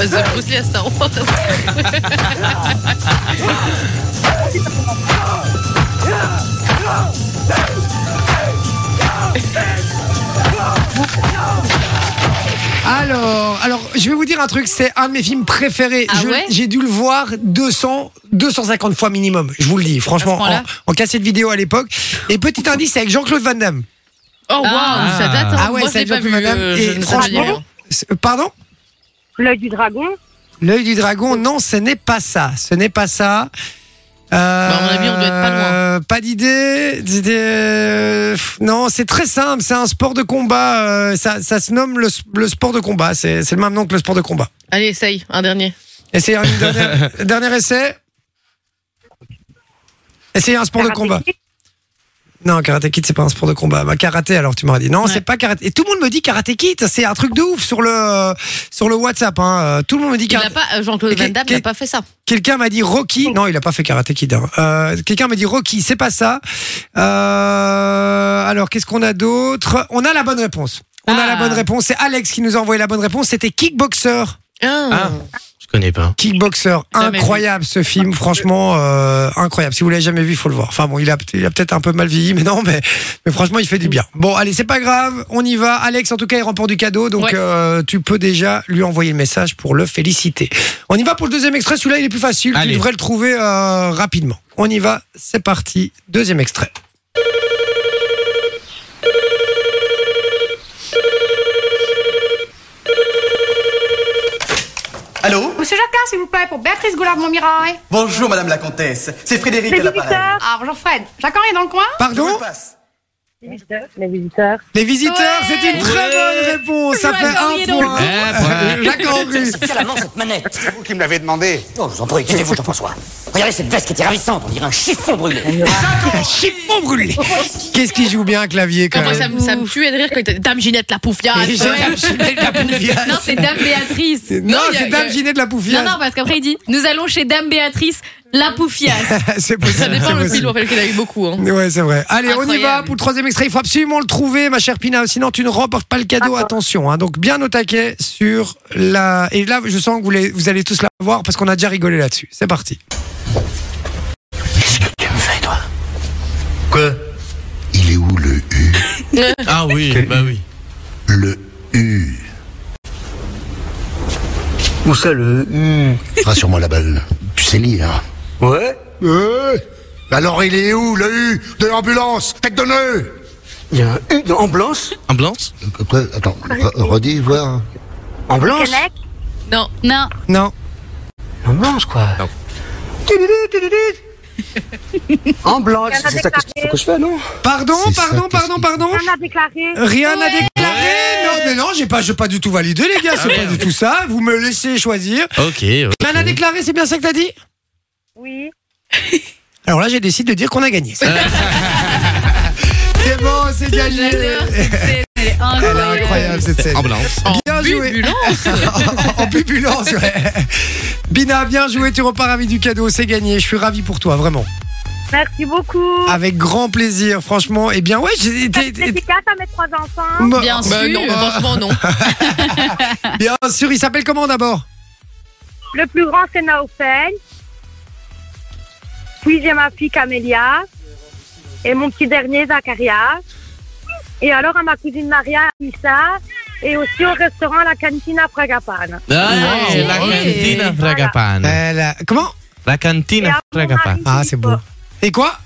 [SPEAKER 5] The Bruce Lee à Star Wars.
[SPEAKER 3] Alors, alors, je vais vous dire un truc, c'est un de mes films préférés.
[SPEAKER 5] Ah
[SPEAKER 3] Je-
[SPEAKER 5] ouais
[SPEAKER 3] J'ai dû le voir 200, 250 fois minimum. Je vous le dis, franchement, en,
[SPEAKER 5] point-là
[SPEAKER 3] en cassette vidéo à l'époque. Et petit indice, c'est avec Jean-Claude Van Damme.
[SPEAKER 5] Oh waouh,
[SPEAKER 2] Ah.
[SPEAKER 5] ça date. hein.
[SPEAKER 3] Ah ouais,
[SPEAKER 5] Moi,
[SPEAKER 3] ça
[SPEAKER 5] je l'ai
[SPEAKER 3] date,
[SPEAKER 5] pas vu.
[SPEAKER 3] madame.
[SPEAKER 5] euh,
[SPEAKER 3] Et
[SPEAKER 5] je ne sais
[SPEAKER 3] franchement,
[SPEAKER 5] pas dire.
[SPEAKER 3] C'est- euh, Pardon
[SPEAKER 8] L'œil du dragon
[SPEAKER 3] L'œil du dragon, non, ce n'est pas ça. Ce n'est pas ça. Euh,
[SPEAKER 5] Bah, à mon avis, on doit être pas loin.
[SPEAKER 3] euh, Pas d'idée. d'idée, euh, pff, Non, c'est très simple. C'est un sport de combat. euh, ça, ça se nomme le, le sport de combat. C'est c'est le même nom que le sport de combat.
[SPEAKER 5] Allez, essaye, un dernier.
[SPEAKER 3] Essayez un dernier, dernier essai. Essayez un sport de
[SPEAKER 8] Karate
[SPEAKER 3] combat.
[SPEAKER 8] Kid
[SPEAKER 3] Non, karaté kid, c'est pas un sport de combat. Bah, karaté, alors tu m'aurais dit. Non,
[SPEAKER 5] Ouais.
[SPEAKER 3] c'est pas karaté. Et tout le monde me dit karaté kid. C'est un truc de ouf sur le, sur le WhatsApp. Hein. Euh, Tout le monde me dit
[SPEAKER 5] Il
[SPEAKER 3] karaté.
[SPEAKER 5] a pas, euh, Jean-Claude Van
[SPEAKER 3] Qu'est-
[SPEAKER 5] Damme
[SPEAKER 3] qu'est-
[SPEAKER 5] n'a pas fait ça.
[SPEAKER 3] Quelqu'un m'a dit Rocky. Non, il a pas fait karaté kid. hein. Euh, Quelqu'un m'a dit Rocky, c'est pas ça. Euh, alors, qu'est-ce qu'on a d'autre On a la bonne réponse. On a
[SPEAKER 5] Ah.
[SPEAKER 3] la bonne réponse. C'est Alex qui nous a envoyé la bonne réponse. C'était kickboxer.
[SPEAKER 2] Ah, je connais pas.
[SPEAKER 3] Kickboxer,
[SPEAKER 5] Jamais
[SPEAKER 3] incroyable ce film, franchement euh, incroyable. Si vous l'avez jamais vu, il faut le voir. Enfin bon, il a, il a peut-être un peu mal vieilli, mais non, mais, mais franchement, il fait du bien. Bon, allez, c'est pas grave, on y va. Alex, en tout cas, il remporte du cadeau, donc
[SPEAKER 5] Ouais.
[SPEAKER 3] euh, tu peux déjà lui envoyer le message pour le féliciter. On y va pour le deuxième extrait, celui-là, il est plus facile, tu
[SPEAKER 2] Allez.
[SPEAKER 3] devrais le trouver euh, rapidement. On y va, c'est parti, deuxième extrait.
[SPEAKER 11] Allô
[SPEAKER 8] Monsieur Jacquin, s'il vous plaît, pour Béatrice Goulard-Montmirail.
[SPEAKER 11] Bonjour Madame la Comtesse, c'est Frédéric
[SPEAKER 8] Les
[SPEAKER 11] à l'appareil.
[SPEAKER 8] visiteurs. Ah, bonjour Fred. Jacquin est dans le coin
[SPEAKER 11] Je
[SPEAKER 3] Pardon
[SPEAKER 11] vous passe.
[SPEAKER 8] Les visiteurs.
[SPEAKER 3] Les visiteurs,
[SPEAKER 5] Ouais.
[SPEAKER 3] c'est une très bonne réponse, ça
[SPEAKER 5] Joël
[SPEAKER 3] fait
[SPEAKER 5] Gorier
[SPEAKER 3] un
[SPEAKER 5] dans le
[SPEAKER 3] point.
[SPEAKER 2] Eh, ouais.
[SPEAKER 3] Jacques Henry.
[SPEAKER 9] Sciemment cette manette.
[SPEAKER 11] C'est vous qui me l'avez demandé.
[SPEAKER 9] Non, je vous en prie, quittez-vous, Jean-François. Regardez cette veste qui était ravissante, on dirait un chiffon brûlé.
[SPEAKER 3] Chiffon brûlé. Qu'est-ce qui joue bien un clavier quand
[SPEAKER 5] Comment ça,
[SPEAKER 3] même
[SPEAKER 5] me- ça me tue de rire quand il t'a- Dame Ginette la poufiasse.
[SPEAKER 3] Et
[SPEAKER 4] Ah,
[SPEAKER 3] j'ai-
[SPEAKER 5] Ouais.
[SPEAKER 3] j'ai mis de la bouffiasse.
[SPEAKER 4] Euh, Non, c'est Dame Béatrice.
[SPEAKER 3] Non,
[SPEAKER 4] il y a-
[SPEAKER 3] c'est
[SPEAKER 4] il y a-
[SPEAKER 3] Dame Ginette de la Poufiasse.
[SPEAKER 4] Non, non, parce qu'après il dit Nous allons chez Dame Béatrice, la poufiasse.
[SPEAKER 3] c'est possible.
[SPEAKER 5] Ça dépend
[SPEAKER 3] c'est
[SPEAKER 5] le film,
[SPEAKER 3] possible.
[SPEAKER 5] on rappelle qu'il a eu beaucoup. hein.
[SPEAKER 3] Ouais, c'est vrai. Allez, on y va
[SPEAKER 5] Incroyable.
[SPEAKER 3] pour le troisième extrait. Il faut absolument le trouver, ma chère Pina. Sinon, tu ne remportes pas le cadeau. Attention. hein. Donc, bien au taquet sur la. Et là, je sens que vous, les- vous allez tous la voir parce qu'on a déjà rigolé là-dessus. C'est parti.
[SPEAKER 9] Qu'est-ce que tu me fais, toi
[SPEAKER 7] Quoi Il est où le U
[SPEAKER 2] Ah oui, bah oui.
[SPEAKER 7] Le U. Où ça le U Rassure-moi la balle. euh, Tu sais lire. hein. Ouais Alors il est où le U de l'ambulance Tête de nœud
[SPEAKER 9] Il y a un U dans ambulance
[SPEAKER 2] Un blanche
[SPEAKER 7] Quoi Attends, re- redis, voir.
[SPEAKER 9] Ambulance
[SPEAKER 8] Kennec
[SPEAKER 5] Non,
[SPEAKER 4] Non,
[SPEAKER 3] Non.
[SPEAKER 9] Ambulance, quoi Ambulance, c'est ça que faut que je fais, non
[SPEAKER 3] Pardon,
[SPEAKER 7] C'est ça,
[SPEAKER 3] pardon,
[SPEAKER 7] qu'est-ce
[SPEAKER 3] pardon,
[SPEAKER 7] qu'il-
[SPEAKER 3] pardon.
[SPEAKER 8] On a déclaré.
[SPEAKER 3] Rien à déclarer. Non, mais non, j'ai pas, j'ai pas du tout validé, les gars.
[SPEAKER 4] Ah,
[SPEAKER 3] C'est pas du tout ça. Vous me laissez choisir.
[SPEAKER 2] Ok. ok.
[SPEAKER 3] Rien à déclarer, c'est bien ça que t'as dit
[SPEAKER 8] Oui.
[SPEAKER 3] Alors là, j'ai décidé de dire qu'on a gagné. c'est bon, c'est gagné.
[SPEAKER 4] j'adore cette scène, elle est
[SPEAKER 3] Elle est
[SPEAKER 4] incroyable.
[SPEAKER 3] incroyable. même cette scène.
[SPEAKER 12] Ambulance.
[SPEAKER 2] Ah,
[SPEAKER 3] Bien joué. en bubulance, ouais. Bina, bien joué, tu repars avec du cadeau, c'est gagné. Je suis ravi pour toi, vraiment.
[SPEAKER 8] Merci beaucoup.
[SPEAKER 3] Avec grand plaisir, franchement. Eh bien, ouais, j'ai été.
[SPEAKER 8] C'est efficace à mes trois enfants.
[SPEAKER 3] Bah, bah, non,
[SPEAKER 5] franchement, non.
[SPEAKER 3] Bien sûr, il s'appelle comment d'abord
[SPEAKER 8] Le plus grand, c'est Naofen. Puis j'ai ma fille Camélia. Et mon petit dernier, Zacharia. Et alors à ma cousine Maria, Issa. Et aussi au restaurant La Cantina Fragapane.
[SPEAKER 2] Allez,
[SPEAKER 3] Wow,
[SPEAKER 2] la
[SPEAKER 3] ok.
[SPEAKER 2] cantina fragapane.
[SPEAKER 3] Euh, la- Comment
[SPEAKER 2] La cantina fragapane.
[SPEAKER 3] Ah, c'est beau. Et quoi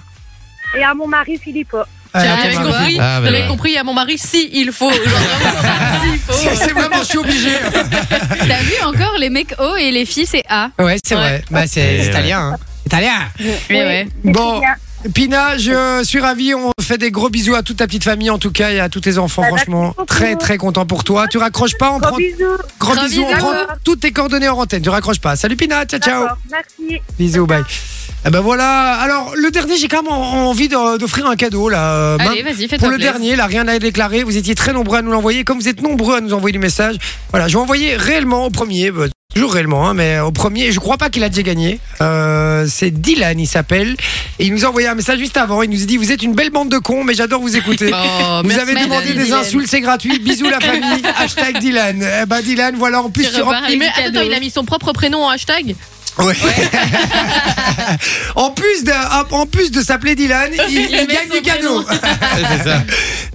[SPEAKER 8] Et à mon mari, Filippo.
[SPEAKER 3] Ah,
[SPEAKER 5] Tiens,
[SPEAKER 3] la
[SPEAKER 5] J'avais
[SPEAKER 3] Cantina.
[SPEAKER 5] compris,
[SPEAKER 3] Ah, ben
[SPEAKER 5] j'avais
[SPEAKER 3] voilà.
[SPEAKER 5] compris à mon mari, si il faut. Genre, vraiment, si, il faut.
[SPEAKER 3] C'est c'est vraiment, je suis obligé.
[SPEAKER 4] T'as vu encore les mecs O et les filles c'est A.
[SPEAKER 3] Ouais, c'est vrai. Bah, c'est
[SPEAKER 2] Et
[SPEAKER 3] c'est italien. hein. Italien.
[SPEAKER 4] Mais ouais.
[SPEAKER 3] Bon, Pina, euh, je suis ravi. On fait des gros bisous à toute ta petite famille, en tout cas, et à tous tes enfants.
[SPEAKER 8] Bah, merci
[SPEAKER 3] Franchement,
[SPEAKER 8] beaucoup.
[SPEAKER 3] très, très content pour toi. Tu raccroches pas, on
[SPEAKER 8] Gros
[SPEAKER 3] prend.
[SPEAKER 8] bisous.
[SPEAKER 3] Gros
[SPEAKER 4] Gros
[SPEAKER 3] bisous, on
[SPEAKER 4] bisous.
[SPEAKER 3] prend toutes tes coordonnées en antenne. Tu raccroches pas. Salut Pina, ciao, ciao.
[SPEAKER 8] D'accord, Merci.
[SPEAKER 3] Bisous, bye. Eh ben voilà. Alors, le dernier, j'ai quand même en- envie d'en- d'offrir un cadeau, là. euh,
[SPEAKER 4] Allez,
[SPEAKER 3] main-
[SPEAKER 4] vas-y, fais-toi
[SPEAKER 3] pour le
[SPEAKER 4] plaisir.
[SPEAKER 3] dernier, là, rien à déclarer. Vous étiez très nombreux à nous l'envoyer. Comme vous êtes nombreux à nous envoyer du message, voilà, je vais envoyer réellement au premier, bah, toujours réellement, hein, mais au premier, je crois pas qu'il a déjà gagné. Euh, c'est Dylan, il s'appelle. Et il nous a envoyé un message juste avant. Il nous a dit Vous êtes une belle bande de cons, mais j'adore vous écouter.
[SPEAKER 5] Oh,
[SPEAKER 3] Vous
[SPEAKER 5] merci,
[SPEAKER 3] avez demandé
[SPEAKER 5] Dylan.
[SPEAKER 3] des insultes, c'est gratuit. Bisous la famille. Hashtag Dylan. Eh ben Dylan, voilà, en plus
[SPEAKER 4] Tu
[SPEAKER 3] tu
[SPEAKER 4] repars
[SPEAKER 5] Il,
[SPEAKER 4] avec
[SPEAKER 5] met-
[SPEAKER 4] du
[SPEAKER 5] attends,
[SPEAKER 4] cadeau.
[SPEAKER 5] il a mis son propre prénom en hashtag.
[SPEAKER 3] Ouais. en plus de, en plus de s'appeler Dylan, il, il
[SPEAKER 5] met
[SPEAKER 3] gagne
[SPEAKER 5] son
[SPEAKER 3] du cadeau.
[SPEAKER 2] C'est ça.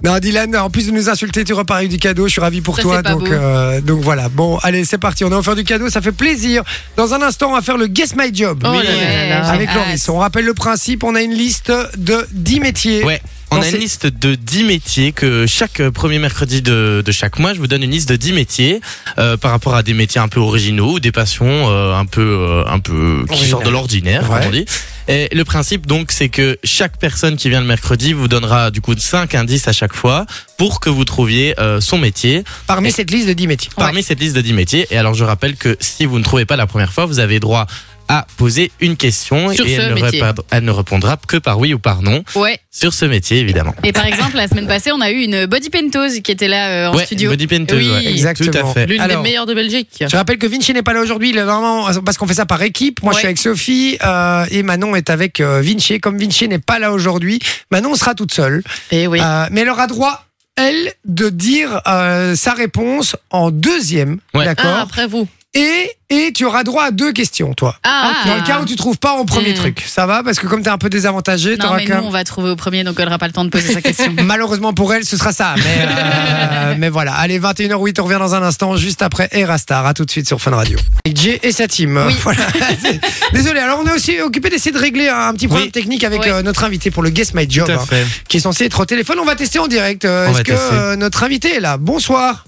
[SPEAKER 3] non, Dylan, en plus de nous insulter, tu repars avec du cadeau. Je suis ravi pour
[SPEAKER 5] Ça,
[SPEAKER 3] toi.
[SPEAKER 5] c'est pas
[SPEAKER 3] Donc,
[SPEAKER 5] beau.
[SPEAKER 3] euh, donc voilà. Bon, allez, c'est parti. On a offert du cadeau. Ça fait plaisir. Dans un instant, on va faire le Guess My Job.
[SPEAKER 5] Oh là
[SPEAKER 2] Oui.
[SPEAKER 5] là là.
[SPEAKER 3] Avec
[SPEAKER 5] j'ai
[SPEAKER 3] Loris.
[SPEAKER 5] hâte.
[SPEAKER 3] On rappelle le principe. On a une liste de 10 métiers.
[SPEAKER 2] Ouais. On
[SPEAKER 3] Non,
[SPEAKER 2] a
[SPEAKER 3] c'est-
[SPEAKER 2] une liste de 10 métiers que chaque euh, premier mercredi de, de chaque mois, je vous donne une liste de 10 métiers euh, par rapport à des métiers un peu originaux ou des passions euh, un peu euh, un peu qui
[SPEAKER 3] Original.
[SPEAKER 2] sortent de l'ordinaire, comme
[SPEAKER 3] Ouais.
[SPEAKER 2] on dit. Et le principe donc c'est que chaque personne qui vient le mercredi vous donnera du coup 5 indices à chaque fois pour que vous trouviez euh, son métier
[SPEAKER 3] Parmi cette liste de 10 métiers.
[SPEAKER 2] parmi cette liste de 10 métiers. Et alors je rappelle que si vous ne trouvez pas la première fois, vous avez droit à poser une question
[SPEAKER 5] Sur
[SPEAKER 2] et
[SPEAKER 5] ce
[SPEAKER 2] elle ne,
[SPEAKER 5] métier.
[SPEAKER 2] répondra, elle ne répondra que par oui ou par non
[SPEAKER 4] Ouais.
[SPEAKER 2] sur ce métier évidemment.
[SPEAKER 4] Et par exemple, la semaine passée, on a eu une Body Pentose qui était là euh, en
[SPEAKER 2] ouais,
[SPEAKER 4] studio.
[SPEAKER 2] Body Painter,
[SPEAKER 5] Oui.
[SPEAKER 2] ouais,
[SPEAKER 3] Exactement.
[SPEAKER 2] Tout à fait.
[SPEAKER 5] L'une
[SPEAKER 3] Alors.
[SPEAKER 5] des meilleures de Belgique.
[SPEAKER 3] Je rappelle que Vinci n'est pas là aujourd'hui, il est vraiment parce qu'on fait ça par équipe. Moi, je
[SPEAKER 5] Ouais.
[SPEAKER 3] suis avec Sophie euh, et Manon est avec euh, Vinci. Comme Vinci n'est pas là aujourd'hui, Manon sera toute seule.
[SPEAKER 5] Et Eh oui.
[SPEAKER 3] Euh, mais elle aura droit, elle, de dire euh, sa réponse en deuxième.
[SPEAKER 2] Ouais.
[SPEAKER 5] Ah,
[SPEAKER 3] D'accord
[SPEAKER 5] après vous.
[SPEAKER 3] et, et tu auras droit à deux questions, toi.
[SPEAKER 4] Ah.
[SPEAKER 5] Ah, ok.
[SPEAKER 3] Dans le cas où tu trouves pas en premier
[SPEAKER 5] Mm.
[SPEAKER 3] truc, ça va Parce que comme t'es un peu désavantagé,
[SPEAKER 4] Non,
[SPEAKER 3] t'auras
[SPEAKER 4] mais nous,
[SPEAKER 3] qu'un.
[SPEAKER 4] on va trouver au premier, donc elle n'aura pas le temps de poser sa question.
[SPEAKER 3] Malheureusement pour elle, ce sera ça. Mais, euh, mais voilà. Allez, 21h08, on revient dans un instant, juste après Erastar. À tout de suite sur Fun Radio. Avec Jay et sa team. Voilà. C'est- Désolé. Alors, on est aussi occupé d'essayer de régler un petit problème
[SPEAKER 2] Oui.
[SPEAKER 3] technique avec
[SPEAKER 5] Oui.
[SPEAKER 3] euh, notre invité pour le Guess My Job,
[SPEAKER 2] Tout à
[SPEAKER 3] hein,
[SPEAKER 2] fait.
[SPEAKER 3] qui est censé être au téléphone. On va tester en direct. Euh,
[SPEAKER 2] On
[SPEAKER 3] Est-ce
[SPEAKER 2] va
[SPEAKER 3] que
[SPEAKER 2] tester.
[SPEAKER 3] euh, notre invité est là Bonsoir.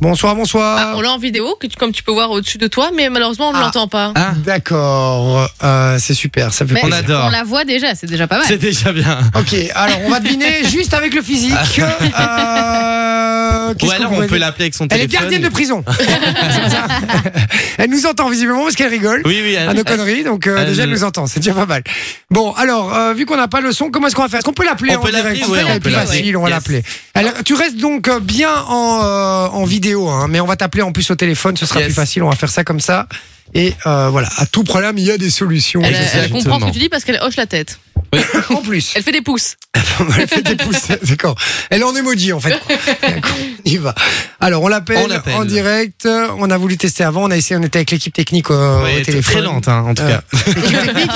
[SPEAKER 3] Bonsoir, bonsoir.
[SPEAKER 5] Ah, on l'a en vidéo, que tu- comme tu peux voir au-dessus de toi, mais malheureusement, on ne
[SPEAKER 3] Ah.
[SPEAKER 5] l'entend pas.
[SPEAKER 2] Ah,
[SPEAKER 3] D'accord. Euh, c'est super. Ça fait
[SPEAKER 4] Mais
[SPEAKER 2] on
[SPEAKER 3] plaisir.
[SPEAKER 2] adore.
[SPEAKER 4] On la voit déjà, c'est déjà pas mal.
[SPEAKER 2] C'est déjà bien.
[SPEAKER 3] Ok, alors on va deviner juste avec le physique. Euh, qu'est-ce
[SPEAKER 2] Ah. Ou alors
[SPEAKER 3] qu'on
[SPEAKER 2] on
[SPEAKER 3] pourrait
[SPEAKER 2] peut
[SPEAKER 3] dire
[SPEAKER 2] l'appeler avec son
[SPEAKER 3] Elle est
[SPEAKER 2] téléphone.
[SPEAKER 3] gardienne de prison. C'est ça. elle nous entend visiblement parce qu'elle rigole
[SPEAKER 2] Oui, oui. elle-
[SPEAKER 3] à nos conneries, donc euh,
[SPEAKER 2] elle-
[SPEAKER 3] déjà elle nous entend, c'est déjà pas mal. Bon, alors euh, vu qu'on n'a pas le son, comment est-ce qu'on va faire Est-ce qu'on peut l'appeler
[SPEAKER 2] On
[SPEAKER 3] en
[SPEAKER 2] peut l'appeler,
[SPEAKER 3] direct
[SPEAKER 2] ouais,
[SPEAKER 3] C'est
[SPEAKER 2] on peut
[SPEAKER 3] plus
[SPEAKER 2] l'appeler.
[SPEAKER 3] facile, on va
[SPEAKER 2] Yes.
[SPEAKER 3] l'appeler. Alors, tu restes donc euh, bien en, euh, en vidéo, hein, mais on va t'appeler en plus au téléphone, ce sera
[SPEAKER 2] Yes.
[SPEAKER 3] plus facile, on va faire ça comme ça. Et euh, voilà, à tout problème, il y a des solutions.
[SPEAKER 5] Elle,
[SPEAKER 2] Oui,
[SPEAKER 5] elle
[SPEAKER 2] exactement.
[SPEAKER 5] comprend ce que tu dis parce qu'elle hoche la tête.
[SPEAKER 3] en plus.
[SPEAKER 5] Elle fait des pouces.
[SPEAKER 3] Elle fait des pouces, d'accord. Elle est en emoji en fait. D'accord, on y va. Alors on
[SPEAKER 2] On
[SPEAKER 3] l'appelle
[SPEAKER 2] l'appelle.
[SPEAKER 3] en direct. Euh, On a voulu tester avant. On a essayé. On était avec l'équipe technique euh,
[SPEAKER 2] Ouais,
[SPEAKER 3] au
[SPEAKER 2] t'es
[SPEAKER 3] téléphone.
[SPEAKER 2] très lente, hein, en tout
[SPEAKER 3] Euh,
[SPEAKER 2] cas.
[SPEAKER 3] l'équipe technique.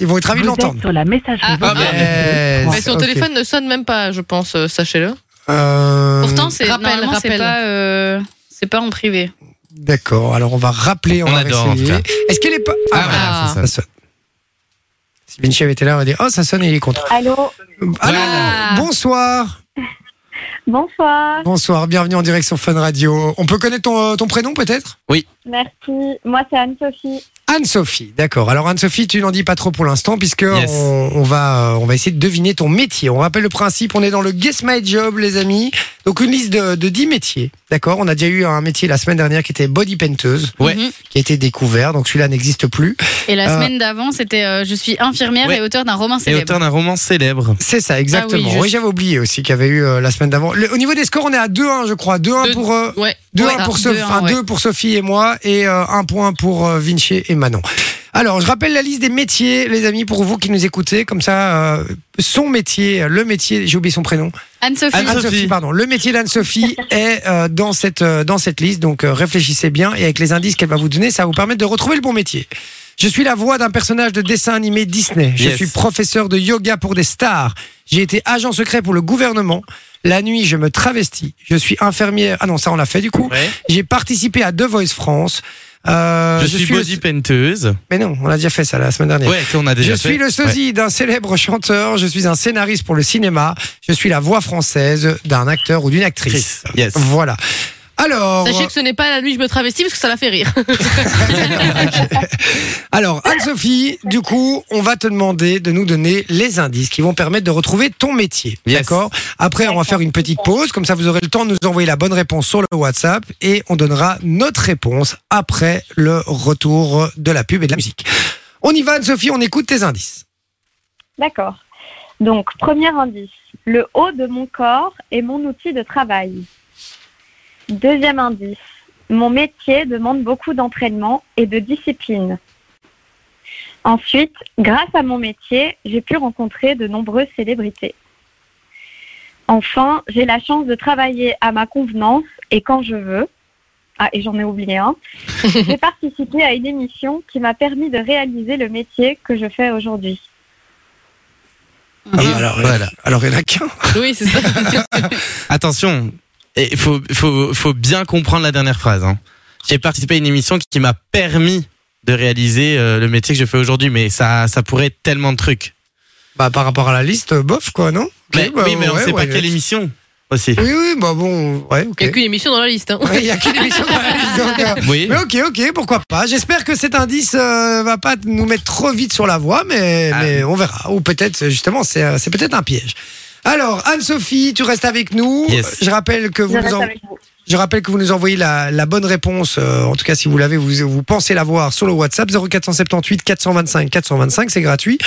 [SPEAKER 3] Ils vont être ravis de l'entendre.
[SPEAKER 8] sur la messagerie.
[SPEAKER 5] Ah, ah,
[SPEAKER 3] vocale. Yes,
[SPEAKER 5] Mais son
[SPEAKER 3] ok.
[SPEAKER 5] téléphone ne sonne même pas, je pense, euh, sachez-le.
[SPEAKER 3] Euh,
[SPEAKER 4] Pourtant, c'est
[SPEAKER 5] Rappel,
[SPEAKER 4] normalement, c'est
[SPEAKER 5] rappel.
[SPEAKER 4] pas, euh, c'est pas en privé.
[SPEAKER 3] D'accord. Alors on va rappeler. On,
[SPEAKER 2] On
[SPEAKER 3] va
[SPEAKER 2] adore, en tout
[SPEAKER 3] essayer.
[SPEAKER 2] cas.
[SPEAKER 3] Est-ce qu'elle est pas Ah, voilà,
[SPEAKER 5] voilà,
[SPEAKER 3] ça sonne. Si Vinci avait été là, on va dire oh ça sonne et il est content.
[SPEAKER 8] Allô
[SPEAKER 3] Allô,
[SPEAKER 4] Voilà.
[SPEAKER 3] bonsoir,
[SPEAKER 8] Bonsoir.
[SPEAKER 3] bonsoir, bienvenue en direct sur Fun Radio. On peut connaître ton, euh, ton prénom peut-être
[SPEAKER 8] Merci. Moi, c'est Anne-Sophie.
[SPEAKER 3] Anne-Sophie, d'accord. Alors Anne-Sophie, tu n'en dis pas trop pour l'instant puisque
[SPEAKER 2] Yes.
[SPEAKER 3] on, on va euh, on va essayer de deviner ton métier. On rappelle le principe, on est dans le Guess My Job les amis. Donc une liste de, de 10 métiers, d'accord On a déjà eu un métier la semaine dernière qui était body painteuse,
[SPEAKER 2] Ouais.
[SPEAKER 4] Mhm.
[SPEAKER 3] qui a été découvert, donc celui-là n'existe plus.
[SPEAKER 4] Et la
[SPEAKER 3] Euh,
[SPEAKER 4] semaine d'avant, c'était euh, Je suis infirmière
[SPEAKER 2] Ouais.
[SPEAKER 4] et auteur d'un roman
[SPEAKER 2] Et
[SPEAKER 4] célèbre.
[SPEAKER 2] auteur d'un roman célèbre.
[SPEAKER 3] C'est ça, exactement.
[SPEAKER 5] Ah
[SPEAKER 3] oui,
[SPEAKER 5] oui, je-
[SPEAKER 3] j'avais oublié aussi qu'il y avait eu euh, la semaine d'avant. Le- Au niveau des scores, on est à 2-1, je crois. 2-1
[SPEAKER 5] Deux-
[SPEAKER 3] pour, euh,
[SPEAKER 5] Ouais.
[SPEAKER 3] 2
[SPEAKER 4] Ouais, Ah,
[SPEAKER 3] pour,
[SPEAKER 4] deux,
[SPEAKER 3] Sophie,
[SPEAKER 4] un,
[SPEAKER 3] enfin,
[SPEAKER 4] ouais.
[SPEAKER 3] deux pour Sophie et moi et euh, un point pour euh, Vinci et Manon. Alors, je rappelle la liste des métiers, les amis, pour vous qui nous écoutez. Comme ça, euh, son métier, le métier, j'ai oublié son prénom.
[SPEAKER 4] Anne-Sophie.
[SPEAKER 2] Anne-Sophie.
[SPEAKER 3] pardon. Le métier d'Anne-Sophie est euh, dans, cette, euh, dans cette liste. Donc, euh, réfléchissez bien et avec les indices qu'elle va vous donner, ça va vous permettre de retrouver le bon métier. Je suis la voix d'un personnage de dessin animé Disney. Je
[SPEAKER 2] Yes.
[SPEAKER 3] suis professeur de yoga pour des stars. J'ai été agent secret pour le gouvernement. La nuit, je me travestis. Je suis infirmière. Ah non, ça, on l'a fait du coup.
[SPEAKER 2] Ouais.
[SPEAKER 3] J'ai participé à The Voice France. Euh,
[SPEAKER 2] je, suis body
[SPEAKER 3] le...
[SPEAKER 2] painteuse.
[SPEAKER 3] Mais non, on l'a déjà fait ça la semaine dernière.
[SPEAKER 2] Ouais, qu'on a
[SPEAKER 3] je
[SPEAKER 2] déjà fait.
[SPEAKER 3] suis le sosie d'un célèbre chanteur. Je suis un scénariste pour le cinéma. Je suis la voix française d'un acteur ou d'une actrice.
[SPEAKER 2] Actrice, yes.
[SPEAKER 3] Voilà. Alors,
[SPEAKER 5] Ah. Sachez que ce n'est pas la nuit je me travestis parce que ça la fait rire.
[SPEAKER 3] alors Anne-Sophie, du coup, on va te demander de nous donner les indices qui vont permettre de retrouver ton métier.
[SPEAKER 2] Yes.
[SPEAKER 3] D'accord Après, on va faire une petite pause. Comme ça, vous aurez le temps de nous envoyer la bonne réponse sur le WhatsApp et on donnera notre réponse après le retour de la pub et de la musique. On y va, Anne-Sophie, on écoute tes indices.
[SPEAKER 8] D'accord. Donc, premier indice, le haut de mon corps est mon outil de travail. Deuxième indice, mon métier demande beaucoup d'entraînement et de discipline. Ensuite, grâce à mon métier, j'ai pu rencontrer de nombreuses célébrités. Enfin, j'ai la chance de travailler à ma convenance et quand je veux. Ah, et j'en ai oublié un. j'ai participé à une émission qui m'a permis de réaliser le métier que je fais aujourd'hui.
[SPEAKER 3] Ah bah alors, alors, il n'y en a qu'un.
[SPEAKER 5] oui, c'est ça.
[SPEAKER 2] Attention, il faut, faut, faut bien comprendre la dernière phrase. hein. J'ai participé à une émission qui, qui m'a permis de réaliser euh, le métier que je fais aujourd'hui, mais ça, ça pourrait être tellement de trucs.
[SPEAKER 3] Bah, par rapport à la liste, euh, bof, quoi, non
[SPEAKER 2] Mais,
[SPEAKER 3] Ok, bah,
[SPEAKER 2] oui, mais on
[SPEAKER 3] ouais,
[SPEAKER 2] sait pas
[SPEAKER 3] ouais.
[SPEAKER 2] quelle émission aussi.
[SPEAKER 3] Oui, oui, bah bon, ouais, ok.
[SPEAKER 5] Il n'y a qu'une émission dans la liste. hein.
[SPEAKER 3] Ouais, Il n'y a qu'une émission dans la liste, donc, euh,
[SPEAKER 2] Oui.
[SPEAKER 3] Mais ok, ok, pourquoi pas. J'espère que cet indice euh, va pas nous mettre trop vite sur la voie, mais,
[SPEAKER 2] Ah.
[SPEAKER 3] mais on verra. Ou peut-être, justement, c'est euh, c'est peut-être un piège. Alors, Anne-Sophie, tu restes avec nous.
[SPEAKER 2] Yes.
[SPEAKER 3] Je rappelle que vous
[SPEAKER 8] Je
[SPEAKER 3] nous
[SPEAKER 8] reste
[SPEAKER 3] en-
[SPEAKER 8] avec vous.
[SPEAKER 3] Je rappelle que vous nous envoyez la, la bonne réponse, euh, en tout cas si vous l'avez, vous, vous pensez l'avoir sur le WhatsApp 0478 425 425, c'est gratuit.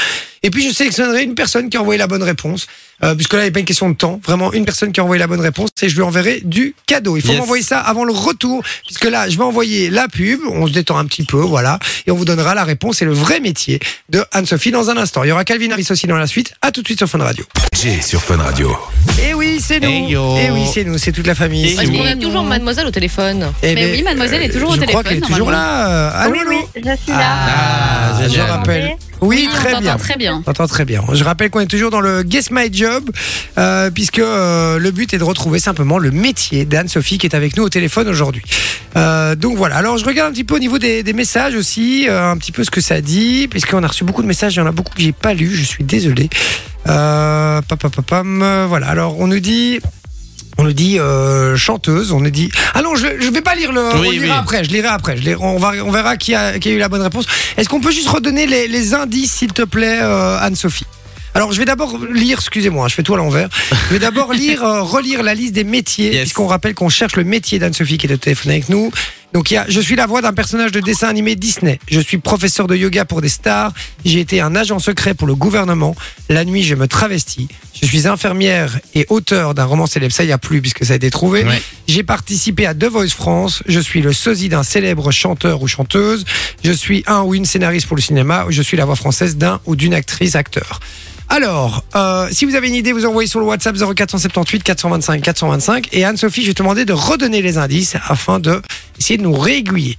[SPEAKER 3] Et puis je sélectionnerai une personne qui a envoyé la bonne réponse, euh, puisque là il n'y a pas une question de temps, vraiment une personne qui a envoyé la bonne réponse, et je lui enverrai du cadeau. Il faut
[SPEAKER 2] Yes.
[SPEAKER 3] m'envoyer ça avant le retour, puisque là je vais envoyer la pub, on se détend un petit peu, voilà, et on vous donnera la réponse et le vrai métier de Anne-Sophie dans un instant. Il y aura Calvin Harris aussi dans la suite, à tout de suite sur Fun Radio.
[SPEAKER 12] Jay sur Fun Radio.
[SPEAKER 3] Et Eh oui, c'est nous,
[SPEAKER 2] Hey, yo. Eh,
[SPEAKER 3] et oui, c'est nous, c'est toute la famille.
[SPEAKER 2] Hey,
[SPEAKER 3] C'est
[SPEAKER 5] Parce
[SPEAKER 3] nous.
[SPEAKER 5] qu'on a toujours mademoiselle au téléphone.
[SPEAKER 3] Eh
[SPEAKER 4] Mais
[SPEAKER 3] ben,
[SPEAKER 4] oui, mademoiselle est toujours au
[SPEAKER 3] je
[SPEAKER 4] téléphone.
[SPEAKER 3] crois qu'elle est toujours
[SPEAKER 4] normalement.
[SPEAKER 3] là. Euh, Allô,
[SPEAKER 8] oui,
[SPEAKER 3] allô
[SPEAKER 8] oui, je suis
[SPEAKER 2] Ah,
[SPEAKER 8] là.
[SPEAKER 2] Ah,
[SPEAKER 3] je
[SPEAKER 2] génial.
[SPEAKER 3] rappelle.
[SPEAKER 4] Oui,
[SPEAKER 3] Oui,
[SPEAKER 4] on
[SPEAKER 3] Ah, très
[SPEAKER 4] t'entend
[SPEAKER 3] bien.
[SPEAKER 4] très bien.
[SPEAKER 3] T'entends très bien. Je rappelle qu'on est toujours dans le Guess My Job, euh, puisque euh, le but est de retrouver simplement le métier d'Anne-Sophie qui est avec nous au téléphone aujourd'hui. Euh, donc voilà. Alors je regarde un petit peu au niveau des, des messages aussi, euh, un petit peu ce que ça dit, puisqu'on a reçu beaucoup de messages. Il y en a beaucoup que j'ai pas lu. Je suis désolé. Euh, pam, pam, pam, pam. Euh, voilà. Alors on nous dit. On nous dit euh, chanteuse, on nous dit. Ah non, je, je vais pas lire le. on
[SPEAKER 2] Oui,
[SPEAKER 3] lira
[SPEAKER 2] oui.
[SPEAKER 3] après, je lirai après. Je lirai- on, va, on verra qui a, qui a eu la bonne réponse. Est-ce qu'on peut juste redonner les, les indices, s'il te plaît, euh, Anne-Sophie alors je vais d'abord lire, excusez-moi, je fais tout à l'envers. Je vais d'abord lire, euh, relire la liste des métiers,
[SPEAKER 2] Yes.
[SPEAKER 3] puisqu'on rappelle qu'on cherche le métier d'Anne-Sophie qui est au téléphone avec nous. Donc il y a, je suis la voix d'un personnage de dessin animé Disney. Je suis professeur de yoga pour des stars. J'ai été un agent secret pour le gouvernement. La nuit, je me travestis. Je suis infirmière et auteur d'un roman célèbre. Ça, il n'y a plus puisque ça a été trouvé.
[SPEAKER 2] Ouais.
[SPEAKER 3] J'ai participé à The Voice France. Je suis le sosie d'un célèbre chanteur ou chanteuse. Je suis un ou une scénariste pour le cinéma. Je suis la voix française d'un ou d'une actrice, acteur. Alors, euh, si vous avez une idée, vous envoyez sur le WhatsApp 0478 425 425. Et Anne-Sophie, je vais te demander de redonner les indices afin de essayer de nous réaiguiller.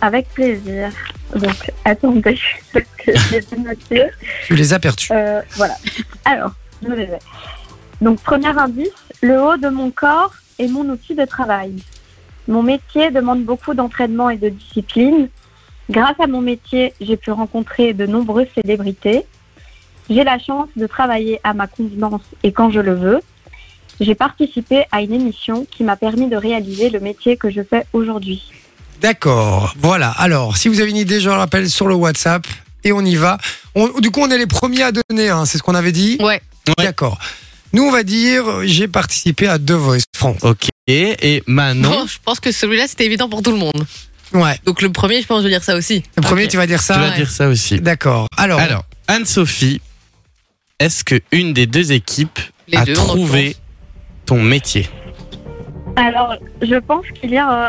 [SPEAKER 8] Avec plaisir. Donc, attendez, parce que j'ai tout noté.
[SPEAKER 3] Tu les as perdus.
[SPEAKER 8] Euh, voilà. Alors, je vais. Donc, premier indice, le haut de mon corps est mon outil de travail. Mon métier demande beaucoup d'entraînement et de discipline. Grâce à mon métier, j'ai pu rencontrer de nombreuses célébrités. J'ai la chance de travailler à ma convenance et quand je le veux. J'ai participé à une émission qui m'a permis de réaliser le métier que je fais aujourd'hui.
[SPEAKER 3] D'accord. Voilà. Alors, si vous avez une idée, je le rappelle sur le WhatsApp et on y va. On- du coup, on est les premiers à donner. hein, C'est ce qu'on avait dit.
[SPEAKER 4] Ouais.
[SPEAKER 3] D'accord. Nous, on va dire, j'ai participé à The Voice France.
[SPEAKER 2] Ok. Et Manon,
[SPEAKER 5] Bon, Oh, je pense que celui-là, c'était évident pour tout le monde.
[SPEAKER 3] Ouais.
[SPEAKER 5] Donc le premier, je pense, je vais dire ça aussi.
[SPEAKER 3] Le premier,
[SPEAKER 5] Ok.
[SPEAKER 3] tu vas dire
[SPEAKER 2] tu
[SPEAKER 3] ça.
[SPEAKER 2] vas dire ça aussi.
[SPEAKER 3] D'accord. Alors,
[SPEAKER 2] Alors, Anne-Sophie, est-ce que une des deux équipes
[SPEAKER 5] Les
[SPEAKER 2] a
[SPEAKER 5] deux, en
[SPEAKER 2] trouvé ton métier
[SPEAKER 8] Alors, je pense qu'il y a euh,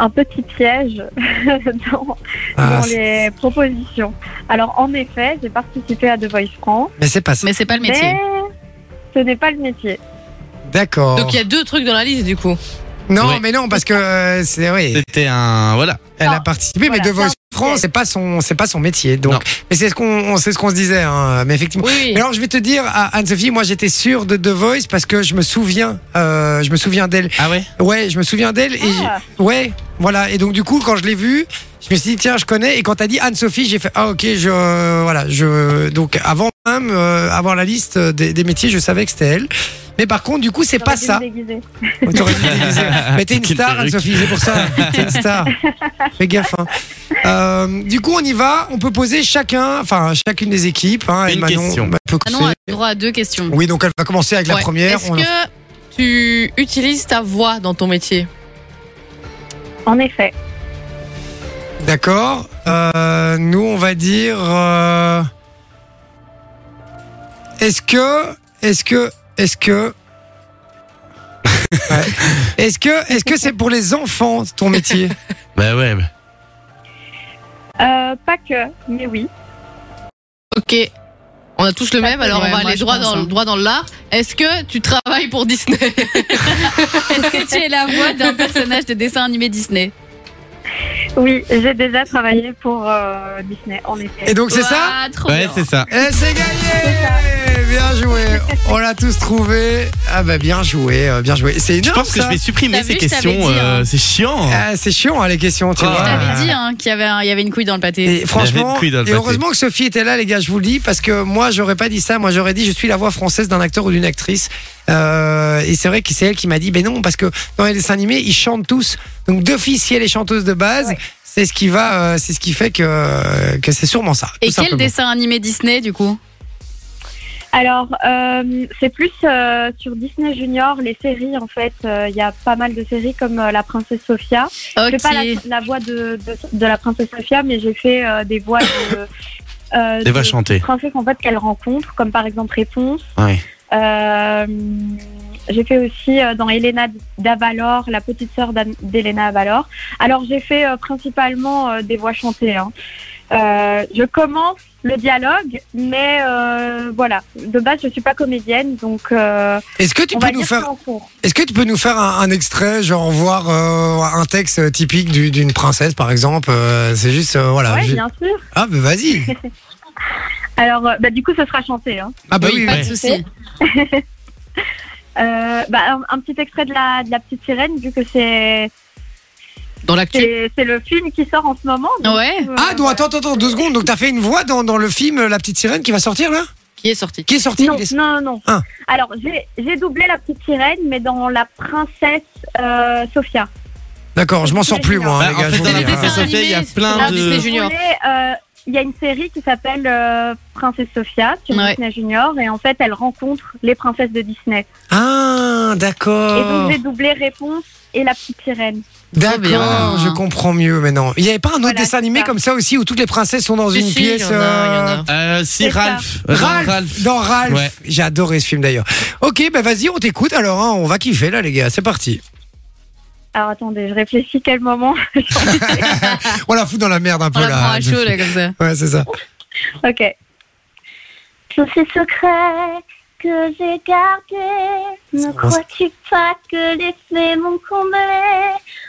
[SPEAKER 8] un petit piège dans,
[SPEAKER 3] ah,
[SPEAKER 8] dans
[SPEAKER 3] c'est-
[SPEAKER 8] les propositions. Alors, en effet, j'ai participé à The Voice France,
[SPEAKER 3] mais c'est pas ça.
[SPEAKER 4] Mais c'est pas le métier.
[SPEAKER 8] mais ce n'est pas le métier.
[SPEAKER 3] D'accord.
[SPEAKER 5] Donc il y a deux trucs dans la liste, du coup.
[SPEAKER 3] Non,
[SPEAKER 2] Ouais.
[SPEAKER 3] mais non, parce que euh, c'est oui,
[SPEAKER 2] C'était un. Voilà.
[SPEAKER 3] elle a
[SPEAKER 8] Non,
[SPEAKER 3] participé, mais
[SPEAKER 8] voilà,
[SPEAKER 3] The Voice
[SPEAKER 8] c'est
[SPEAKER 3] France, c'est pas son, c'est pas son métier. Donc,
[SPEAKER 2] Non.
[SPEAKER 3] mais c'est ce qu'on, on- c'est ce qu'on se disait. hein, mais effectivement.
[SPEAKER 5] Oui.
[SPEAKER 3] Mais alors, je vais te dire, à Anne-Sophie, moi, j'étais sûr de The Voice parce que je me souviens, euh, je me souviens d'elle.
[SPEAKER 2] Ah ouais
[SPEAKER 3] Ouais, je me souviens d'elle. Et
[SPEAKER 8] Ah.
[SPEAKER 3] j'ai- ouais, voilà. Et donc, du coup, quand je l'ai vue, je me suis dit, tiens, je connais. Et quand t'as dit Anne-Sophie, j'ai fait, ah, ok, je, voilà, je, donc, avant même euh, avoir la liste des, des métiers, je savais que c'était elle. Mais par contre, du coup, c'est pas
[SPEAKER 8] J'aurais dû
[SPEAKER 3] ça.
[SPEAKER 8] me déguiser.
[SPEAKER 3] T'aurais dû le dire. Mais t'es une
[SPEAKER 2] Quelle
[SPEAKER 3] star,
[SPEAKER 2] perruque.
[SPEAKER 3] Anne-Sophie, c'est pour ça. T'es une star. Fais gaffe. hein. Euh, du coup, on y va. On peut poser chacun, enfin, chacune des équipes. Hein, et
[SPEAKER 2] Une
[SPEAKER 3] Manon,
[SPEAKER 2] question.
[SPEAKER 3] bah, peut
[SPEAKER 4] Manon a
[SPEAKER 3] commencer.
[SPEAKER 4] droit à deux questions.
[SPEAKER 3] Oui, donc elle va commencer avec la
[SPEAKER 5] Ah Ouais.
[SPEAKER 3] première.
[SPEAKER 5] Est-ce
[SPEAKER 3] On-
[SPEAKER 5] que tu utilises ta voix dans ton métier
[SPEAKER 8] En effet.
[SPEAKER 3] D'accord. Euh, nous, on va dire. euh, Est-ce que. Est-ce que. Est-ce que. Ouais. Est-ce que est-ce que c'est pour les enfants ton métier
[SPEAKER 2] Bah ouais. bah.
[SPEAKER 8] Euh, pas que, mais oui.
[SPEAKER 5] Ok. On a tous le
[SPEAKER 4] Pas
[SPEAKER 5] même,
[SPEAKER 4] que,
[SPEAKER 5] alors
[SPEAKER 4] ouais,
[SPEAKER 5] on va
[SPEAKER 4] moi,
[SPEAKER 5] aller
[SPEAKER 4] je
[SPEAKER 5] droit
[SPEAKER 4] pense,
[SPEAKER 5] dans,
[SPEAKER 4] hein.
[SPEAKER 5] droit dans l'art. Est-ce que tu travailles pour Disney
[SPEAKER 4] Est-ce que tu es la voix d'un personnage de dessin animé Disney
[SPEAKER 8] Oui, j'ai déjà travaillé pour euh, Disney, en effet.
[SPEAKER 3] Et donc c'est ça Bah.
[SPEAKER 4] Ouah, Ah, trop
[SPEAKER 2] Ouais,
[SPEAKER 4] bien.
[SPEAKER 2] c'est ça.
[SPEAKER 3] Et c'est gagné Bien joué On l'a tous trouvé. Ah bah bien joué, euh, bien joué. C'est
[SPEAKER 2] Je
[SPEAKER 3] énorme
[SPEAKER 2] pense que je
[SPEAKER 3] ça.
[SPEAKER 2] vais supprimer
[SPEAKER 4] T'as
[SPEAKER 2] ces
[SPEAKER 4] vu, je t'avais
[SPEAKER 2] questions.
[SPEAKER 4] dit, hein.
[SPEAKER 2] euh, C'est chiant.
[SPEAKER 3] Ah, c'est chiant hein, les questions, tu
[SPEAKER 2] Ah.
[SPEAKER 3] vois.
[SPEAKER 4] Je t'avais dit hein, qu'il y avait, un- il y avait une couille dans le pâté.
[SPEAKER 3] Et franchement,
[SPEAKER 2] couille dans
[SPEAKER 3] et
[SPEAKER 2] le pâté.
[SPEAKER 3] heureusement que Sophie était là, les gars, je vous le dis, parce que moi, j'aurais pas dit ça. Moi, j'aurais dit, je suis la voix française d'un acteur ou d'une actrice. Euh, et c'est vrai que c'est elle qui m'a dit, ben non, parce que dans les dessins animés, ils chantent tous. Donc, d'office, si elle est chanteuse de base,
[SPEAKER 8] Ouais.
[SPEAKER 3] c'est ce qui va, euh, c'est ce qui fait que, que c'est sûrement ça.
[SPEAKER 4] Et
[SPEAKER 3] tout
[SPEAKER 4] quel
[SPEAKER 3] simplement.
[SPEAKER 4] dessin animé Disney du coup
[SPEAKER 8] Alors, euh, c'est plus euh, sur Disney Junior, les séries, en fait. euh, Il y a pas mal de séries comme euh, La Princesse Sophia. Je
[SPEAKER 4] Ok.
[SPEAKER 8] fais pas la, la voix de, de, de la princesse Sophia, mais j'ai fait euh, des voix de, euh,
[SPEAKER 2] Elle va
[SPEAKER 8] de
[SPEAKER 2] chanter.
[SPEAKER 8] princesses en fait qu'elle rencontre, comme par exemple Réponse.
[SPEAKER 2] Ouais.
[SPEAKER 8] Euh, j'ai fait aussi euh, dans Elena d'Avalor, la petite sœur d'Am- d'Elena Avalor. Alors j'ai fait euh, principalement euh, des voix chantées. hein. Euh, je commence le dialogue, mais euh, voilà, de base je suis pas comédienne, donc euh,
[SPEAKER 3] Est-ce que tu
[SPEAKER 8] on
[SPEAKER 3] peux
[SPEAKER 8] va
[SPEAKER 3] nous
[SPEAKER 8] dire
[SPEAKER 3] faire,
[SPEAKER 8] c'est en cours.
[SPEAKER 3] Est-ce que tu peux nous faire un, un extrait, genre voir euh, un texte typique du- d'une princesse, par exemple euh, C'est juste, euh, voilà.
[SPEAKER 8] Ouais,
[SPEAKER 3] j'ai-
[SPEAKER 8] bien sûr.
[SPEAKER 3] Ah, bah vas-y.
[SPEAKER 8] Alors euh, bah, du coup ce sera chanté. Hein.
[SPEAKER 3] Ah, bah oui,
[SPEAKER 4] pas
[SPEAKER 2] ouais.
[SPEAKER 4] de souci.
[SPEAKER 8] Euh, bah, un, un petit extrait de la, de la petite sirène, vu que c'est
[SPEAKER 5] Dans l'actu
[SPEAKER 8] c'est c'est le film qui sort en ce moment. donc,
[SPEAKER 4] Ouais.
[SPEAKER 8] euh,
[SPEAKER 3] Ah, donc attends, attends, attends, deux secondes. Donc, t'as fait une voix dans, dans le film euh, La petite sirène qui va sortir, là
[SPEAKER 5] qui est sorti.
[SPEAKER 3] Qui est sorti
[SPEAKER 8] Non,
[SPEAKER 3] Il est-
[SPEAKER 8] non, non.
[SPEAKER 3] Ah.
[SPEAKER 8] Alors, j'ai j'ai doublé la petite sirène, mais dans la princesse euh, Sophia.
[SPEAKER 3] D'accord, je m'en sors plus, moi, hein, les
[SPEAKER 2] Bah, en
[SPEAKER 3] gars.
[SPEAKER 2] fait,
[SPEAKER 3] je vous
[SPEAKER 2] dans
[SPEAKER 3] le
[SPEAKER 2] la
[SPEAKER 3] dis, hein.
[SPEAKER 2] princesse Sophie, il y a
[SPEAKER 5] c'est
[SPEAKER 2] plein
[SPEAKER 5] la Disney
[SPEAKER 2] de.
[SPEAKER 8] Si vous
[SPEAKER 5] Junior.
[SPEAKER 8] voulez, euh, Il y a une série qui s'appelle euh, Princesse Sophia sur
[SPEAKER 4] Ouais.
[SPEAKER 8] Disney Junior, et en fait, elle rencontre les princesses de Disney.
[SPEAKER 3] Ah,
[SPEAKER 8] Et donc,
[SPEAKER 3] d'accord.
[SPEAKER 8] j'ai doublé Réponse et la petite sirène.
[SPEAKER 3] D'accord,
[SPEAKER 5] bien.
[SPEAKER 3] je comprends mieux maintenant. Il n'y avait pas un autre
[SPEAKER 8] Voilà,
[SPEAKER 3] dessin
[SPEAKER 8] c'est
[SPEAKER 3] animé
[SPEAKER 8] ça.
[SPEAKER 3] comme ça aussi où toutes les princesses sont dans
[SPEAKER 5] Si,
[SPEAKER 3] une
[SPEAKER 5] si, il y
[SPEAKER 3] pièce.
[SPEAKER 5] en a, il y en a.
[SPEAKER 3] euh,
[SPEAKER 2] Euh, si
[SPEAKER 8] C'est ça.
[SPEAKER 2] Ralph. euh, dans
[SPEAKER 3] Ralph, dans Ralph.
[SPEAKER 2] Ouais.
[SPEAKER 3] J'ai adoré ce film d'ailleurs. Ok, bah vas-y, on t'écoute alors, hein, on va kiffer là, les gars, c'est parti.
[SPEAKER 8] Alors, attendez, je réfléchis quel moment.
[SPEAKER 3] On la fout dans la merde un peu
[SPEAKER 4] On la
[SPEAKER 3] là.
[SPEAKER 4] prend
[SPEAKER 3] hein,
[SPEAKER 4] à chaud là comme ça.
[SPEAKER 3] Ouais, c'est ça.
[SPEAKER 8] Ok. Tous ces secrets que j'ai gardés, ne
[SPEAKER 3] C'est bon, ça.
[SPEAKER 8] crois-tu pas que les faits m'ont comblé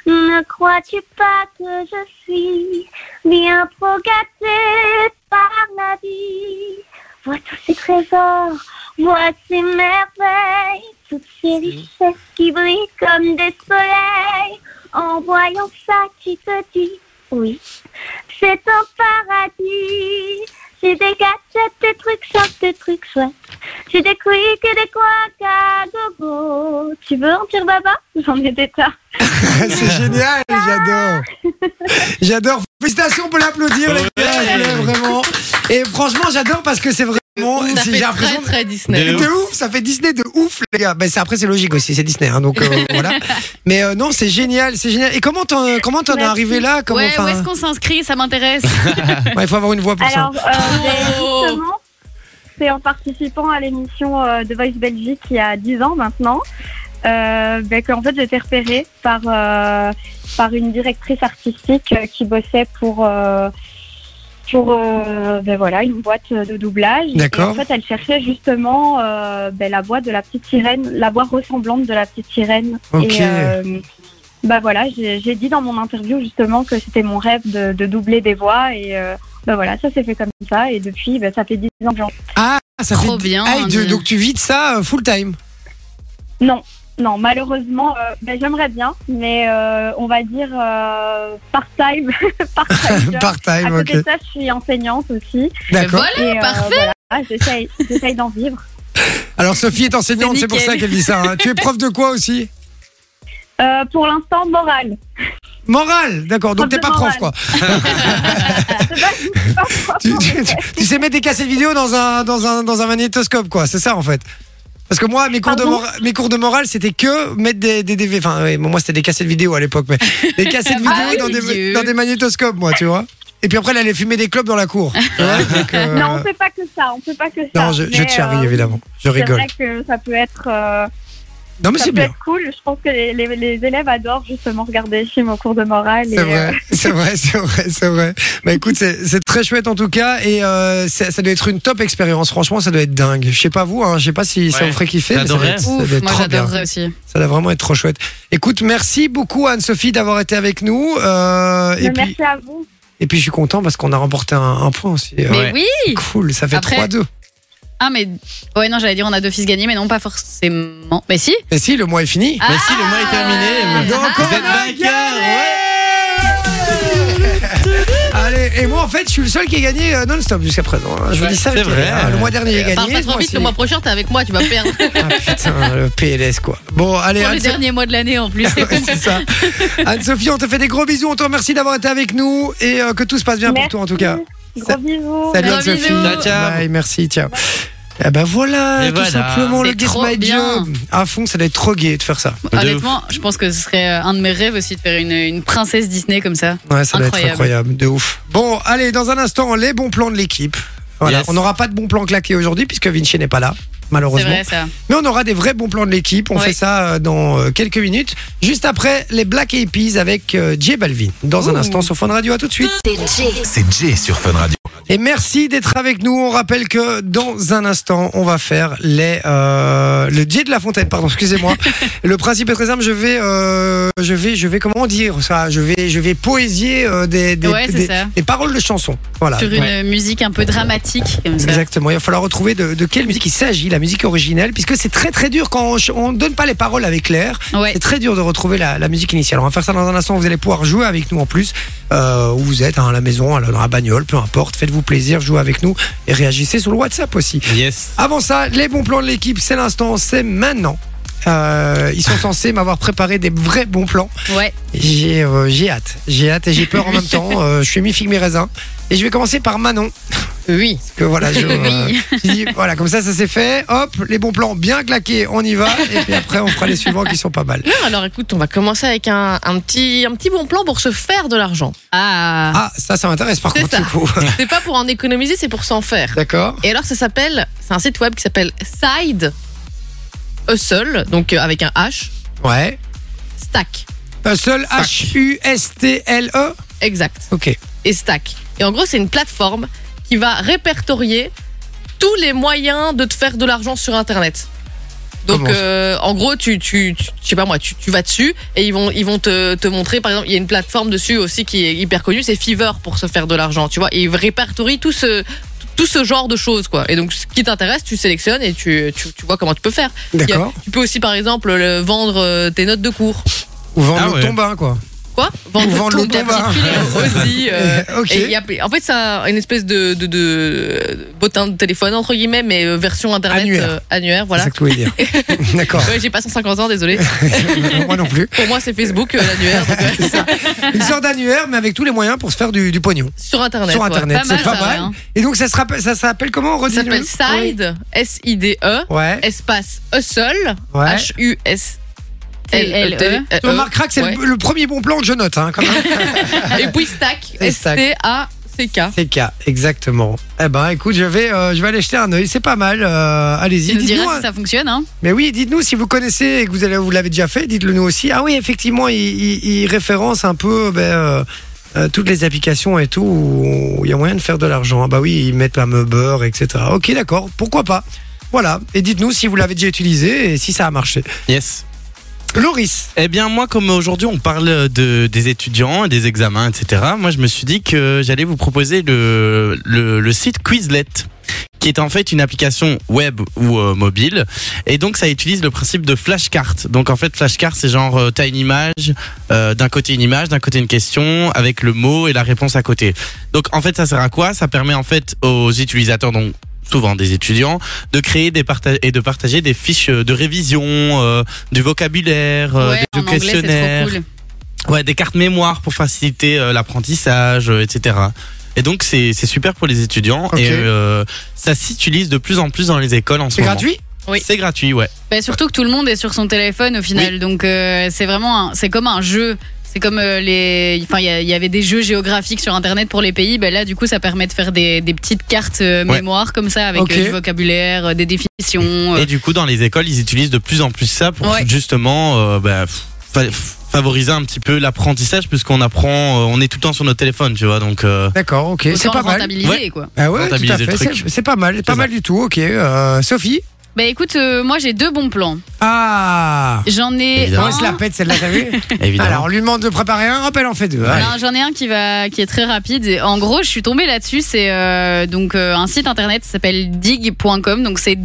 [SPEAKER 8] Ne crois-tu pas que je suis bien trop gâtée par la vie Vois tous ces trésors, vois ces merveilles, toutes ces richesses qui brillent comme des soleils. En voyant ça, tu te dis, oui, c'est un paradis. J'ai des gadgets, des trucs chouettes, des trucs chouettes. J'ai des quicks et des couacs à gogo. Tu veux un pire baba J'en ai des tas.
[SPEAKER 3] c'est génial, j'adore. J'adore. Félicitations, on peut l'applaudir, les gars,
[SPEAKER 2] Ouais.
[SPEAKER 3] je l'aime vraiment. Et franchement, j'adore parce que c'est vraiment.
[SPEAKER 5] Ça
[SPEAKER 3] si
[SPEAKER 5] fait
[SPEAKER 3] J'ai l'impression.
[SPEAKER 5] très très Disney.
[SPEAKER 3] De ouf, ça fait Disney de ouf, les gars. Ben, c'est- après, c'est logique aussi, c'est Disney, hein, donc euh, voilà. Mais euh, non, c'est génial, c'est génial. Et comment t'en comment t'en es
[SPEAKER 4] Merci.
[SPEAKER 3] arrivé là Comment,
[SPEAKER 4] ouais,
[SPEAKER 3] enfin,
[SPEAKER 4] où est-ce qu'on s'inscrit Ça m'intéresse.
[SPEAKER 3] ouais, Il faut avoir une voix pour ça.
[SPEAKER 8] Alors, euh, ben, justement, c'est en participant à l'émission euh, de Voice Belgique il y a 10 ans maintenant, euh, ben, qu'en fait j'ai été repérée par, euh, par une directrice artistique euh, qui bossait pour, euh, pour euh, ben, voilà, une boîte de doublage. Et
[SPEAKER 3] D'accord.
[SPEAKER 8] en fait, elle cherchait justement euh, ben, la voix de la petite sirène, la voix ressemblante de la petite sirène.
[SPEAKER 3] Ok.
[SPEAKER 8] Et, euh, bah voilà, j'ai j'ai dit dans mon interview justement que c'était mon rêve de, de doubler des voix et euh, bah voilà, ça s'est fait comme ça et depuis, bah, ça fait 10 ans que j'en
[SPEAKER 3] Ah, ça
[SPEAKER 4] Trop
[SPEAKER 3] fait.
[SPEAKER 4] bien.
[SPEAKER 3] Ah, et de-
[SPEAKER 4] dis.
[SPEAKER 3] donc tu vis de ça euh, full time.
[SPEAKER 8] Non, non, malheureusement, euh, bah, j'aimerais bien, mais euh, on va dire euh, part-time. part-time job.
[SPEAKER 3] Part
[SPEAKER 8] à
[SPEAKER 3] time,
[SPEAKER 8] côté
[SPEAKER 3] ok.
[SPEAKER 8] de ça, je suis enseignante aussi.
[SPEAKER 3] D'accord.
[SPEAKER 4] Voilà,
[SPEAKER 8] et, euh,
[SPEAKER 4] parfait.
[SPEAKER 8] voilà, j'essaye j'essaye d'en vivre.
[SPEAKER 3] Alors Sophie est enseignante,
[SPEAKER 4] C'est
[SPEAKER 3] c'est pour
[SPEAKER 4] nickel.
[SPEAKER 3] ça qu'elle dit ça. hein. tu es prof de quoi aussi
[SPEAKER 8] Euh, pour l'instant, morale.
[SPEAKER 3] Morale, d'accord. Donc
[SPEAKER 8] Prof
[SPEAKER 3] t'es
[SPEAKER 8] de
[SPEAKER 3] pas prof
[SPEAKER 8] morale.
[SPEAKER 3] quoi.
[SPEAKER 8] C'est pas- c'est pas propre,
[SPEAKER 3] tu,
[SPEAKER 8] mais-
[SPEAKER 3] tu- tu- tu sais mettre des cassettes vidéo dans un, dans un, dans un magnétoscope, quoi. C'est ça, en fait. Parce que moi, mes cours, de,
[SPEAKER 8] Pardon
[SPEAKER 3] mora- mes cours de morale, c'était que mettre des, des DV. Enfin, oui, bon, moi, c'était des cassettes vidéo à l'époque, mais des cassettes vidéo
[SPEAKER 4] Ah,
[SPEAKER 3] dans, des,
[SPEAKER 4] Dieu.
[SPEAKER 3] dans des magnétoscopes, moi, tu vois. Et puis après, elle allait fumer des clubs dans la cour. tu vois. Donc, euh,
[SPEAKER 8] Non, on fait pas que ça, on fait pas que ça.
[SPEAKER 3] non, je, je
[SPEAKER 8] mais,
[SPEAKER 3] te charrie,
[SPEAKER 8] euh,
[SPEAKER 3] évidemment. Je rigole.
[SPEAKER 8] C'est vrai que ça peut être. euh,
[SPEAKER 3] Non, mais
[SPEAKER 8] ça
[SPEAKER 3] c'est
[SPEAKER 8] peut
[SPEAKER 3] bien.
[SPEAKER 8] être cool. Je pense que les, les- les élèves adorent justement regarder les films au cours de morale. et,
[SPEAKER 3] C'est
[SPEAKER 8] euh,
[SPEAKER 3] vrai, c'est vrai, c'est vrai, c'est vrai. Bah écoute, c'est c'est très chouette en tout cas et euh, ça, ça doit être une top expérience. Franchement, ça doit être dingue. Je sais pas vous, hein, je sais pas si ça
[SPEAKER 2] Ouais.
[SPEAKER 3] vous ferait kiffer. mais ça doit
[SPEAKER 2] J'adorerais.
[SPEAKER 3] être- ça doit
[SPEAKER 4] Ouf,
[SPEAKER 3] être
[SPEAKER 4] moi
[SPEAKER 3] trop bien.
[SPEAKER 4] j'adorerais aussi.
[SPEAKER 3] Ça doit vraiment être trop chouette. Écoute, merci beaucoup Anne-Sophie d'avoir été avec nous. euh, et,
[SPEAKER 4] Bah,
[SPEAKER 8] mais
[SPEAKER 3] puis,
[SPEAKER 8] merci à vous.
[SPEAKER 3] et puis je suis content parce qu'on a remporté un, un point aussi. Euh,
[SPEAKER 2] Ouais.
[SPEAKER 4] Mais oui
[SPEAKER 3] Cool, ça fait
[SPEAKER 4] Après-
[SPEAKER 3] 3-2.
[SPEAKER 4] Ah, mais. Ouais, non, j'allais dire on a deux fils gagnés, mais non, pas forcément. Mais si
[SPEAKER 3] Mais si, le mois est fini.
[SPEAKER 4] Ah
[SPEAKER 2] Mais Bah, si, le mois est terminé.
[SPEAKER 3] Donc on
[SPEAKER 2] Vous êtes
[SPEAKER 3] a
[SPEAKER 2] vainqueur,
[SPEAKER 3] Allez, et moi en fait, je suis le seul qui a gagné euh, non-stop jusqu'à présent. hein. Je vous
[SPEAKER 2] Ouais,
[SPEAKER 3] dis ça.
[SPEAKER 2] c'est
[SPEAKER 3] je dis
[SPEAKER 2] vrai.
[SPEAKER 3] rien. Le mois dernier, j'ai
[SPEAKER 5] Parle
[SPEAKER 3] gagné.
[SPEAKER 5] pas
[SPEAKER 3] ce
[SPEAKER 5] trop vite,
[SPEAKER 3] mois-ci-
[SPEAKER 5] le mois prochain t'es avec moi, tu vas perdre.
[SPEAKER 3] Ah putain, le PLS quoi. Bon, allez,
[SPEAKER 4] Pour le
[SPEAKER 3] Anne-
[SPEAKER 4] dernier mois de l'année en plus.
[SPEAKER 3] Ouais, c'est ça. Anne-Sophie, on te fait des gros bisous. On te remercie d'avoir été avec nous et euh, que tout se passe bien
[SPEAKER 8] Merci.
[SPEAKER 3] pour toi en tout cas. Ça-
[SPEAKER 8] Gros bisous.
[SPEAKER 3] Salut
[SPEAKER 4] Gros
[SPEAKER 3] Anne-Sophie.
[SPEAKER 4] bisous.
[SPEAKER 2] Ciao, ciao.
[SPEAKER 3] Bye, merci, ciao. Eh ben voilà,
[SPEAKER 2] Et
[SPEAKER 3] tout
[SPEAKER 2] voilà.
[SPEAKER 3] simplement le
[SPEAKER 4] C'est
[SPEAKER 3] Guess
[SPEAKER 4] trop
[SPEAKER 3] My
[SPEAKER 4] bien.
[SPEAKER 3] Job. À fond, ça doit être trop gay de faire ça.
[SPEAKER 2] ouf.
[SPEAKER 4] Honnêtement, je pense que ce serait euh, un de mes rêves aussi de faire une, une princesse Disney comme ça.
[SPEAKER 3] Ouais, ça doit être
[SPEAKER 4] Incroyable.
[SPEAKER 3] incroyable, de ouf. Bon, allez, dans un instant, les bons plans de l'équipe. Voilà,
[SPEAKER 2] Yes.
[SPEAKER 3] on n'aura pas de bons plans claqués aujourd'hui puisque Vinci n'est pas là,
[SPEAKER 4] C'est
[SPEAKER 3] malheureusement.
[SPEAKER 4] vrai ça.
[SPEAKER 3] Mais on aura des vrais bons plans de l'équipe. On
[SPEAKER 4] Ouais.
[SPEAKER 3] fait ça euh, dans euh, quelques minutes. Juste après, les Black Eyed Peas avec euh, J Balvin. Dans un instant sur Fun Radio. À tout de suite.
[SPEAKER 6] C'est Jay.
[SPEAKER 9] C'est Jay sur Fun Radio.
[SPEAKER 3] Et merci d'être avec nous. On rappelle que dans un instant, on va faire les euh, le jet de la fontaine. Pardon, excusez-moi. le principe est très simple. Je vais, euh, je vais, je vais comment dire ça Je vais, je vais poésier euh, des des,
[SPEAKER 4] Ouais, c'est
[SPEAKER 3] des-
[SPEAKER 4] ça.
[SPEAKER 3] des paroles de chansons. Voilà.
[SPEAKER 4] Sur une musique un peu dramatique comme ça.
[SPEAKER 3] Exactement. Il va falloir retrouver de, de quelle musique il s'agit, la musique originelle, puisque c'est très très dur quand on ch- on donne pas les paroles avec l'air.
[SPEAKER 4] Ouais.
[SPEAKER 3] C'est très dur de retrouver la, la musique initiale. On va faire ça dans un instant. Vous allez pouvoir jouer avec nous en plus. Euh, où vous êtes, hein, à la maison, à la- dans la bagnole, peu importe. Faites-vous plaisir, jouez avec nous et réagissez sur le WhatsApp aussi.
[SPEAKER 2] Yes.
[SPEAKER 3] Avant ça, les bons plans de l'équipe, c'est l'instant, c'est maintenant. Euh, ils sont censés m'avoir préparé des vrais bons plans.
[SPEAKER 4] Ouais.
[SPEAKER 3] J'ai euh, j'ai hâte. J'ai hâte et j'ai peur en même temps. Euh, je suis mi-figue, mi-raisin. Et je vais commencer par Manon.
[SPEAKER 5] Oui.
[SPEAKER 3] Parce que voilà, je, euh, je dis, voilà, comme ça, ça c'est fait. Hop, les bons plans bien claqués, on y va. Et puis après, on fera les suivants qui sont pas mal.
[SPEAKER 5] Non, alors écoute, on va commencer avec un, un petit, un petit bon plan pour se faire de l'argent.
[SPEAKER 4] Ah.
[SPEAKER 3] Ah, ça, ça m'intéresse par
[SPEAKER 5] C'est
[SPEAKER 3] contre,
[SPEAKER 5] ça.
[SPEAKER 3] du coup.
[SPEAKER 5] C'est pas pour en économiser, c'est pour s'en faire.
[SPEAKER 3] D'accord.
[SPEAKER 5] Et alors ça s'appelle, c'est un site web qui s'appelle Side Hustle, donc euh, avec un H,
[SPEAKER 3] Ouais.
[SPEAKER 5] Stack.
[SPEAKER 3] Un seul H-U-S-T-L-E.
[SPEAKER 5] Exact.
[SPEAKER 3] E. Ok.
[SPEAKER 5] et Stack. Et en gros, c'est une plateforme qui va répertorier tous les moyens de te faire de l'argent sur Internet. Donc,
[SPEAKER 3] Comment ça
[SPEAKER 5] euh, en gros, tu, tu, tu- je sais pas moi, tu, tu vas dessus et ils vont, ils vont te, te montrer. Par exemple, il y a une plateforme dessus aussi qui est hyper connue, c'est Fiverr pour se faire de l'argent, tu vois. Et ils répertorient tout ce, tout ce genre de choses, quoi. Et donc, ce qui t'intéresse, tu sélectionnes et tu, tu, tu vois comment tu peux faire. Il y a-
[SPEAKER 3] D'accord.
[SPEAKER 5] Tu peux aussi, par exemple, le- vendre euh, tes notes de cours.
[SPEAKER 3] Ou vendre
[SPEAKER 2] Ah
[SPEAKER 3] le
[SPEAKER 2] ouais.
[SPEAKER 3] ton bain, hein, quoi.
[SPEAKER 5] Quoi Vendre,
[SPEAKER 3] Vendre
[SPEAKER 5] ton
[SPEAKER 3] le ton vin.
[SPEAKER 5] capitulaire aussi. euh,
[SPEAKER 3] Ok.
[SPEAKER 5] et il y a- en fait, c'est un- une espèce de, de, de euh, bottin de téléphone, entre guillemets, mais euh, version internet
[SPEAKER 3] Annuaire.
[SPEAKER 5] euh, annuaire, voilà.
[SPEAKER 3] C'est ça que tu voulais dire. D'accord.
[SPEAKER 5] Ouais, j'ai pas 150 ans, désolé.
[SPEAKER 3] Moi non plus.
[SPEAKER 5] Pour moi, c'est Facebook, euh, l'annuaire, donc, ouais,
[SPEAKER 3] Une sorte d'annuaire, mais avec tous les moyens pour se faire du, du pognon.
[SPEAKER 5] sur Internet.
[SPEAKER 3] Sur
[SPEAKER 5] ouais.
[SPEAKER 3] Internet,
[SPEAKER 4] Pas mal,
[SPEAKER 3] c'est pas
[SPEAKER 4] ça,
[SPEAKER 3] mal.
[SPEAKER 4] hein.
[SPEAKER 3] Et donc, ça se rappelle- ça s'appelle comment
[SPEAKER 5] Ça s'appelle Side, S-I-D-E,
[SPEAKER 3] Ouais.
[SPEAKER 5] E, espace E Hustle,
[SPEAKER 3] Ouais.
[SPEAKER 5] H-U-S-T-L-E. E
[SPEAKER 4] E euh,
[SPEAKER 5] Euh,
[SPEAKER 3] Tu remarqueras que c'est
[SPEAKER 5] Ouais.
[SPEAKER 3] le, le premier bon plan que je note, hein, quand même.
[SPEAKER 5] Et puis Stack,
[SPEAKER 3] Et Stack.
[SPEAKER 5] S-T-A-C-K.
[SPEAKER 3] C'est cas, exactement. Eh ben, écoute, je vais, euh, je vais aller jeter un œil. C'est pas mal. euh, Allez-y.
[SPEAKER 4] Tu nous
[SPEAKER 3] Dites-nous.
[SPEAKER 4] diras
[SPEAKER 3] hein.
[SPEAKER 4] si ça fonctionne. Hein.
[SPEAKER 3] Mais oui, dites-nous si vous connaissez et que vous allez, vous l'avez déjà fait. Dites-le nous aussi. Ah oui, effectivement, il, il- il référence un peu ben, euh, euh, toutes les applications et tout où il y a moyen de faire de l'argent. Ah Bah oui, ils mettent la Uber, etc. Ok, d'accord. Pourquoi pas. Voilà. Et dites-nous si vous l'avez déjà utilisé et si ça a marché.
[SPEAKER 2] Yes.
[SPEAKER 3] Loris.
[SPEAKER 2] Eh bien, moi, comme aujourd'hui, on parle euh, de, des étudiants, des examens, etc., moi, je me suis dit que j'allais vous proposer le, le, le site Quizlet, qui est en fait une application web ou euh, mobile. Et donc, ça utilise le principe de flashcard. Donc, en fait, flashcard, c'est genre, euh, t'as une image, euh, d'un côté une image, d'un côté une question, avec le mot et la réponse à côté. Donc, en fait, ça sert à quoi Ça permet, en fait, aux utilisateurs, donc, souvent des étudiants, de créer des parta- et de partager des fiches de révision, euh, du vocabulaire, euh,
[SPEAKER 4] ouais,
[SPEAKER 2] des
[SPEAKER 4] en anglais, c'est
[SPEAKER 2] questionnaires,
[SPEAKER 4] trop cool.
[SPEAKER 2] ouais, des cartes mémoire pour faciliter euh, l'apprentissage, euh, etc. Et donc c'est c'est super pour les étudiants
[SPEAKER 3] Ok.
[SPEAKER 2] et euh, ça s'utilise de plus en plus dans les écoles en ce
[SPEAKER 3] C'est
[SPEAKER 2] moment.
[SPEAKER 3] gratuit
[SPEAKER 5] Oui.
[SPEAKER 2] C'est gratuit, ouais.
[SPEAKER 4] Bah, surtout que tout le monde est sur son téléphone au final, donc euh, c'est vraiment un- c'est comme un jeu. C'est comme euh, les, enfin il y, a- il y avait des jeux géographiques sur internet pour les pays. Bah, là du coup ça permet de faire des, des petites cartes euh,
[SPEAKER 2] Ouais.
[SPEAKER 4] mémoire comme ça avec
[SPEAKER 3] Ok.
[SPEAKER 4] euh, du vocabulaire, euh, des définitions. euh.
[SPEAKER 2] Et du coup dans les écoles ils utilisent de plus en plus ça pour
[SPEAKER 4] Ouais.
[SPEAKER 2] justement euh, bah, fa- favoriser un petit peu l'apprentissage puisqu'on apprend, euh, on est tout le temps sur notre téléphone, tu vois, donc. euh,
[SPEAKER 3] D'accord, ok. C'est
[SPEAKER 4] Autant
[SPEAKER 3] pas mal.
[SPEAKER 4] rentabiliser
[SPEAKER 2] Ouais.
[SPEAKER 4] quoi.
[SPEAKER 3] Ah ouais, tout à
[SPEAKER 2] Rentabiliser le
[SPEAKER 3] fait.
[SPEAKER 2] truc.
[SPEAKER 3] C'est- C'est pas mal, pas
[SPEAKER 2] ça.
[SPEAKER 3] mal du tout. Ok. Euh, Sophie.
[SPEAKER 4] Bah écoute, euh, moi j'ai deux bons plans.
[SPEAKER 3] Ah.
[SPEAKER 4] J'en ai
[SPEAKER 2] Évidemment.
[SPEAKER 4] un.
[SPEAKER 3] Comment elle se la pète celle-là, t'as vu
[SPEAKER 2] Évidemment.
[SPEAKER 3] Alors, on lui demande de préparer un, hop, elle en fait deux. hein. Allez.
[SPEAKER 4] Non, j'en ai un qui va qui est très rapide. Et En gros, je suis tombée là-dessus. C'est euh, donc euh, un site internet qui s'appelle dig.com. Donc c'est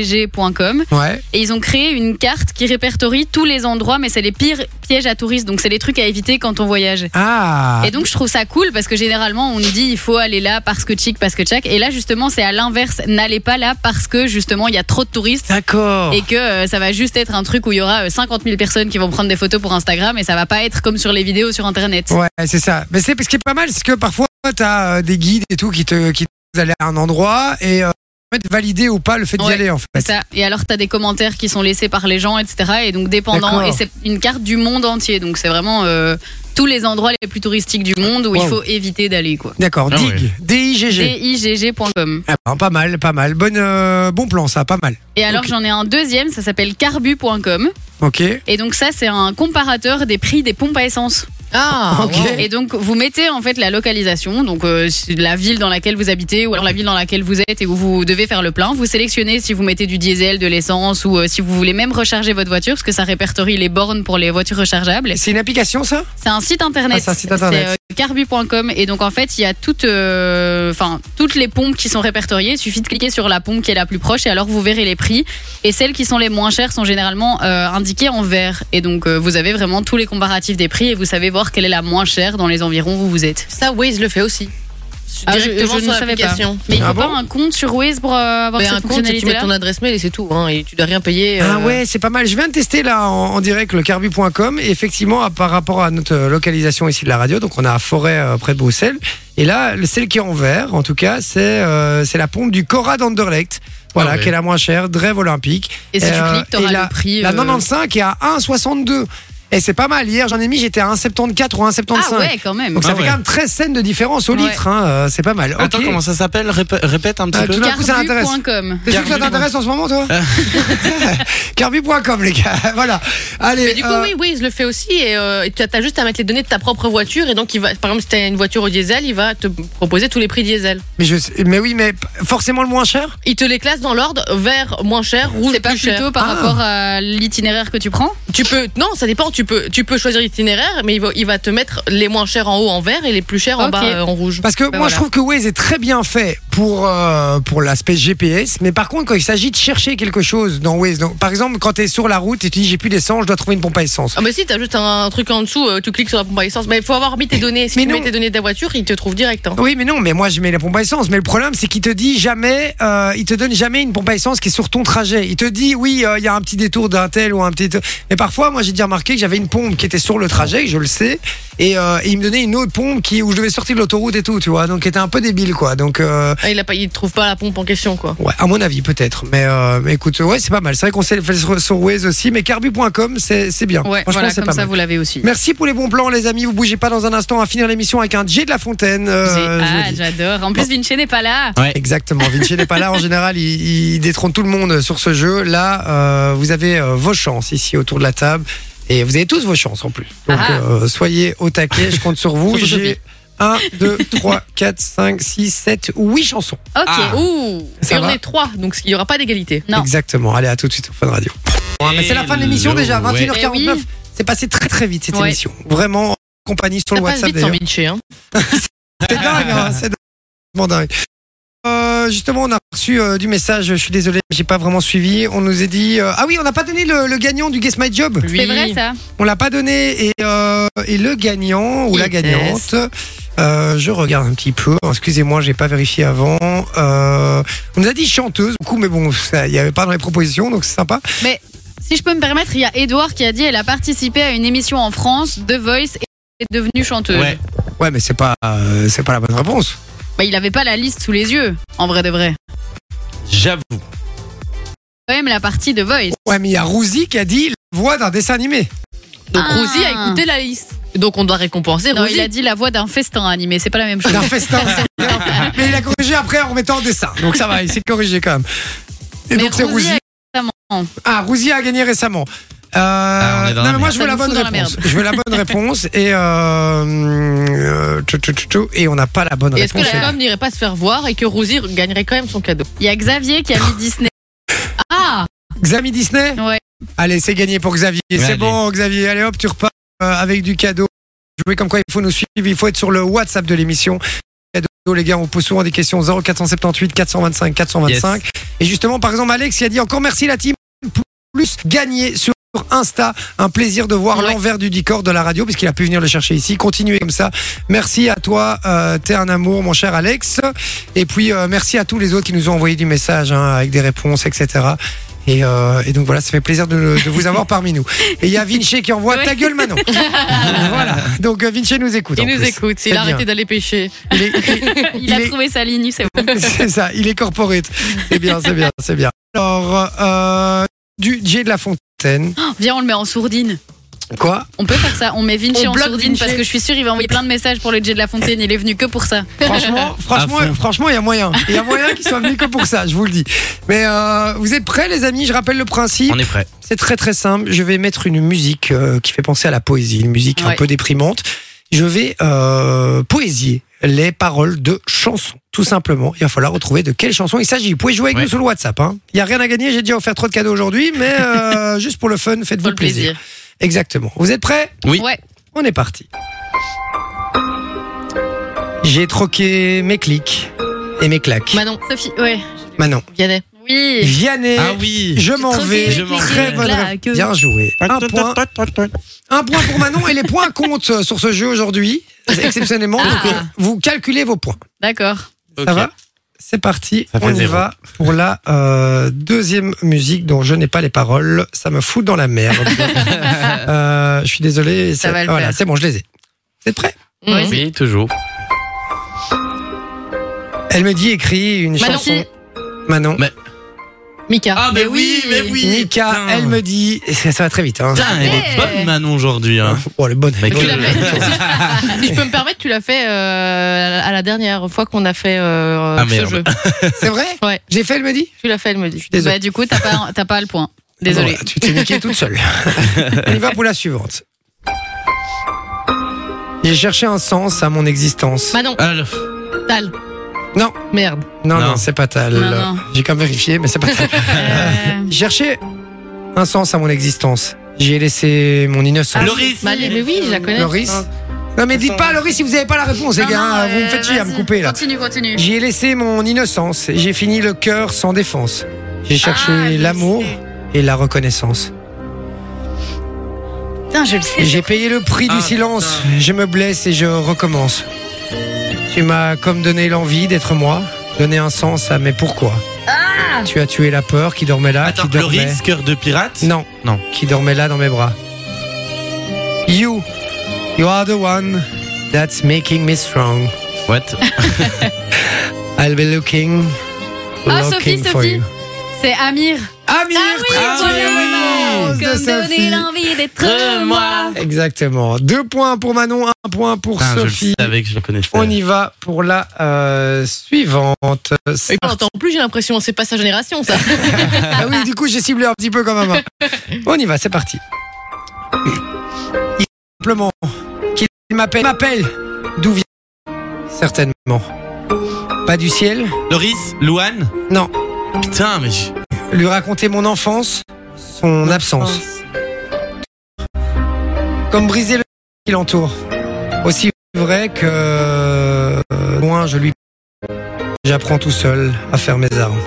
[SPEAKER 4] d-i-g-g.com.
[SPEAKER 3] Ouais.
[SPEAKER 4] Et ils ont créé une carte qui répertorie tous les endroits, mais c'est les pires pièges à touristes. Donc c'est les trucs à éviter quand on voyage.
[SPEAKER 3] Ah.
[SPEAKER 4] Et donc je trouve ça cool parce que généralement on nous dit il faut aller là parce que chic, parce que tchac. Et là justement c'est à l'inverse, n'allez pas là parce que justement il y a trop de touristes
[SPEAKER 3] D'accord.
[SPEAKER 4] et que euh, ça va juste être un truc où il y aura euh, 50 000 personnes qui vont prendre des photos pour Instagram et ça va pas être comme sur les vidéos sur internet.
[SPEAKER 3] Ouais, c'est ça. Mais c'est parce qui est pas mal, c'est que parfois t'as euh, des guides et tout qui te qui te allez à un endroit et euh, en fait, valider ou pas le fait d'y
[SPEAKER 4] Ouais,
[SPEAKER 3] aller en fait.
[SPEAKER 4] C'est ça. Et alors, t'as des commentaires qui sont laissés par les gens, etc. Et donc, dépendant.
[SPEAKER 3] D'accord.
[SPEAKER 4] Et c'est une carte du monde entier. Donc, c'est vraiment euh, tous les endroits les plus touristiques du monde où
[SPEAKER 3] Wow.
[SPEAKER 4] il faut éviter d'aller, quoi.
[SPEAKER 3] D'accord.
[SPEAKER 2] Ah
[SPEAKER 3] Dig.
[SPEAKER 2] ouais.
[SPEAKER 3] D-I-G-G.
[SPEAKER 4] digg.com.
[SPEAKER 3] Ah ben, pas mal, pas mal. Bonne, euh, bon plan, ça, pas mal.
[SPEAKER 4] Et alors,
[SPEAKER 3] Ok.
[SPEAKER 4] j'en ai un deuxième, ça s'appelle carbu.com.
[SPEAKER 3] Ok.
[SPEAKER 4] Et donc, ça, c'est un comparateur des prix des pompes à essence.
[SPEAKER 5] Ah,
[SPEAKER 3] Ok.
[SPEAKER 5] wow.
[SPEAKER 4] Et donc, vous mettez en fait la localisation, donc euh, la ville dans laquelle vous habitez ou alors la ville dans laquelle vous êtes et où vous devez faire le plein. Vous sélectionnez si vous mettez du diesel, de l'essence ou euh, si vous voulez même recharger votre voiture, parce que ça répertorie les bornes pour les voitures rechargeables.
[SPEAKER 3] C'est une application ça
[SPEAKER 4] C'est un site internet.
[SPEAKER 3] Ah, c'est un site internet.
[SPEAKER 4] C'est, euh, carbu.com et donc en fait il y a toutes, euh, enfin toutes les pompes qui sont répertoriées. Il suffit de cliquer sur la pompe qui est la plus proche et alors vous verrez les prix. Et celles qui sont les moins chères sont généralement euh, indiquées en vert. Et donc euh, vous avez vraiment tous les comparatifs des prix et vous savez voir quelle est la moins chère dans les environs où vous êtes.
[SPEAKER 5] Ça, Waze le fait aussi.
[SPEAKER 4] Ah, je-
[SPEAKER 5] Directement
[SPEAKER 4] je ne
[SPEAKER 5] sur
[SPEAKER 4] savais pas.
[SPEAKER 5] l'application.
[SPEAKER 4] Mais il
[SPEAKER 3] Ah
[SPEAKER 4] faut
[SPEAKER 3] bon
[SPEAKER 4] pas un compte sur Waze pour euh, avoir
[SPEAKER 5] Mais
[SPEAKER 4] cette
[SPEAKER 5] un compte, et tu mets
[SPEAKER 4] fonctionnalité-là.
[SPEAKER 5] ton adresse mail et c'est tout. Hein, et tu dois rien payer. euh,
[SPEAKER 3] Ah ouais, c'est pas mal. Je viens de tester là en, en direct le carbu.com. Et effectivement, à- par rapport à notre euh, localisation ici de la radio, donc on a à Forêt euh, près de Bruxelles. Et là, le- celle qui est en vert, en tout cas, c'est euh, c'est la pompe du Cora d'Anderlecht. Voilà,
[SPEAKER 2] Ah ouais.
[SPEAKER 3] qui est la moins chère, Drève Olympique.
[SPEAKER 4] Et si tu
[SPEAKER 3] Euh,
[SPEAKER 4] cliques,
[SPEAKER 3] et
[SPEAKER 4] t'auras
[SPEAKER 3] la-
[SPEAKER 4] le prix.
[SPEAKER 3] La
[SPEAKER 4] euh,
[SPEAKER 3] 95 est à 1,62. Et c'est pas mal. Hier, j'en ai mis, j'étais à 1,74 ou 1,75.
[SPEAKER 4] Ah ouais, quand même.
[SPEAKER 3] Donc ça
[SPEAKER 2] Ah
[SPEAKER 3] fait
[SPEAKER 2] ouais.
[SPEAKER 3] quand même 13 cents de différence au
[SPEAKER 4] Ouais.
[SPEAKER 3] litre. hein, euh, c'est pas mal.
[SPEAKER 2] Attends,
[SPEAKER 3] Ok.
[SPEAKER 2] comment ça s'appelle Répé- Répète un petit
[SPEAKER 3] Euh,
[SPEAKER 2] peu.
[SPEAKER 3] tout d'un coup, ça intéresse.
[SPEAKER 4] Carbu.com.
[SPEAKER 3] T'es sûr que ça t'intéresse en ce moment, toi Carbu.com, les gars. Voilà. Allez.
[SPEAKER 5] Euh. Mais du coup,
[SPEAKER 3] euh,
[SPEAKER 5] oui, Waze le fait aussi. Et euh, et tu as t'as juste à mettre les données de ta propre voiture. Et donc, il va, par exemple, si tu as une voiture au diesel, il va te proposer tous les prix diesel.
[SPEAKER 3] Mais, je sais- mais oui, mais p- forcément le moins cher
[SPEAKER 5] Il te les classe dans l'ordre vert, moins cher, rouge,
[SPEAKER 4] C'est pas
[SPEAKER 5] plus cher.
[SPEAKER 4] plutôt par
[SPEAKER 3] Ah.
[SPEAKER 4] rapport à l'itinéraire que tu prends
[SPEAKER 5] Tu peux. Non, ça dépend. Tu tu peux, tu peux choisir l'itinéraire, mais il va, il va te mettre les moins chers en haut en vert et les plus chers en
[SPEAKER 4] Ok.
[SPEAKER 5] bas euh, en rouge.
[SPEAKER 3] Parce que moi,
[SPEAKER 5] Ben voilà.
[SPEAKER 3] je trouve que Waze est très bien fait pour, euh, pour l'aspect GPS. Mais par contre, quand il s'agit de chercher quelque chose dans Waze, donc, par exemple, quand tu es sur la route et tu dis j'ai plus d'essence, je dois trouver une pompe à essence.
[SPEAKER 5] Ah bah si, t'as juste un truc en dessous, euh, tu cliques sur la pompe à essence. Mais il faut avoir mis tes données. Si
[SPEAKER 3] Mais
[SPEAKER 5] tu
[SPEAKER 3] non.
[SPEAKER 5] mets tes données de ta voiture, il te trouve direct. hein.
[SPEAKER 3] Oui, mais non, mais moi je mets la pompe à essence. Mais le problème, c'est qu'il te dit jamais, euh, il te donne jamais une pompe à essence qui est sur ton trajet. Il te dit, oui, euh, il y a un petit détour d'un tel ou un petit. Mais parfois, moi j'ai déjà remarqué que j'avais une pompe qui était sur le trajet, je le sais, et, euh, et il me donnait une autre pompe qui, où je devais sortir de l'autoroute et tout, tu vois. Donc, qui était un peu débile, quoi. Donc, euh,
[SPEAKER 5] Ah, Il, a pas, il trouve pas la pompe en question, quoi.
[SPEAKER 3] ouais, à mon avis, peut-être. Mais, euh, mais écoute, ouais, c'est pas mal. C'est vrai qu'on s'est fait sur, sur Waze aussi, mais carbu.com, c'est c'est bien.
[SPEAKER 4] Ouais,
[SPEAKER 3] Franchement,
[SPEAKER 4] voilà,
[SPEAKER 3] c'est
[SPEAKER 4] comme
[SPEAKER 3] pas
[SPEAKER 4] ça
[SPEAKER 3] mal.
[SPEAKER 4] vous l'avez aussi.
[SPEAKER 3] Merci pour les bons plans, les amis. Vous bougez pas dans un instant. On va finir l'émission avec un J de la Fontaine. euh,
[SPEAKER 4] J'ai-
[SPEAKER 3] je vous le
[SPEAKER 4] ah,
[SPEAKER 3] dis.
[SPEAKER 4] j'adore. En plus, Vinci n'est pas là.
[SPEAKER 2] Ouais.
[SPEAKER 3] Exactement. Vinci n'est pas là. En général, il, il détrône tout le monde sur ce jeu. Là, euh, vous avez euh, vos chances ici autour de la table. Et vous avez tous vos chances en plus. Donc,
[SPEAKER 4] Ah.
[SPEAKER 3] euh, soyez au taquet. Je compte sur vous.
[SPEAKER 5] Surtout Sophie.
[SPEAKER 3] J'ai 1, 2, 3, 4, 5, 6, 7, 8 chansons.
[SPEAKER 4] Ok.
[SPEAKER 5] Ouh.
[SPEAKER 3] Ah. Ça
[SPEAKER 5] et on
[SPEAKER 3] va
[SPEAKER 5] est trois, donc il y aura pas d'égalité.
[SPEAKER 4] Non.
[SPEAKER 3] Exactement. Allez, à tout de suite au Fun Radio. Ouais, mais c'est la fin de l'émission
[SPEAKER 2] Hello,
[SPEAKER 3] déjà.
[SPEAKER 2] ouais.
[SPEAKER 3] 21h49.
[SPEAKER 4] Eh oui.
[SPEAKER 3] C'est passé très très vite cette
[SPEAKER 4] Ouais.
[SPEAKER 3] émission. Vraiment, en compagnie sur
[SPEAKER 5] Ça
[SPEAKER 3] le
[SPEAKER 5] passe
[SPEAKER 3] WhatsApp
[SPEAKER 5] vite sans
[SPEAKER 3] d'ailleurs.
[SPEAKER 5] bitcher. Hein.
[SPEAKER 3] C'est dingue, hein, c'est dingue. Bon, dingue. Euh, justement, on a reçu euh, du message. Je suis désolé, j'ai pas vraiment suivi. On nous a dit euh, ah oui, on n'a pas donné le, le gagnant du Guess My Job.
[SPEAKER 4] C'est vrai ça
[SPEAKER 3] On l'a pas donné et, euh, et le gagnant ou la
[SPEAKER 5] Yes.
[SPEAKER 3] gagnante. euh, je regarde un petit peu. Oh, Excusez-moi, j'ai pas vérifié avant. Euh, on nous a dit chanteuse, beaucoup, mais bon, ça, il y avait pas dans les propositions, donc c'est sympa.
[SPEAKER 4] Si je peux me permettre, il y a Edouard qui a dit elle a participé à une émission en France, The Voice, et est devenue chanteuse.
[SPEAKER 2] Ouais.
[SPEAKER 3] Ouais, mais c'est pas, euh, c'est pas la bonne réponse.
[SPEAKER 4] Bah, il avait pas la liste sous les yeux, en vrai de vrai.
[SPEAKER 2] J'avoue.
[SPEAKER 4] Quand même la partie The Voice.
[SPEAKER 3] Ouais, mais il y a Rouzy qui a dit la voix d'un dessin animé.
[SPEAKER 5] Donc
[SPEAKER 4] Ah.
[SPEAKER 5] Rosie a écouté la liste. Donc on doit récompenser
[SPEAKER 4] Non,
[SPEAKER 5] Rosie.
[SPEAKER 4] il a dit la voix d'un festin animé, c'est pas la même chose.
[SPEAKER 3] d'un festin. Mais il a corrigé après en remettant en dessin. Donc ça va, il s'est corrigé quand même. Et
[SPEAKER 4] Mais
[SPEAKER 3] donc c'est
[SPEAKER 4] Rouzy
[SPEAKER 3] Rouzi.
[SPEAKER 4] a- Exactement.
[SPEAKER 3] Ah, Rouzi a gagné récemment. Euh,
[SPEAKER 2] Ah, on est dans
[SPEAKER 3] non,
[SPEAKER 2] la
[SPEAKER 3] mais moi je veux
[SPEAKER 4] merde.
[SPEAKER 3] la
[SPEAKER 4] Ça nous
[SPEAKER 3] bonne
[SPEAKER 4] fout dans la
[SPEAKER 3] réponse.
[SPEAKER 4] merde.
[SPEAKER 3] Je veux la bonne réponse et euh, euh, tout, tout, tout, tout. et on n'a pas la bonne
[SPEAKER 5] Et est-ce que
[SPEAKER 3] réponse.
[SPEAKER 5] la com n'irait pas se faire voir et que Rosie gagnerait quand même son cadeau
[SPEAKER 4] Il y a Xavier qui a mis Disney.
[SPEAKER 5] Ah
[SPEAKER 3] Xavier Disney.
[SPEAKER 4] Ouais.
[SPEAKER 3] Allez, c'est gagné pour Xavier. C'est
[SPEAKER 2] Allez.
[SPEAKER 3] bon, Xavier. Allez hop, tu repars euh, avec du cadeau. Jouer comme quoi il faut nous suivre. Il faut être sur le WhatsApp de l'émission. Cadeau, Les gars, on pose souvent des questions 0478 425 425. Et justement, par exemple, Alex qui a dit encore merci la team plus gagner sur Insta. Un plaisir de voir
[SPEAKER 5] Ouais.
[SPEAKER 3] l'envers du décor de la radio puisqu'il a pu venir le chercher ici. Continuez comme ça. Merci à toi, euh, t'es un amour, mon cher Alex. Et puis euh, merci à tous les autres qui nous ont envoyé du message hein, avec des réponses, etc. Et, euh, et donc voilà, ça fait plaisir de, de vous avoir parmi nous. Et il y a Vinci qui envoie
[SPEAKER 4] Ouais.
[SPEAKER 3] ta gueule Manon. voilà. Donc euh, Vinci nous écoute. en
[SPEAKER 5] Il nous
[SPEAKER 3] plus.
[SPEAKER 5] écoute, il
[SPEAKER 3] C'est
[SPEAKER 5] a
[SPEAKER 3] bien.
[SPEAKER 5] arrêté d'aller pêcher.
[SPEAKER 3] Il est-
[SPEAKER 4] Il,
[SPEAKER 3] Il
[SPEAKER 4] a
[SPEAKER 3] est-
[SPEAKER 4] trouvé sa ligne, c'est bon.
[SPEAKER 3] c'est ça, il est corporate. C'est bien, c'est bien, c'est bien. Alors, euh, du J de la Fontaine.
[SPEAKER 4] Oh, Viens, on le met en sourdine.
[SPEAKER 3] Quoi
[SPEAKER 4] On peut faire ça. On met Vinci
[SPEAKER 5] On
[SPEAKER 4] en
[SPEAKER 5] bloque
[SPEAKER 4] sourdine
[SPEAKER 5] Vinci.
[SPEAKER 4] parce que je suis sûr il va envoyer plein de messages pour le J de la Fontaine. Il est venu que pour ça.
[SPEAKER 3] Franchement, franchement,
[SPEAKER 2] À fond.
[SPEAKER 3] franchement, il y a moyen. Il y a moyen qu'ils soient venus que pour ça, je vous le dis. Mais euh, vous êtes prêts, les amis Je rappelle le principe.
[SPEAKER 2] On est prêt.
[SPEAKER 3] C'est très très simple. Je vais mettre une musique euh, qui fait penser à la poésie, une musique un
[SPEAKER 5] Ouais.
[SPEAKER 3] peu déprimante. Je vais euh, poésier les paroles de chansons, tout simplement. Il va falloir retrouver de quelle chanson il s'agit. Vous pouvez jouer avec
[SPEAKER 2] Ouais.
[SPEAKER 3] nous sur le WhatsApp. hein. Il n'y a rien à gagner. J'ai déjà offert trop de cadeaux aujourd'hui, mais euh, juste pour le fun,
[SPEAKER 5] Pour
[SPEAKER 3] faites-vous
[SPEAKER 5] le plaisir.
[SPEAKER 3] plaisir. Exactement. Vous êtes prêts
[SPEAKER 2] Oui.
[SPEAKER 4] Ouais.
[SPEAKER 3] on est parti. J'ai troqué mes clics et mes claques.
[SPEAKER 5] Manon,
[SPEAKER 4] Sophie, ouais.
[SPEAKER 3] Manon.
[SPEAKER 5] Vianney.
[SPEAKER 4] Oui.
[SPEAKER 3] Vianney,
[SPEAKER 2] Ah oui.
[SPEAKER 3] je m'en
[SPEAKER 4] troqué
[SPEAKER 3] vais.
[SPEAKER 4] mes
[SPEAKER 2] Je m'en
[SPEAKER 3] Très
[SPEAKER 2] vais.
[SPEAKER 3] bonne
[SPEAKER 4] Claques.
[SPEAKER 3] réponse. Bien joué. Un point, un point pour Manon et les points comptent euh, sur ce jeu aujourd'hui, exceptionnellement.
[SPEAKER 5] Ah.
[SPEAKER 3] Donc, euh, vous calculez vos points.
[SPEAKER 4] D'accord.
[SPEAKER 3] Ça va C'est parti.
[SPEAKER 2] Ça fait
[SPEAKER 3] On y
[SPEAKER 2] zéro.
[SPEAKER 3] va pour la euh, deuxième musique dont je n'ai pas les paroles. Ça me fout dans la merde. Euh, je suis désolé.
[SPEAKER 5] Ça
[SPEAKER 3] c'est-
[SPEAKER 5] va le
[SPEAKER 3] voilà,
[SPEAKER 5] faire.
[SPEAKER 3] c'est bon, je les ai. C'est prêt
[SPEAKER 5] Ouais.
[SPEAKER 2] Oui, toujours.
[SPEAKER 3] Elle me dit écris une
[SPEAKER 5] Manon.
[SPEAKER 3] chanson. ben Manon.
[SPEAKER 5] Mika.
[SPEAKER 2] Ah, mais oui, mais oui.
[SPEAKER 3] Nika,
[SPEAKER 2] putain.
[SPEAKER 3] elle me dit. Et Ça, ça va très vite. Hein.
[SPEAKER 2] Putain, elle est
[SPEAKER 4] Ouais.
[SPEAKER 2] bonne Manon aujourd'hui. Hein.
[SPEAKER 3] Oh, le bon.
[SPEAKER 2] Mais
[SPEAKER 5] Tu l'as
[SPEAKER 2] quelle-
[SPEAKER 5] fait. si je peux me permettre, tu l'as fait euh, à la dernière fois qu'on a fait euh,
[SPEAKER 2] Ah,
[SPEAKER 5] ce
[SPEAKER 2] merde.
[SPEAKER 5] jeu.
[SPEAKER 3] C'est vrai
[SPEAKER 5] Ouais.
[SPEAKER 3] J'ai fait, elle me dit
[SPEAKER 5] Tu l'as fait, elle me dit.
[SPEAKER 3] Désolé.
[SPEAKER 4] Bah, du coup, t'as pas, t'as pas le point. Désolé.
[SPEAKER 3] Bon, voilà, tu t'es niqué toute seule. On y va pour la suivante. J'ai cherché un sens à mon existence.
[SPEAKER 5] Manon,
[SPEAKER 2] Ah, le-
[SPEAKER 5] Tal.
[SPEAKER 3] Non.
[SPEAKER 5] Merde.
[SPEAKER 3] Non, non,
[SPEAKER 2] Non.
[SPEAKER 3] c'est pas tal.
[SPEAKER 4] Non, non.
[SPEAKER 3] J'ai quand même vérifié, mais c'est pas tal.
[SPEAKER 4] Euh,
[SPEAKER 3] J'ai cherché un sens à mon existence. J'y ai laissé mon innocence.
[SPEAKER 5] Bah, allez, mais oui, je la connais.
[SPEAKER 3] Loris Non, mais dites pas, Loris, si vous n'avez pas la réponse, les
[SPEAKER 4] Non,
[SPEAKER 3] gars.
[SPEAKER 4] non,
[SPEAKER 3] hein, vous
[SPEAKER 4] euh,
[SPEAKER 3] me faites chier à me
[SPEAKER 4] vas-y,
[SPEAKER 3] couper, là.
[SPEAKER 4] Continue, continue.
[SPEAKER 3] J'y ai laissé mon innocence et j'ai fini le cœur sans défense. J'ai cherché
[SPEAKER 4] Ah,
[SPEAKER 3] l'amour et la reconnaissance.
[SPEAKER 4] Putain, je le sais.
[SPEAKER 3] Et J'ai payé le prix
[SPEAKER 2] Ah,
[SPEAKER 3] du silence. Je me blesse et je recommence. Tu m'as comme donné l'envie d'être moi, donné un sens à mes pourquoi.
[SPEAKER 4] Ah
[SPEAKER 3] tu as tué la peur qui dormait là, qui
[SPEAKER 2] Le
[SPEAKER 3] dormait.
[SPEAKER 2] risque de pirate
[SPEAKER 3] Ah, Non,
[SPEAKER 2] Non.
[SPEAKER 3] qui dormait là dans mes bras. You, you are the one that's making me strong.
[SPEAKER 2] What
[SPEAKER 3] I'll be looking,
[SPEAKER 4] Ah, Sophie,
[SPEAKER 3] looking for
[SPEAKER 4] Sophie.
[SPEAKER 3] you.
[SPEAKER 4] C'est Amir.
[SPEAKER 3] Amir,
[SPEAKER 4] Ah
[SPEAKER 3] très bonne réponse de
[SPEAKER 4] Comme donner
[SPEAKER 3] Sophie.
[SPEAKER 4] l'envie d'être moi.
[SPEAKER 3] Exactement. Deux points pour Manon, un point pour
[SPEAKER 2] Putain,
[SPEAKER 3] Sophie.
[SPEAKER 2] Je le savais que je le connaissais.
[SPEAKER 3] On y va pour la euh, suivante.
[SPEAKER 5] Et on n'entend plus, j'ai l'impression, c'est pas sa génération, ça.
[SPEAKER 3] Ah oui, du coup, j'ai ciblé un petit peu quand même. hein. On y va, c'est parti. Il- Simplement, qu'il m'appelle, m'appelle, d'où vient Certainement. Pas du ciel
[SPEAKER 2] Loris Louane
[SPEAKER 3] Non.
[SPEAKER 2] Putain, mais. je-
[SPEAKER 3] Lui raconter mon enfance, son absence. Comme briser le qui l'entoure. Aussi vrai que euh, loin je lui j'apprends tout seul à faire mes armes.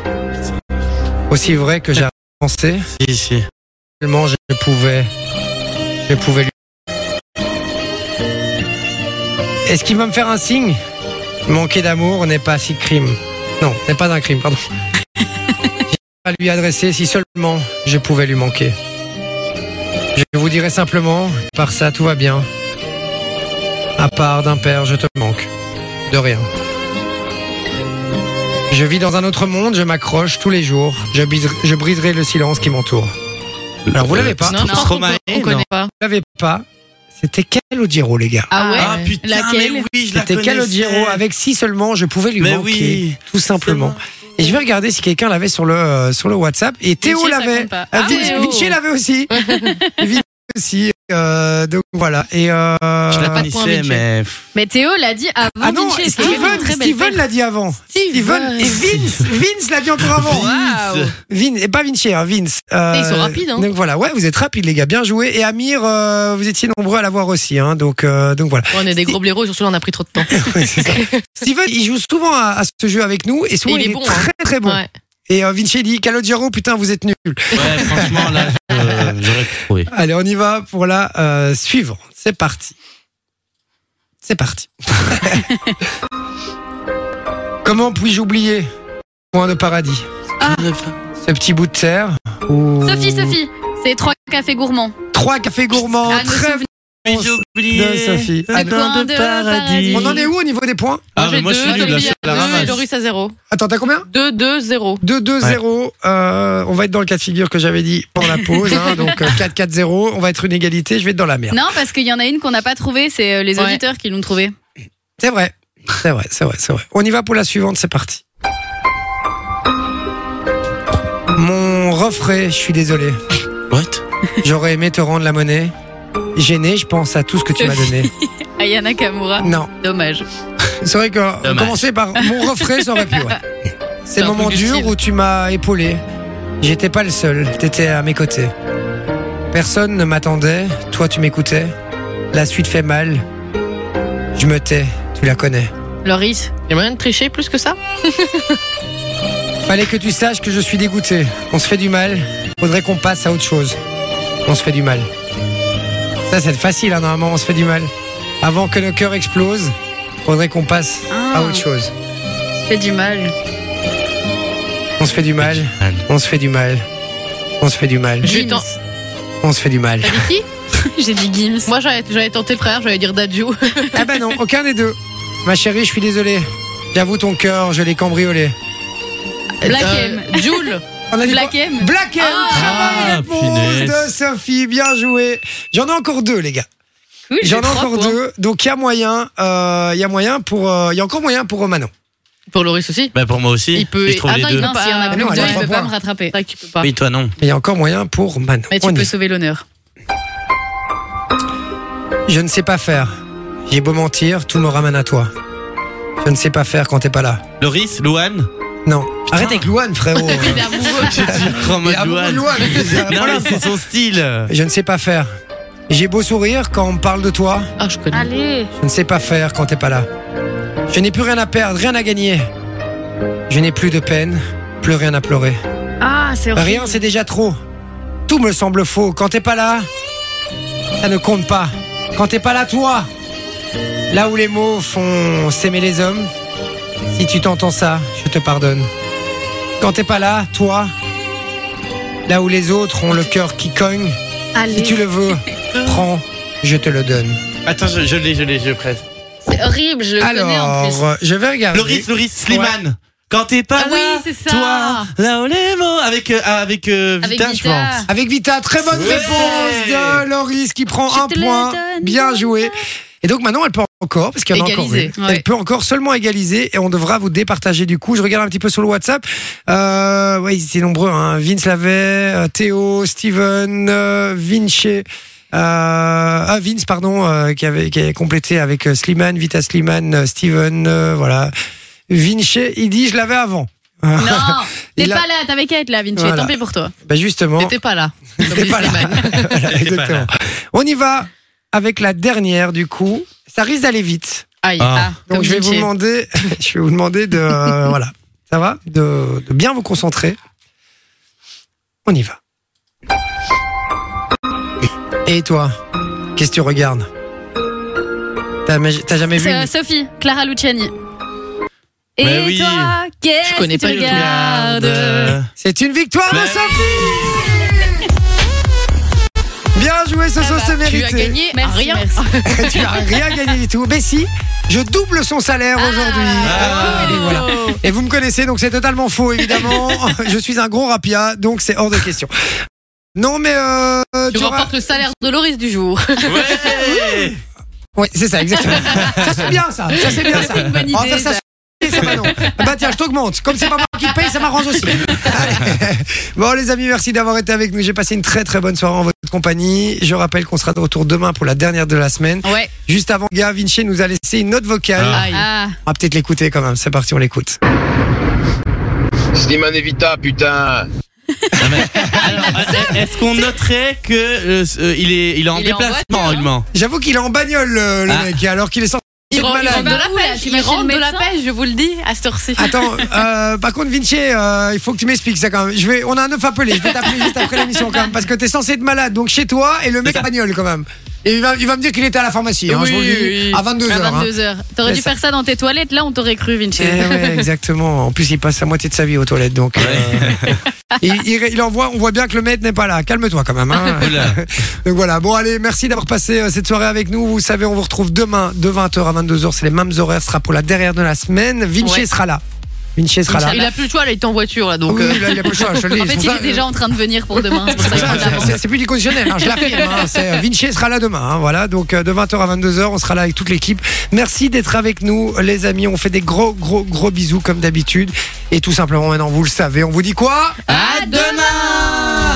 [SPEAKER 3] Aussi vrai que j'ai avancé,
[SPEAKER 2] Si, si.
[SPEAKER 3] tellement je pouvais je pouvais lui Est-ce qu'il va me faire un signe Manquer d'amour n'est pas si crime. Non, n'est pas un crime, pardon. J'ai à lui adresser si seulement je pouvais lui manquer. Je vous dirai simplement, par ça tout va bien. À part d'un père, je te manque. De rien. Je vis dans un autre monde, je m'accroche tous les jours, je, biserai- je briserai le silence qui m'entoure. Alors vous l'avez pas Vous
[SPEAKER 5] Non, non,
[SPEAKER 2] Stromae,
[SPEAKER 5] on, on
[SPEAKER 2] non.
[SPEAKER 5] connaît pas.
[SPEAKER 3] l'avez pas C'était Calogero les gars
[SPEAKER 5] Ah ouais
[SPEAKER 2] Ah putain,
[SPEAKER 5] Laquelle
[SPEAKER 2] mais oui, je la
[SPEAKER 3] C'était Calogero
[SPEAKER 2] connaissais.
[SPEAKER 3] avec si seulement je pouvais lui
[SPEAKER 2] Mais
[SPEAKER 3] manquer,
[SPEAKER 2] oui.
[SPEAKER 3] tout simplement. Et je vais regarder si quelqu'un l'avait sur le euh, sur le WhatsApp. Et Théo
[SPEAKER 5] Vinci, ça
[SPEAKER 3] l'avait.
[SPEAKER 5] compte pas.
[SPEAKER 3] Euh,
[SPEAKER 5] Ah,
[SPEAKER 3] Vin-
[SPEAKER 5] Théo.
[SPEAKER 3] Vinci l'avait aussi. Vinci aussi. Euh, donc voilà. Et euh,
[SPEAKER 2] Je la
[SPEAKER 5] pas de point
[SPEAKER 2] connaissais,
[SPEAKER 5] Vinci.
[SPEAKER 2] mais.
[SPEAKER 4] Mais Théo l'a dit avant
[SPEAKER 3] ah non,
[SPEAKER 4] Vinci, c'était une
[SPEAKER 3] Steven,
[SPEAKER 4] très belle
[SPEAKER 3] Steven
[SPEAKER 4] fête.
[SPEAKER 3] l'a dit avant. Steven et Vince, Vince l'a dit encore
[SPEAKER 5] Oh,
[SPEAKER 3] avant. hein.
[SPEAKER 2] Vince.
[SPEAKER 3] Vince, et pas Vinci, hein, Vince. Euh,
[SPEAKER 5] Ils sont rapides, hein.
[SPEAKER 3] Donc voilà, ouais, vous êtes rapides les gars, bien joué. Et Amir, euh, vous étiez nombreux à l'avoir aussi, hein, donc euh, donc voilà.
[SPEAKER 5] Ouais, on est des gros blaireaux, surtout là, on a pris trop de temps.
[SPEAKER 3] Ouais, c'est ça. Steven, il joue souvent à, à ce jeu avec nous et souvent
[SPEAKER 5] Et
[SPEAKER 3] il,
[SPEAKER 5] il est
[SPEAKER 3] est,
[SPEAKER 5] bon, hein.
[SPEAKER 3] très très bon.
[SPEAKER 5] Ouais.
[SPEAKER 3] Et euh, Vinci dit Calogero, putain, vous êtes nuls.
[SPEAKER 2] Ouais, franchement, là, je- j'aurais pu trouver.
[SPEAKER 3] Allez, on y va pour la euh, suivante. C'est parti. C'est parti. Comment puis-je oublier Point de paradis.
[SPEAKER 4] Ah.
[SPEAKER 3] Ce petit bout de terre. où-
[SPEAKER 4] Sophie, Sophie, c'est trois cafés gourmands.
[SPEAKER 3] Trois cafés gourmands.
[SPEAKER 4] Ah,
[SPEAKER 3] Oh,
[SPEAKER 4] nos
[SPEAKER 3] très
[SPEAKER 4] souvenirs.
[SPEAKER 2] Mais
[SPEAKER 3] réponse
[SPEAKER 2] j'ai oublié.
[SPEAKER 3] de Sophie.
[SPEAKER 2] Un
[SPEAKER 3] Ah,
[SPEAKER 4] point de paradis.
[SPEAKER 3] On en est où au niveau des points
[SPEAKER 2] Ah, mais moi, je
[SPEAKER 5] j'ai
[SPEAKER 2] suis
[SPEAKER 5] deux,
[SPEAKER 2] nul, là, je
[SPEAKER 5] Sophie
[SPEAKER 2] suis
[SPEAKER 5] à
[SPEAKER 2] la
[SPEAKER 5] deux, et
[SPEAKER 2] ramasse.
[SPEAKER 5] Loris à zéro.
[SPEAKER 3] Attends, t'as combien
[SPEAKER 5] 2, 2, 0.
[SPEAKER 3] 2-2-0. euh, on va être dans le 4 figure que j'avais dit pendant la pause. hein, donc euh, 4-4-0. On va être une égalité. Je vais être dans la merde.
[SPEAKER 4] Non, parce qu'il y en a une qu'on n'a pas trouvée, c'est euh, les
[SPEAKER 5] Ouais.
[SPEAKER 4] auditeurs qui l'ont trouvée.
[SPEAKER 3] C'est vrai. C'est vrai, c'est vrai, c'est vrai. On y va pour la suivante. C'est parti. Mon refrain, je suis désolé.
[SPEAKER 2] What
[SPEAKER 3] J'aurais aimé te rendre la monnaie. Gêné, je pense à tout ce que tu m'as donné.
[SPEAKER 4] Ayana Kamura.
[SPEAKER 3] Non.
[SPEAKER 4] Dommage.
[SPEAKER 3] C'est vrai que euh,
[SPEAKER 2] Dommage.
[SPEAKER 3] commencer par mon refrain, ça aurait pu. ouais. C'est
[SPEAKER 5] C'est
[SPEAKER 3] le
[SPEAKER 5] un
[SPEAKER 3] moment
[SPEAKER 5] peu du
[SPEAKER 3] dur
[SPEAKER 5] style.
[SPEAKER 3] où tu m'as épaulé. J'étais pas le seul, t'étais à mes côtés. Personne ne m'attendait, toi tu m'écoutais. La suite fait mal. Je me tais, tu la connais.
[SPEAKER 5] Loris, il y a moyen de tricher plus que ça
[SPEAKER 3] Fallait que tu saches que je suis dégoûté. On se fait du mal. Faudrait qu'on passe à autre chose. On se fait du mal. Ça, c'est facile, hein, normalement, on se fait du mal. Avant que nos cœurs explosent, faudrait qu'on passe à
[SPEAKER 4] Ah.
[SPEAKER 3] autre chose.
[SPEAKER 4] Fait du mal.
[SPEAKER 3] On se fait du mal, on se fait du mal, on se fait du mal,
[SPEAKER 5] Je
[SPEAKER 4] Gims.
[SPEAKER 5] t'en-
[SPEAKER 3] on se fait du mal.
[SPEAKER 5] T'as dit qui
[SPEAKER 4] J'ai dit Gims.
[SPEAKER 5] Moi, j'allais j'allais tenter le frère, j'allais dire Dadju.
[SPEAKER 3] Ah bah non, aucun des deux. Ma chérie, je suis désolé. J'avoue ton cœur, je l'ai cambriolé.
[SPEAKER 4] Black
[SPEAKER 5] Euh,
[SPEAKER 4] M.
[SPEAKER 5] Jul.
[SPEAKER 3] On a dit
[SPEAKER 4] Black
[SPEAKER 3] quoi
[SPEAKER 4] M.
[SPEAKER 3] Black M,
[SPEAKER 4] Ah.
[SPEAKER 3] très bonne
[SPEAKER 2] Ah,
[SPEAKER 3] réponse
[SPEAKER 2] punaise.
[SPEAKER 3] de Sophie, bien joué. J'en ai encore deux, les gars.
[SPEAKER 4] Cool, j'ai
[SPEAKER 3] J'en ai
[SPEAKER 4] trois
[SPEAKER 3] encore
[SPEAKER 4] points.
[SPEAKER 3] deux. Donc il y a moyen, euh, il y a moyen pour, euh, il y a encore moyen pour Romano.
[SPEAKER 5] Pour Loris aussi.
[SPEAKER 2] Bah, pour moi aussi.
[SPEAKER 5] Il peut-
[SPEAKER 2] Et je trouve
[SPEAKER 5] Ah,
[SPEAKER 2] les
[SPEAKER 5] non,
[SPEAKER 2] deux.
[SPEAKER 5] peut
[SPEAKER 4] Non, s'il y en a
[SPEAKER 5] pas-
[SPEAKER 4] plus
[SPEAKER 3] Non,
[SPEAKER 4] que
[SPEAKER 3] elle a
[SPEAKER 4] deux, il
[SPEAKER 3] trois
[SPEAKER 4] peut pas
[SPEAKER 3] points.
[SPEAKER 4] me rattraper.
[SPEAKER 5] C'est vrai que tu peux pas.
[SPEAKER 2] Oui, toi, non.
[SPEAKER 3] Il y a encore moyen pour Manon.
[SPEAKER 4] Mais tu
[SPEAKER 3] On y
[SPEAKER 4] peux
[SPEAKER 3] va.
[SPEAKER 4] sauver l'honneur.
[SPEAKER 3] Je ne sais pas faire. J'ai beau mentir, tout me ramène à toi. Je ne sais pas faire quand t'es pas là.
[SPEAKER 2] Loris Louane
[SPEAKER 3] Non, Arrête avec Louane, frérot.
[SPEAKER 5] Il est amoureux.
[SPEAKER 2] Prends ma
[SPEAKER 3] Et amoureux
[SPEAKER 2] douane.
[SPEAKER 3] de Louane.
[SPEAKER 2] Non,
[SPEAKER 3] Voilà.
[SPEAKER 2] mais c'est son style.
[SPEAKER 3] Je ne sais pas faire. J'ai beau sourire quand on me parle de toi.
[SPEAKER 5] Ah, je connais.
[SPEAKER 4] Allez,
[SPEAKER 3] Je ne sais pas faire quand t'es pas là. Je n'ai plus rien à perdre, rien à gagner. Je n'ai plus de peine, plus rien à pleurer.
[SPEAKER 4] ah c'est horrible.
[SPEAKER 3] Rien, c'est déjà trop. Tout me semble faux. Quand t'es pas là, ça ne compte pas. Quand t'es pas là, toi, là où les mots font s'aimer les hommes, si tu t'entends ça, je te pardonne. Quand t'es pas là, toi, là où les autres ont le cœur qui cogne,
[SPEAKER 4] Allez.
[SPEAKER 3] si tu le veux, prends, je te le donne.
[SPEAKER 2] Attends, je, je l'ai, je l'ai, je presse.
[SPEAKER 4] C'est horrible, je le connais en plus.
[SPEAKER 3] Alors, euh, je vais regarder.
[SPEAKER 2] Loris, Loris, Slimane. Quand t'es pas
[SPEAKER 4] Ah
[SPEAKER 2] là,
[SPEAKER 4] oui, c'est ça.
[SPEAKER 2] toi, là où les mots, avec, euh, avec, euh,
[SPEAKER 4] Avec
[SPEAKER 2] Vita, je
[SPEAKER 4] Vita.
[SPEAKER 2] pense.
[SPEAKER 3] Ah. Avec Vita, très bonne
[SPEAKER 2] Ouais.
[SPEAKER 3] réponse de Loris qui prend
[SPEAKER 4] Je
[SPEAKER 3] un
[SPEAKER 4] te le
[SPEAKER 3] point.
[SPEAKER 4] donne.
[SPEAKER 3] Bien joué. Et donc maintenant, elle peut encore, parce qu'il y en a encore
[SPEAKER 5] Égaliser,
[SPEAKER 3] une.
[SPEAKER 4] ouais.
[SPEAKER 3] Elle peut encore seulement égaliser et on devra vous départager du coup. Je regarde un petit peu sur le WhatsApp. Euh, ouais, ils étaient nombreux. Hein. Vince Lavet, euh, Théo, Steven, euh, Vinci. euh, ah, Vince, pardon, euh, qui, avait, qui avait complété avec euh, Slimane, Vita Slimane, euh, Steven, euh, voilà. Vinci, il dit je l'avais avant.
[SPEAKER 4] Non, t'es
[SPEAKER 3] Il a-
[SPEAKER 4] pas là, t'avais qu'à être là, Vinci.
[SPEAKER 3] Voilà.
[SPEAKER 4] Tant pis pour toi.
[SPEAKER 3] Bah justement.
[SPEAKER 5] T'étais pas là.
[SPEAKER 3] T'étais pas là. Voilà,
[SPEAKER 2] J'étais pas
[SPEAKER 3] exactement. On y va avec la dernière du coup. Ça risque d'aller vite.
[SPEAKER 5] Aïe.
[SPEAKER 2] Ah.
[SPEAKER 5] Ah.
[SPEAKER 3] Donc
[SPEAKER 5] comme
[SPEAKER 3] je vais vous
[SPEAKER 5] Vinci.
[SPEAKER 3] demander, je vais vous demander de euh, voilà, ça va, de, de bien vous concentrer. On y va. Et toi, qu'est-ce que tu regardes T'as ma- t'as jamais vu
[SPEAKER 4] C'est
[SPEAKER 3] une-
[SPEAKER 4] euh, Sophie, Clara Luciani. Et
[SPEAKER 2] Mais oui.
[SPEAKER 4] toi, qu'est-ce
[SPEAKER 5] Je connais
[SPEAKER 4] que
[SPEAKER 5] pas
[SPEAKER 4] tu
[SPEAKER 5] du tout.
[SPEAKER 4] regardes
[SPEAKER 3] C'est une victoire de
[SPEAKER 2] Mais-
[SPEAKER 3] Sophie. Bien joué, ce sauce c'est
[SPEAKER 5] Bah, Tu
[SPEAKER 3] mérité.
[SPEAKER 5] as gagné
[SPEAKER 4] Merci,
[SPEAKER 5] rien.
[SPEAKER 4] merci.
[SPEAKER 3] tu n'as rien gagné du tout. Mais si, je double son salaire aujourd'hui.
[SPEAKER 5] Oh.
[SPEAKER 2] Ah.
[SPEAKER 3] Et voilà. Et vous me connaissez, donc c'est totalement faux, évidemment. je suis un gros rapia, donc c'est hors de question. Non, mais euh,
[SPEAKER 5] Tu
[SPEAKER 3] auras-
[SPEAKER 5] remportes le salaire de Loris du jour.
[SPEAKER 2] Ouais.
[SPEAKER 3] Oui, c'est ça, exactement. ça, c'est bien, ça. Ça, c'est bien, ça.
[SPEAKER 4] C'est une bonne
[SPEAKER 3] On va faire Ah,
[SPEAKER 4] idée,
[SPEAKER 3] ça.
[SPEAKER 4] ça.
[SPEAKER 3] sur- c'est pas non. Bah tiens, je t'augmente. Comme c'est pas moi qui paye, ça m'arrange aussi. Allez. Bon les amis, merci d'avoir été avec nous. J'ai passé une très très bonne soirée en votre compagnie. Je rappelle qu'on sera de retour demain pour la dernière de la semaine.
[SPEAKER 5] Ouais.
[SPEAKER 3] Juste avant, Gars Vinci nous a laissé une note vocale.
[SPEAKER 2] Ah.
[SPEAKER 5] Aïe.
[SPEAKER 4] Ah,
[SPEAKER 3] On va peut-être l'écouter quand même. C'est parti, on l'écoute.
[SPEAKER 12] Slimane Evita, putain.
[SPEAKER 2] Non, mais- Alors, est-ce qu'on noterait que euh, ce- euh, il est, il est en
[SPEAKER 5] Il est en
[SPEAKER 2] déplacement,
[SPEAKER 5] voiture, hein.
[SPEAKER 2] il ment.
[SPEAKER 3] J'avoue qu'il est en bagnole, le, le
[SPEAKER 2] Ah.
[SPEAKER 3] mec, alors qu'il est sorti.
[SPEAKER 5] Il
[SPEAKER 3] de
[SPEAKER 5] rentre il
[SPEAKER 3] malade.
[SPEAKER 5] rentre de la
[SPEAKER 4] Oula,
[SPEAKER 5] pêche.
[SPEAKER 4] tu
[SPEAKER 5] Il
[SPEAKER 4] vas chez
[SPEAKER 5] rentre
[SPEAKER 4] le
[SPEAKER 5] de la
[SPEAKER 4] médecin
[SPEAKER 5] pêche, je vous le dis, à cette heure-ci.
[SPEAKER 3] Attends, euh, par contre, Vinci, euh, il faut que tu m'expliques ça quand même. Je vais, on a un œuf appelé, je vais t'appeler juste après l'émission quand même, parce que t'es censé être malade, donc chez toi, et le mec en bagnole quand même. Et il va, il va me dire qu'il était à la pharmacie, hein, je vous le dis,
[SPEAKER 5] Oui, oui.
[SPEAKER 3] à hein. 22h.
[SPEAKER 4] à 22h. T'aurais
[SPEAKER 3] Mais
[SPEAKER 4] dû
[SPEAKER 3] ça- Eh,
[SPEAKER 4] faire ça dans tes toilettes, là on t'aurait cru, Vinci.
[SPEAKER 3] exactement. En plus, il passe la moitié de sa vie aux toilettes, donc. euh, il, il- il envoie, on voit bien que le maître n'est pas là. Calme-toi quand même. hein.
[SPEAKER 2] Oula.
[SPEAKER 3] Donc voilà, bon allez, merci d'avoir passé euh, cette soirée avec nous. Vous savez, on vous retrouve demain de 20h à 22h, c'est les mêmes horaires, ce sera pour la dernière de la semaine. Vinci
[SPEAKER 5] Ouais.
[SPEAKER 3] sera là. Vinci sera là.
[SPEAKER 5] Il a plus le choix, là, il est en voiture, là, donc.
[SPEAKER 3] Oui,
[SPEAKER 5] euh,
[SPEAKER 3] là, il a plus le choix, je te le dis.
[SPEAKER 4] En fait,
[SPEAKER 3] C'est
[SPEAKER 4] il
[SPEAKER 3] pour
[SPEAKER 4] est
[SPEAKER 3] ça-
[SPEAKER 4] déjà en train de venir pour demain. C'est pour ça
[SPEAKER 3] c'est
[SPEAKER 4] qu'on
[SPEAKER 3] ça,
[SPEAKER 4] l'avance.
[SPEAKER 3] c'est- c'est plus du conditionnel, hein, je l'affirme. hein, c'est, euh, Vinci sera là demain, hein, voilà. Donc euh, de 20h à 22h, on sera là avec toute l'équipe. Merci d'être avec nous, les amis. On fait des gros, gros, gros bisous comme d'habitude. Et tout simplement, maintenant, vous le savez, on vous dit quoi
[SPEAKER 5] À demain